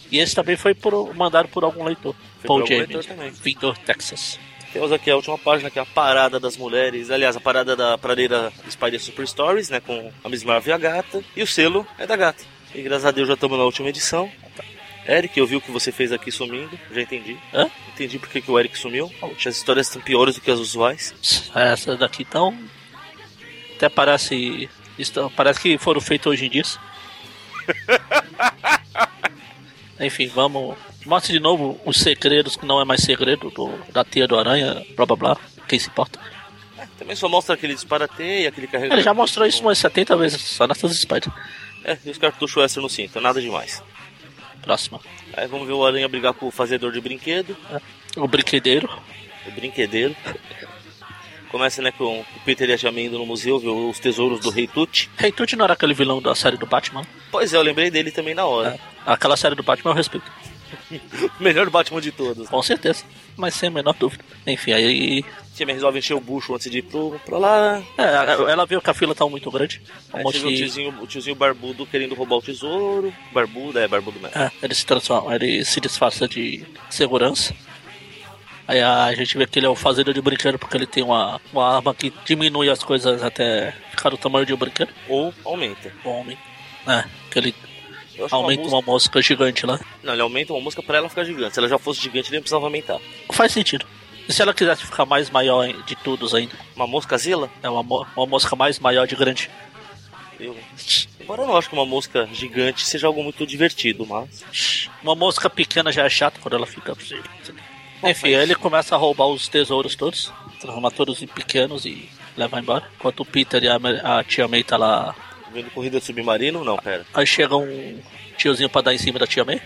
[SPEAKER 5] e esse também foi por, mandado por algum leitor.
[SPEAKER 4] por
[SPEAKER 5] Paul
[SPEAKER 4] algum
[SPEAKER 5] James,
[SPEAKER 4] leitor um também.
[SPEAKER 5] Vindor, Texas.
[SPEAKER 4] Temos aqui a última página, que é a parada das mulheres. Aliás, a parada da paradeira Spider Super Stories, né? Com a Miss Marvel e a gata. E o selo é da gata. E graças a Deus já estamos na última edição. Eric, eu vi o que você fez aqui sumindo, já entendi.
[SPEAKER 5] Hã?
[SPEAKER 4] Entendi porque que o Eric sumiu. As histórias estão piores do que as usuais.
[SPEAKER 5] Essas daqui então até parece estão, parece que foram feitas hoje em dia. Enfim, vamos mostra de novo os segredos que não é mais segredo do- da teia do aranha, blá blá blá. Quem se importa?
[SPEAKER 4] Também só mostra aquele disparatê e aquele carregador.
[SPEAKER 5] Ele já mostrou isso umas 70 vezes só nessas Spider.
[SPEAKER 4] É, e os cartuchos extra no cinto, nada demais.
[SPEAKER 5] Próxima.
[SPEAKER 4] Aí vamos ver o Aranha brigar com o fazedor de brinquedo,
[SPEAKER 5] O brinquedeiro.
[SPEAKER 4] o brinquedeiro. Começa, né, com o Peter e a Jamie indo no museu ver os tesouros do Rei Tut.
[SPEAKER 5] Rei Tut não era aquele vilão da série do Batman. É,
[SPEAKER 4] Pois é, eu lembrei dele também na hora.
[SPEAKER 5] Aquela série do Batman eu respeito.
[SPEAKER 4] Melhor Batman de todos.
[SPEAKER 5] Com certeza. Mas sem a menor dúvida. Enfim, aí.
[SPEAKER 4] O time resolve encher o bucho antes de ir pro, pra lá.
[SPEAKER 5] é, ela viu que a fila tá muito grande. Um
[SPEAKER 4] Aí
[SPEAKER 5] monte
[SPEAKER 4] chega o
[SPEAKER 5] de.
[SPEAKER 4] tiozinho, o tiozinho barbudo querendo roubar o tesouro. Barbudo, é, barbudo mesmo.
[SPEAKER 5] É, ele se transforma, ele se disfarça de segurança. Aí a gente vê que ele é o fazendeiro de brinquedo porque ele tem uma, uma arma que diminui as coisas até ficar do tamanho de um brinquedo.
[SPEAKER 4] Ou aumenta.
[SPEAKER 5] Um homem. É, que ele
[SPEAKER 4] Eu acho é
[SPEAKER 5] aumenta
[SPEAKER 4] uma
[SPEAKER 5] uma
[SPEAKER 4] música...
[SPEAKER 5] mosca gigante lá.
[SPEAKER 4] Não, ele aumenta uma música pra ela ficar gigante. Se ela já fosse gigante, ele não precisava aumentar.
[SPEAKER 5] Faz sentido. E se ela quisesse ficar mais maior de todos ainda?
[SPEAKER 4] Uma mosca zila?
[SPEAKER 5] É uma, mo- uma mosca mais maior de grande.
[SPEAKER 4] Eu... Embora eu não acho que uma mosca gigante seja algo muito divertido, mas...
[SPEAKER 5] Uma mosca pequena já é chata quando ela fica. Enfim, aí ele começa a roubar os tesouros todos, transformar todos em pequenos e levar embora. Enquanto o Peter e a, Ma- a tia May tá lá.
[SPEAKER 4] Vendo corrida de submarino? Não, pera.
[SPEAKER 5] Aí chega um tiozinho pra dar em cima da tia May.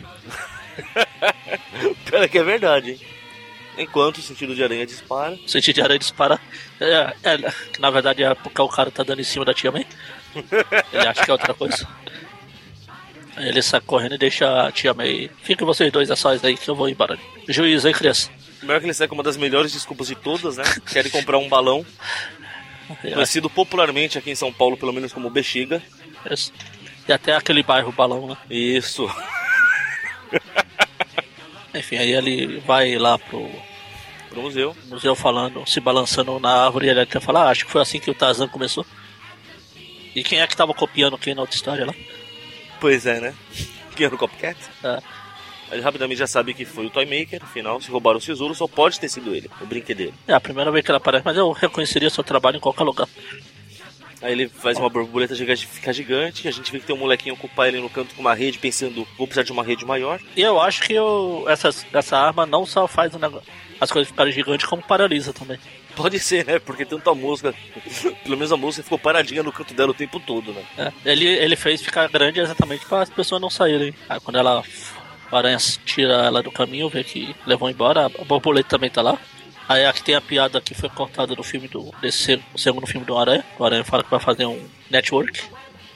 [SPEAKER 4] Pera que é verdade, hein? Enquanto o sentido de aranha dispara,
[SPEAKER 5] O sentido de aranha dispara. É, é, que na verdade é porque o cara tá dando em cima da tia May. Ele acha que é outra coisa. Aí ele sai correndo e deixa a tia May. Fiquem vocês dois é só isso daí que eu vou embora. Juiz, hein, criança?
[SPEAKER 4] melhor que ele sai com é uma das melhores desculpas de todas, né? Querem comprar um balão, conhecido popularmente aqui em São Paulo, pelo menos como bexiga.
[SPEAKER 5] Isso. E até aquele bairro balão, né?
[SPEAKER 4] Isso.
[SPEAKER 5] Enfim, aí ele vai lá pro
[SPEAKER 4] Pro museu.
[SPEAKER 5] museu falando, se balançando na árvore, e ele até fala, ah, acho que foi assim que o Tarzan começou. E quem é que tava copiando quem na outra história lá?
[SPEAKER 4] Pois é, né? Que era o Copcat.
[SPEAKER 5] É.
[SPEAKER 4] Ele rapidamente já sabe que foi o Toymaker, afinal, se roubaram o tesouro, só pode ter sido ele, o brinquedeiro.
[SPEAKER 5] É a primeira vez que ele aparece, mas eu reconheceria seu trabalho em qualquer lugar.
[SPEAKER 4] Aí ele faz uma borboleta gigante ficar gigante, a gente vê que tem um molequinho ocupar ele no canto com uma rede, pensando, vou precisar de uma rede maior.
[SPEAKER 5] E eu acho que eu, essa, essa arma não só faz o negócio, as coisas ficarem gigantes, como paralisa também.
[SPEAKER 4] Pode ser, né? Porque tanto a música, pelo menos a música ficou paradinha no canto dela o tempo todo, né?
[SPEAKER 5] É, ele, ele fez ficar grande exatamente para as pessoas não saírem. Aí quando ela a aranha tira ela do caminho, vê que levou embora, a borboleta também tá lá. Aí aqui tem a piada que foi cortada do filme do desse seg- o segundo filme do Aranha. O Aranha fala que vai fazer um network.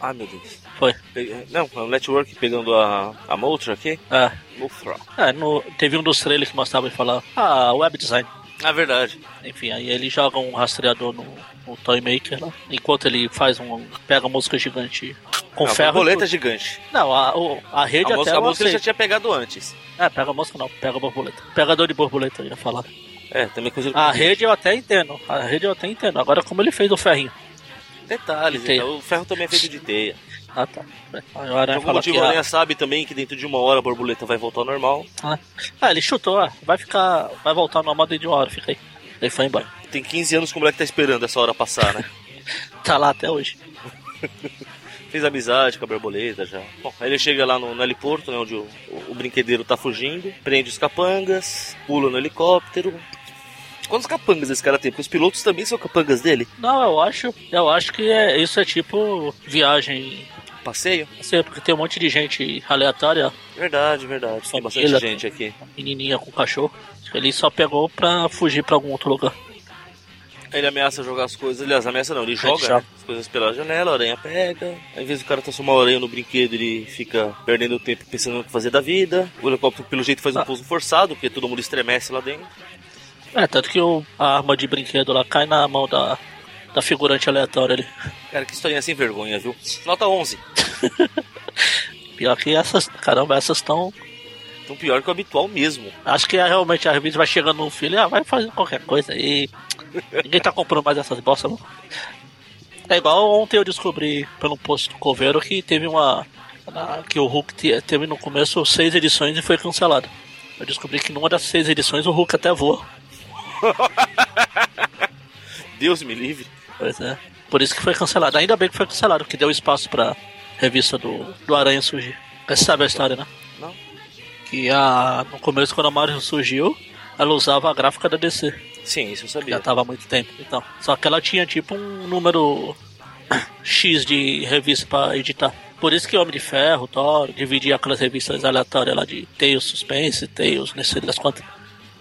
[SPEAKER 4] Ah, meu Deus.
[SPEAKER 5] Foi.
[SPEAKER 4] Pe- Não, é o Network pegando a, a Moltra aqui.
[SPEAKER 5] É,
[SPEAKER 4] Moltra.
[SPEAKER 5] é, no- teve um dos trailers que mostrava ele falar, ah, web design.
[SPEAKER 4] Na verdade.
[SPEAKER 5] Enfim, aí ele joga um rastreador no, no Toy Maker lá. Enquanto ele faz um. pega a música gigante com
[SPEAKER 4] a
[SPEAKER 5] ferro.
[SPEAKER 4] borboleta Ah, gigante.
[SPEAKER 5] Não, a, o- a
[SPEAKER 4] A,
[SPEAKER 5] rede até
[SPEAKER 4] música, a
[SPEAKER 5] eu
[SPEAKER 4] música ele
[SPEAKER 5] aceito.
[SPEAKER 4] já tinha pegado antes.
[SPEAKER 5] É, pega a mosca não, pega a borboleta. Pegador de borboleta, eu ia falar.
[SPEAKER 4] É, também coisa
[SPEAKER 5] A rede eu até entendo, a rede eu até entendo. Agora como ele fez o ferrinho.
[SPEAKER 4] Detalhes,
[SPEAKER 5] Teia.
[SPEAKER 4] então, o ferro também é feito de teia. Então,
[SPEAKER 5] Ah tá. Aí o
[SPEAKER 4] Por
[SPEAKER 5] aranha
[SPEAKER 4] algum
[SPEAKER 5] fala
[SPEAKER 4] motivo
[SPEAKER 5] que
[SPEAKER 4] a
[SPEAKER 5] a...
[SPEAKER 4] aranha sabe também que dentro de uma hora a borboleta vai voltar ao normal.
[SPEAKER 5] Ah, Ah, ele chutou, ah, vai ficar. Vai voltar numa moda de uma hora, fica aí. Ele foi embora.
[SPEAKER 4] Tem 15 anos que o moleque tá esperando essa hora passar, né?
[SPEAKER 5] Tá lá até hoje.
[SPEAKER 4] Fez amizade com a borboleta já. Bom, aí ele chega lá no, no heliporto, né, onde o, o brinquedeiro tá fugindo, prende os capangas, pula no helicóptero. Quantos capangas esse cara tem? Porque os pilotos também são capangas dele.
[SPEAKER 5] Não, eu acho. Eu acho que é, isso é tipo viagem.
[SPEAKER 4] Passeio?
[SPEAKER 5] Assim, porque tem um monte de gente aleatória,
[SPEAKER 4] Verdade, verdade. Tem bastante
[SPEAKER 5] Família,
[SPEAKER 4] gente aqui.
[SPEAKER 5] menininha com cachorro. Ele só pegou pra fugir pra algum outro lugar.
[SPEAKER 4] Ele ameaça jogar as coisas, aliás, ameaça não, ele joga
[SPEAKER 5] joga.
[SPEAKER 4] né? as coisas pela janela, a aranha pega. Ao invés do cara transformar a aranha no brinquedo, ele fica perdendo tempo pensando no que fazer da vida. O helicóptero, pelo jeito, faz um
[SPEAKER 5] Ah.
[SPEAKER 4] pouso forçado, porque todo mundo estremece lá dentro.
[SPEAKER 5] É, tanto que o, a arma de brinquedo lá cai na mão da, da figurante aleatória ali.
[SPEAKER 4] Cara, que historinha sem vergonha, viu? Nota 11.
[SPEAKER 5] Pior que essas, caramba, essas estão.
[SPEAKER 4] Então, pior que o habitual mesmo.
[SPEAKER 5] Acho que é realmente a revista vai chegando num filho, ah, vai fazendo qualquer coisa aí. Ninguém tá comprando mais essas bolsas, não. É igual ontem eu descobri pelo post do coveiro que teve uma. na- que o Hulk te- teve no começo seis edições e foi cancelado. Eu descobri que numa das seis edições o Hulk até voa.
[SPEAKER 4] Deus me livre.
[SPEAKER 5] Pois é. Por isso que foi cancelado. Ainda bem que foi cancelado, que deu espaço pra revista do, do Aranha surgir. Você sabe a história, né?
[SPEAKER 4] Não.
[SPEAKER 5] Que a, no começo, quando a Marvel surgiu, ela usava a gráfica da DC.
[SPEAKER 4] Sim, isso eu
[SPEAKER 5] Já tá.
[SPEAKER 4] sabia.
[SPEAKER 5] tava há muito tempo, então. Só que ela tinha tipo um número X de revista pra editar. Por isso que Homem de Ferro, Thor, dividia aquelas revistas aleatórias lá de Tales Suspense, Tales, não sei das quantas.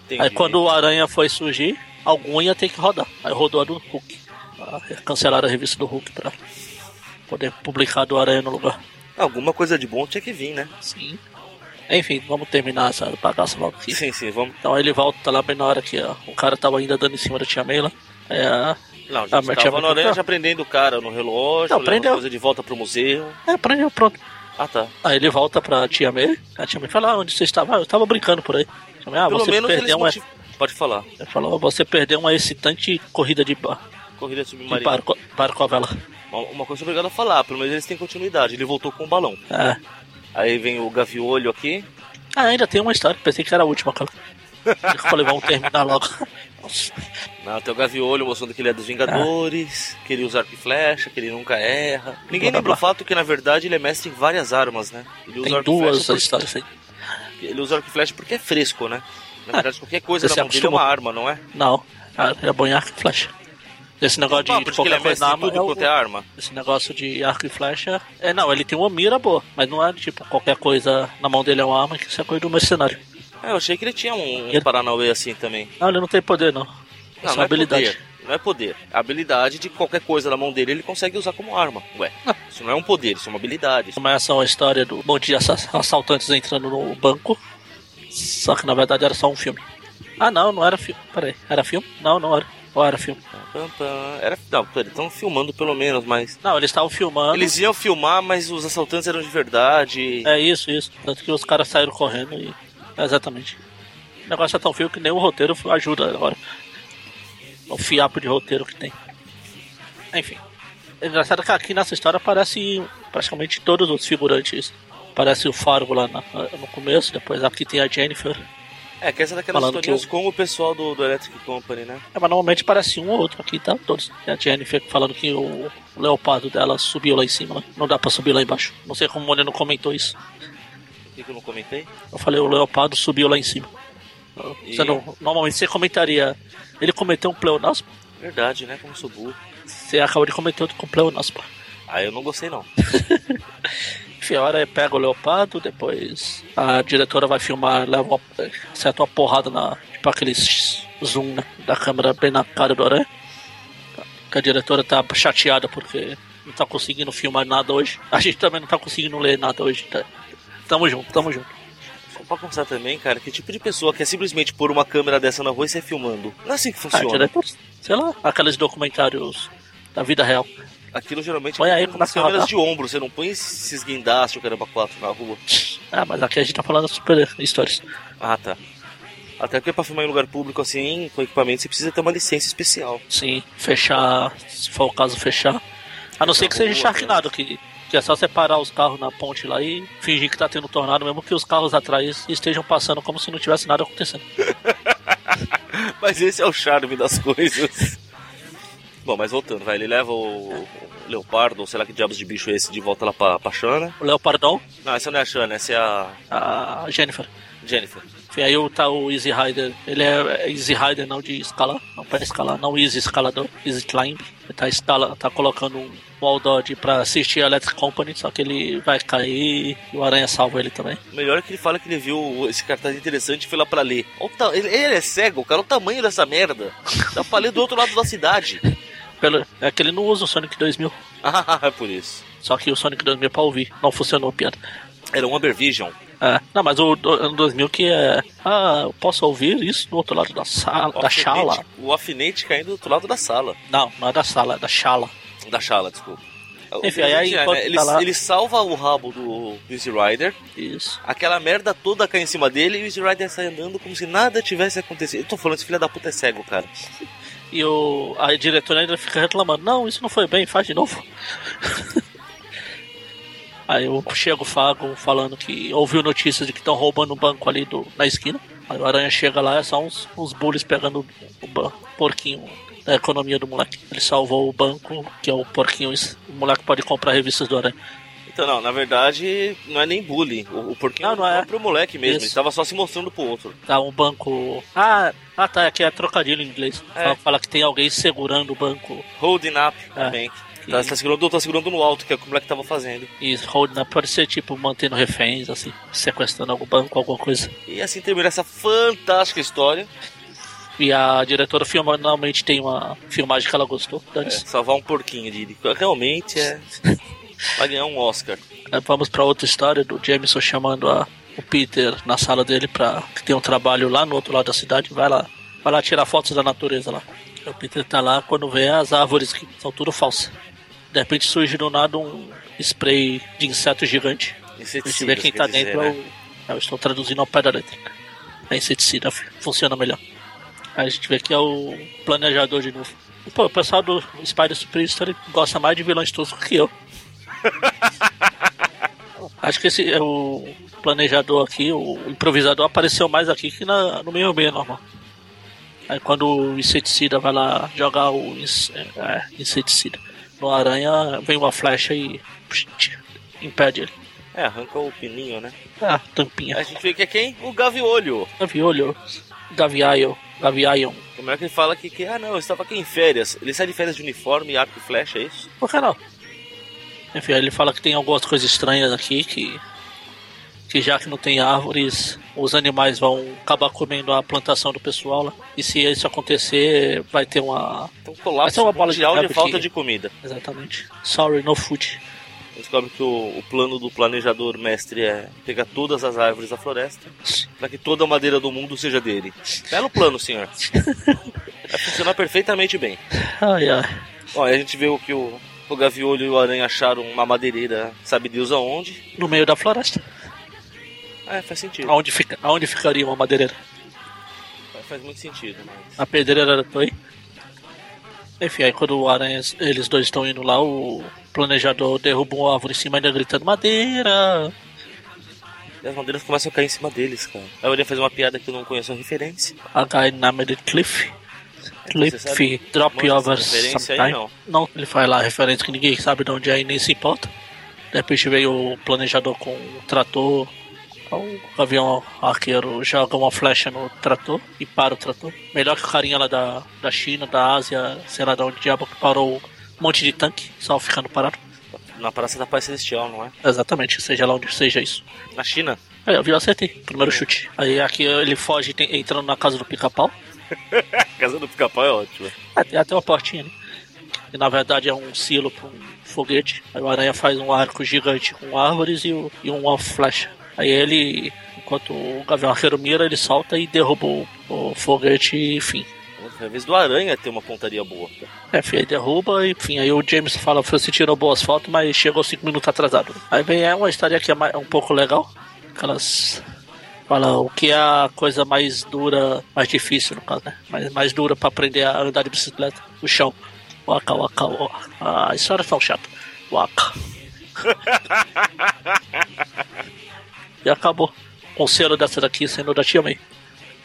[SPEAKER 4] Entendi.
[SPEAKER 5] Aí quando o Aranha foi surgir, algum ia ter que rodar. Aí rodou a do Hulk. Ah, Cancelaram a revista do Hulk pra poder publicar do Aranha no lugar.
[SPEAKER 4] Alguma coisa de bom tinha que vir, né?
[SPEAKER 5] Sim. Enfim, vamos terminar essa bagaça logo aqui.
[SPEAKER 4] Sim, sim, vamos.
[SPEAKER 5] Então ele volta lá bem na hora que ó, o cara tava ainda dando em cima da Tia May lá. Aí a-
[SPEAKER 4] Não,
[SPEAKER 5] Ah,
[SPEAKER 4] já
[SPEAKER 5] mas
[SPEAKER 4] gente
[SPEAKER 5] tinha
[SPEAKER 4] tava na
[SPEAKER 5] muito-
[SPEAKER 4] orelha já prendendo o cara no relógio,
[SPEAKER 5] Não,
[SPEAKER 4] levando
[SPEAKER 5] prendeu.
[SPEAKER 4] coisa de volta pro museu.
[SPEAKER 5] É, prendeu, pronto.
[SPEAKER 4] Ah, tá.
[SPEAKER 5] Aí ele volta pra Tia May. A Tia May fala, ah, onde você estava? Ah, eu tava brincando por aí. Tia May, ah,
[SPEAKER 4] Pelo
[SPEAKER 5] você
[SPEAKER 4] menos eles
[SPEAKER 5] perdeu uma...
[SPEAKER 4] motiv... Pode falar.
[SPEAKER 5] Ele falou, você perdeu uma excitante corrida de, ba...
[SPEAKER 4] Corrida
[SPEAKER 5] de
[SPEAKER 4] submarina.
[SPEAKER 5] barco... barcovela.
[SPEAKER 4] Uma- Uma coisa obrigada a falar, pelo menos eles têm continuidade. Ele voltou com o balão.
[SPEAKER 5] É.
[SPEAKER 4] Aí vem o gaviolho aqui.
[SPEAKER 5] Ah, ainda tem uma história, pensei que era a última, cara. Eu falei, vamos terminar logo. Nossa.
[SPEAKER 4] Não, tem o gaviolho mostrando que ele é dos Vingadores, que ele usa arco e flecha, que ele nunca erra. Ninguém
[SPEAKER 5] Ah. Blá, blá,
[SPEAKER 4] lembra o
[SPEAKER 5] blá.
[SPEAKER 4] fato que, na verdade, ele é mestre em várias armas, né? Ele usa
[SPEAKER 5] Tem
[SPEAKER 4] arco e flecha
[SPEAKER 5] duas
[SPEAKER 4] porque-
[SPEAKER 5] histórias aí.
[SPEAKER 4] Ele usa arco e flecha porque é fresco, né? Na verdade, qualquer coisa
[SPEAKER 5] É. você
[SPEAKER 4] na mão
[SPEAKER 5] se
[SPEAKER 4] dele é uma
[SPEAKER 5] acostuma.
[SPEAKER 4] arma, não é?
[SPEAKER 5] Não, ah, é bom em arco e flecha. Esse negócio
[SPEAKER 4] Papo
[SPEAKER 5] de,
[SPEAKER 4] de que ele é
[SPEAKER 5] qualquer coisa
[SPEAKER 4] mestre
[SPEAKER 5] na
[SPEAKER 4] em
[SPEAKER 5] arma
[SPEAKER 4] tudo
[SPEAKER 5] é o-
[SPEAKER 4] quanto é arma.
[SPEAKER 5] Esse negócio de arco e flecha. É, não, ele tem uma mira boa, mas não é tipo qualquer coisa na mão dele é uma arma, que isso é coisa do mercenário.
[SPEAKER 4] É, eu achei que ele tinha um, um
[SPEAKER 5] Ele-
[SPEAKER 4] Paranauê assim também.
[SPEAKER 5] Não, ele não tem poder, não. É
[SPEAKER 4] Não,
[SPEAKER 5] só
[SPEAKER 4] não é
[SPEAKER 5] habilidade.
[SPEAKER 4] poder. Não é poder. A habilidade de qualquer coisa na mão dele ele consegue usar como arma. Ué,
[SPEAKER 5] Ah.
[SPEAKER 4] isso não é um poder, isso é uma habilidade.
[SPEAKER 5] Começa a história do monte de assa- assaltantes entrando no banco. Só que na verdade era só um filme. Ah, não, não era filme. Peraí, era filme? Não, não era. Ou era filme?
[SPEAKER 4] Pam, pam. Era, não, pera, eles estão filmando pelo menos, mas.
[SPEAKER 5] Não, eles estavam filmando.
[SPEAKER 4] Eles iam filmar, mas os assaltantes eram de verdade.
[SPEAKER 5] É isso, isso. Tanto que os caras saíram correndo e. Exatamente. O negócio é tão feio que nem o roteiro ajuda agora. O fiapo de roteiro que tem. Enfim. É engraçado que aqui nessa história aparece praticamente todos os figurantes. Aparece o Fargo lá na- no começo, depois aqui tem a Jennifer.
[SPEAKER 4] É, que essa é daquelas
[SPEAKER 5] Falando
[SPEAKER 4] historinhas
[SPEAKER 5] que
[SPEAKER 4] com o pessoal do, do Electric Company, né?
[SPEAKER 5] É, mas normalmente parece um ou outro aqui, tá? Todos. Tem a Jennifer falando que o leopardo dela subiu lá em cima. né? Não dá pra subir lá embaixo. Não sei como o Moreno comentou isso.
[SPEAKER 4] Por que, que eu não comentei?
[SPEAKER 5] Eu falei, o leopardo subiu lá em cima. Você
[SPEAKER 4] E-
[SPEAKER 5] não- normalmente você comentaria. Ele cometeu um pleonasmo?
[SPEAKER 4] Verdade, né? Como sou burro.
[SPEAKER 5] Você acabou de cometer outro com pleonasmo.
[SPEAKER 4] Ah, eu não gostei não.
[SPEAKER 5] Enfim, a hora é pega o leopardo, depois a diretora vai filmar, leva uma, certa uma porrada na. Tipo aquele zoom né, da câmera bem na cara do aranha. Que a diretora tá chateada porque não tá conseguindo filmar nada hoje. A gente também não tá conseguindo ler nada hoje. tá? Tamo junto, tamo junto.
[SPEAKER 4] Só pra constar também, cara, que tipo de pessoa quer simplesmente pôr uma câmera dessa na rua e sair filmando? Não é assim que
[SPEAKER 5] Ah,
[SPEAKER 4] funciona.
[SPEAKER 5] diretor, sei lá, aqueles documentários da vida real.
[SPEAKER 4] Aquilo geralmente é
[SPEAKER 5] Põe aí,
[SPEAKER 4] com
[SPEAKER 5] começa a
[SPEAKER 4] câmeras
[SPEAKER 5] rodar.
[SPEAKER 4] de ombro, você não põe esses guindastes, o caramba, quatro na rua.
[SPEAKER 5] Ah, mas aqui a gente tá falando super histórias.
[SPEAKER 4] Ah, tá. Até porque pra filmar em lugar público assim, com equipamento, você precisa ter uma licença especial.
[SPEAKER 5] Sim, fechar, se for o caso, fechar. A não ser que seja
[SPEAKER 4] Boa,
[SPEAKER 5] charquinado, que, que é só separar os carros na ponte lá e fingir que tá tendo tornado, mesmo que os carros atrás estejam passando como se não tivesse nada acontecendo.
[SPEAKER 4] Mas esse é o charme das coisas. Bom, mas voltando, vai, ele leva o, o leopardo, ou sei lá que diabos de bicho é esse, de volta lá pra, pra Shana.
[SPEAKER 5] O Leopardão,
[SPEAKER 4] Não, essa não é a Shana, essa é a
[SPEAKER 5] a Jennifer.
[SPEAKER 4] Jennifer.
[SPEAKER 5] E aí o- tá o Easy Rider. Ele é é Easy Rider, não de escalar. Não para escalar, não Easy Escalador, Easy Climb. Ele tá, escala, tá colocando um Waldod pra assistir a Electric Company, só que ele vai cair e o Aranha salva ele também.
[SPEAKER 4] O melhor é que ele fala que ele viu esse cartaz interessante e foi lá pra ler. Olha o ta- ele, ele é cego, cara, olha o tamanho dessa merda. Dá pra ler do outro lado da cidade.
[SPEAKER 5] Pelo, é que ele não usa o Sonic 2000.
[SPEAKER 4] Ah, é por isso.
[SPEAKER 5] Só que o Sonic 2000 é pra ouvir, não funcionou a piada.
[SPEAKER 4] Era um Ambervision.
[SPEAKER 5] É, não, mas o do- ano 2000 que é. Ah, eu posso ouvir isso do outro lado da sala,
[SPEAKER 4] O
[SPEAKER 5] da
[SPEAKER 4] alfinete-
[SPEAKER 5] sala.
[SPEAKER 4] O afinete caindo do outro lado da sala.
[SPEAKER 5] Não, não é da sala, é da sala.
[SPEAKER 4] Da Shala, desculpa. O
[SPEAKER 5] Enfim, aí,
[SPEAKER 4] Virgínia,
[SPEAKER 5] enquanto
[SPEAKER 4] né,
[SPEAKER 5] tá
[SPEAKER 4] ele,
[SPEAKER 5] lá-
[SPEAKER 4] ele salva o rabo do, do Easy Rider,
[SPEAKER 5] Isso.
[SPEAKER 4] aquela merda toda cai em cima dele e o Easy Rider sai andando como se nada tivesse acontecido. Eu tô falando, esse filho da puta é cego, cara.
[SPEAKER 5] E o, a diretora ainda fica reclamando: não, isso não foi bem, faz de novo. Aí eu chego o Fago falando que ouviu notícias de que estão roubando um banco ali do, na esquina. Aí o Aranha chega lá, é só uns, uns bullies pegando o, ban- porquinho da economia do moleque. Ele salvou o banco, que é o porquinho. O moleque pode comprar revistas do Aranha.
[SPEAKER 4] Então, não, na verdade, não é nem bullying. O, o porquinho
[SPEAKER 5] Não,
[SPEAKER 4] é o
[SPEAKER 5] não é.
[SPEAKER 4] próprio moleque mesmo.
[SPEAKER 5] Isso.
[SPEAKER 4] Ele tava só se mostrando pro outro.
[SPEAKER 5] Tá um banco. Ah, ah tá, aqui é trocadilho em inglês.
[SPEAKER 4] É.
[SPEAKER 5] Fala, fala que tem alguém segurando o banco
[SPEAKER 4] Holding up
[SPEAKER 5] É.
[SPEAKER 4] também. Tá, tá segurando, tá segurando no alto, que é o que o moleque tava fazendo.
[SPEAKER 5] e holding up. Pode ser tipo mantendo reféns, assim, sequestrando algum banco, alguma coisa.
[SPEAKER 4] E assim termina essa fantástica história.
[SPEAKER 5] E a diretora finalmente tem uma filmagem que ela gostou.
[SPEAKER 4] É,
[SPEAKER 5] Dane-se.
[SPEAKER 4] salvar um porquinho, Didi. Realmente é. Vai ganhar um Oscar.
[SPEAKER 5] É, Vamos pra outra história do Jameson chamando a- o Peter na sala dele pra que tem um trabalho lá no outro lado da cidade. Vai lá, vai lá tirar fotos da natureza lá. O Peter tá lá quando vê as árvores que são tudo falsas. De repente surge do nada um spray de inseto gigante. A gente vê
[SPEAKER 4] Inseticida,
[SPEAKER 5] quem
[SPEAKER 4] você
[SPEAKER 5] tá
[SPEAKER 4] quer dizer,
[SPEAKER 5] dentro
[SPEAKER 4] né?
[SPEAKER 5] é o. Eu estou traduzindo ao pé da letra. É inseticida, f- funciona melhor. Aí a gente vê que é o planejador de novo. E, Pô, o pessoal do Spider Super History gosta mais de vilões toscos que eu. Acho que esse é o planejador aqui, o improvisador apareceu mais aqui que na, no meio meio normal. Aí quando o inseticida vai lá jogar o inse- é, inseticida no aranha, vem uma flecha e psh, impede ele.
[SPEAKER 4] É, arranca o pininho, né?
[SPEAKER 5] Ah,
[SPEAKER 4] A
[SPEAKER 5] tampinha.
[SPEAKER 4] gente vê que é quem? O Gaviolho.
[SPEAKER 5] Gaviolho. Gaviaio. Gaviaion.
[SPEAKER 4] Como é que ele fala que, que. Ah, não, eu estava aqui em férias. Ele sai de férias de uniforme, arco e flecha, é isso?
[SPEAKER 5] Por que não? Enfim, aí ele fala que tem algumas coisas estranhas aqui que. Que já que não tem árvores, os animais vão acabar comendo a plantação do pessoal lá. E se isso acontecer, vai ter uma.
[SPEAKER 4] Então,
[SPEAKER 5] Mas é
[SPEAKER 4] colapso
[SPEAKER 5] uma bola de
[SPEAKER 4] mundial de,
[SPEAKER 5] cabo
[SPEAKER 4] falta
[SPEAKER 5] que-
[SPEAKER 4] de comida.
[SPEAKER 5] Exatamente. Sorry, no food.
[SPEAKER 4] Descobre que o, o plano do planejador mestre é pegar todas as árvores da floresta para que toda a madeira do mundo seja dele. Belo plano, senhor. Vai funcionar perfeitamente bem.
[SPEAKER 5] Ai, ai.
[SPEAKER 4] Ó, aí a gente vê o que o, o Gaviolho e o Aranha acharam uma madeireira, sabe Deus aonde.
[SPEAKER 5] No meio da floresta.
[SPEAKER 4] Ah, é, faz sentido.
[SPEAKER 5] Aonde, fica, aonde ficaria uma madeireira?
[SPEAKER 4] Faz muito sentido, mas.
[SPEAKER 5] A pedreira era Toy. Enfim, aí quando o Aranha, eles dois estão indo lá, o planejador derruba um árvore em cima ainda gritando madeira.
[SPEAKER 4] E as madeiras começam a cair em cima deles, cara. Aí eu ia fazer uma piada que eu não conheço a referência.
[SPEAKER 5] A guy named Cliff.
[SPEAKER 4] É, Você
[SPEAKER 5] Cliff,
[SPEAKER 4] sabe?
[SPEAKER 5] drop
[SPEAKER 4] Manja essa
[SPEAKER 5] over
[SPEAKER 4] referência aí,
[SPEAKER 5] sometime.
[SPEAKER 4] não?
[SPEAKER 5] não, ele faz lá a referência que ninguém sabe de onde é e nem se importa. De repente veio o planejador com um trator. Então, O avião arqueiro joga uma flecha no trator e para o trator. Melhor que o carinha lá da, da China, da Ásia, sei lá de onde diabo que parou um monte de tanque, só ficando parado.
[SPEAKER 4] Na Praça da Paz Celestial, não é?
[SPEAKER 5] Exatamente, seja lá onde seja isso.
[SPEAKER 4] Na China?
[SPEAKER 5] Aí, eu vi, eu acertei.
[SPEAKER 4] É.
[SPEAKER 5] Primeiro chute. Aí aqui ele foge tem- entrando na casa do pica-pau.
[SPEAKER 4] A casa do pica-pau é ótima.
[SPEAKER 5] Ah, Tem até uma portinha, né? Que na verdade é um silo pra um foguete. Aí o aranha faz um arco gigante com árvores e, o- e uma flecha. Aí ele, enquanto o gavião arqueiro mira, ele salta e derruba o, o foguete e enfim.
[SPEAKER 4] Às vezes do Aranha ter uma pontaria boa.
[SPEAKER 5] É, enfim, aí derruba e enfim. Aí o James fala: você tirou boas fotos, mas chegou cinco minutos atrasado. Aí vem é uma história que é mais- um pouco legal. Aquelas. Fala o que é a coisa mais dura, mais difícil no caso, né? Mais, mais dura pra aprender a andar de bicicleta. O chão. Waka, waka, waka. Ah, a história é tão chata. Waka. e acabou. Com o selo dessa daqui sendo da Tia May.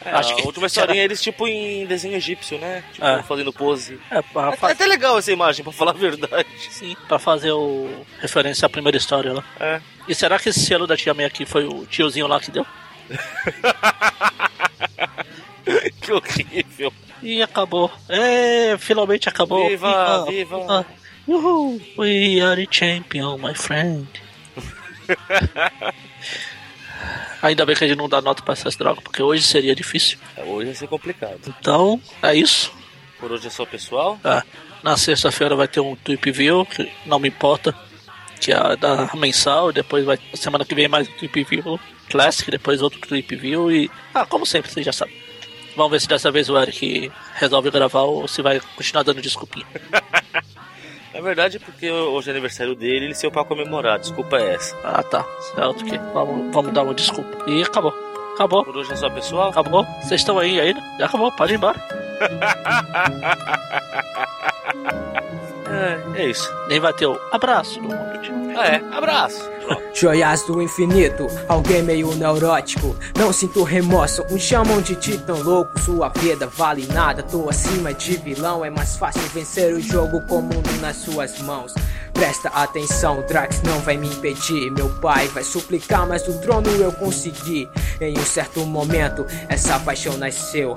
[SPEAKER 4] É,
[SPEAKER 5] Acho
[SPEAKER 4] a
[SPEAKER 5] que-
[SPEAKER 4] última historinha eles tipo em desenho egípcio, né? Tipo,
[SPEAKER 5] É.
[SPEAKER 4] fazendo pose.
[SPEAKER 5] É, pra,
[SPEAKER 4] É até legal essa imagem, pra falar a verdade.
[SPEAKER 5] sim, pra fazer o referência à primeira história lá.
[SPEAKER 4] É.
[SPEAKER 5] E será que esse selo da tia May aqui foi o tiozinho lá que deu?
[SPEAKER 4] que horrível.
[SPEAKER 5] E acabou. É, finalmente acabou.
[SPEAKER 4] Viva, viva.
[SPEAKER 5] Uhul. We are the champion, my friend. Ainda bem que a gente não dá nota pra essas drogas, porque hoje seria difícil.
[SPEAKER 4] É, Hoje vai ser complicado.
[SPEAKER 5] Então, é isso.
[SPEAKER 4] Por hoje é só, pessoal.
[SPEAKER 5] Tá. Na sexta-feira vai ter um Tweep View, que não me importa, que é da mensal, e depois vai semana que vem mais um Tweep View Classic, depois outro Tweep View e. Ah, como sempre, vocês já sabem. Vamos ver se dessa vez o Eric resolve gravar ou se vai continuar dando desculpinha.
[SPEAKER 4] Na verdade, porque hoje é aniversário dele, ele saiu pra comemorar. Desculpa é essa.
[SPEAKER 5] Ah tá. Certo que vamos, vamos dar uma desculpa. E acabou. Acabou.
[SPEAKER 4] Por hoje é só, pessoal.
[SPEAKER 5] Acabou. Vocês estão aí ainda? Já acabou, pode ir embora.
[SPEAKER 4] Ai, É, é isso.
[SPEAKER 5] Nem vai ter o abraço do Hobbit.
[SPEAKER 4] Ah, é. Abraço. Pronto.
[SPEAKER 1] Joias do infinito, alguém meio neurótico. Não sinto remorso, uns chamam de titã louco. Sua vida vale nada, tô acima de vilão. É mais fácil vencer o jogo com o mundo nas suas mãos. Presta atenção, Drax não vai me impedir. Meu pai vai suplicar, mas do trono eu consegui. Em um certo momento, essa paixão nasceu.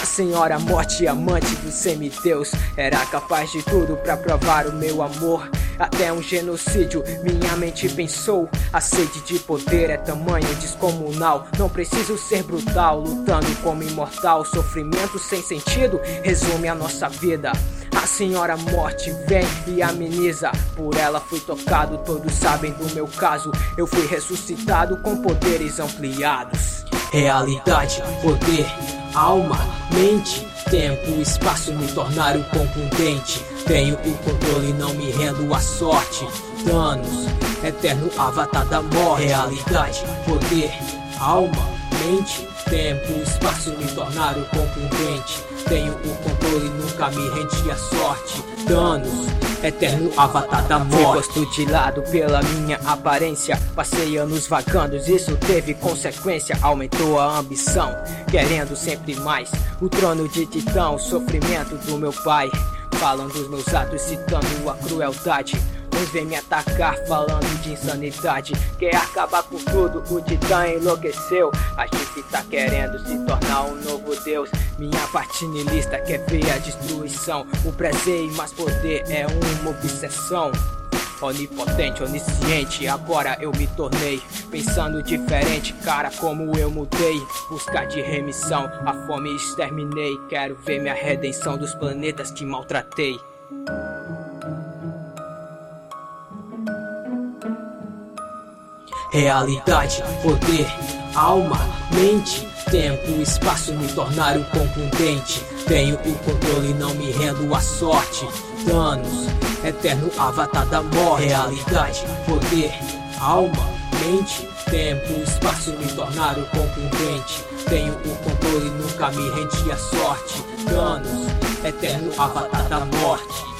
[SPEAKER 1] A senhora morte, amante do semideus, era capaz de tudo pra provar o meu amor. Até um genocídio, minha mente pensou. A sede de poder é tamanho descomunal. Não preciso ser brutal, lutando como imortal. Sofrimento sem sentido resume a nossa vida. A senhora morte vem e ameniza. Por ela fui tocado, todos sabem do meu caso. Eu fui ressuscitado com poderes ampliados. Realidade, poder, alma, mente, tempo, espaço me tornaram contundente. Tenho o controle, não me rendo à sorte. Thanos, eterno avatar da morte. Realidade, poder, alma, mente, tempo, espaço me tornaram contundente. Tenho o controle, nunca me rendi à sorte. Thanos, eterno avatar da morte. Fui costurado pela minha aparência. Passei anos vagandos, isso teve consequência. Aumentou a ambição, querendo sempre mais. O trono de titã, o sofrimento do meu pai. Falam dos meus atos, citando a crueldade. Uns vêm me atacar falando de insanidade. Quer acabar com tudo, o titã enlouqueceu. A gente tá querendo se tornar um novo deus. Minha parte niilista quer ver a destruição. O prazer e mais poder é uma obsessão. Onipotente, onisciente, agora eu me tornei Pensando diferente, cara, como eu mudei Busca de remissão, a fome exterminei Quero ver minha redenção dos planetas que maltratei Realidade, poder, alma, mente, tempo, espaço me tornaram contundente. Tenho o controle, não me rendo à sorte. Thanos, eterno avatar da morte. Realidade, poder, alma, mente, tempo, espaço me tornaram contundente. Tenho o controle, nunca me rendi à sorte. Thanos, eterno avatar da morte.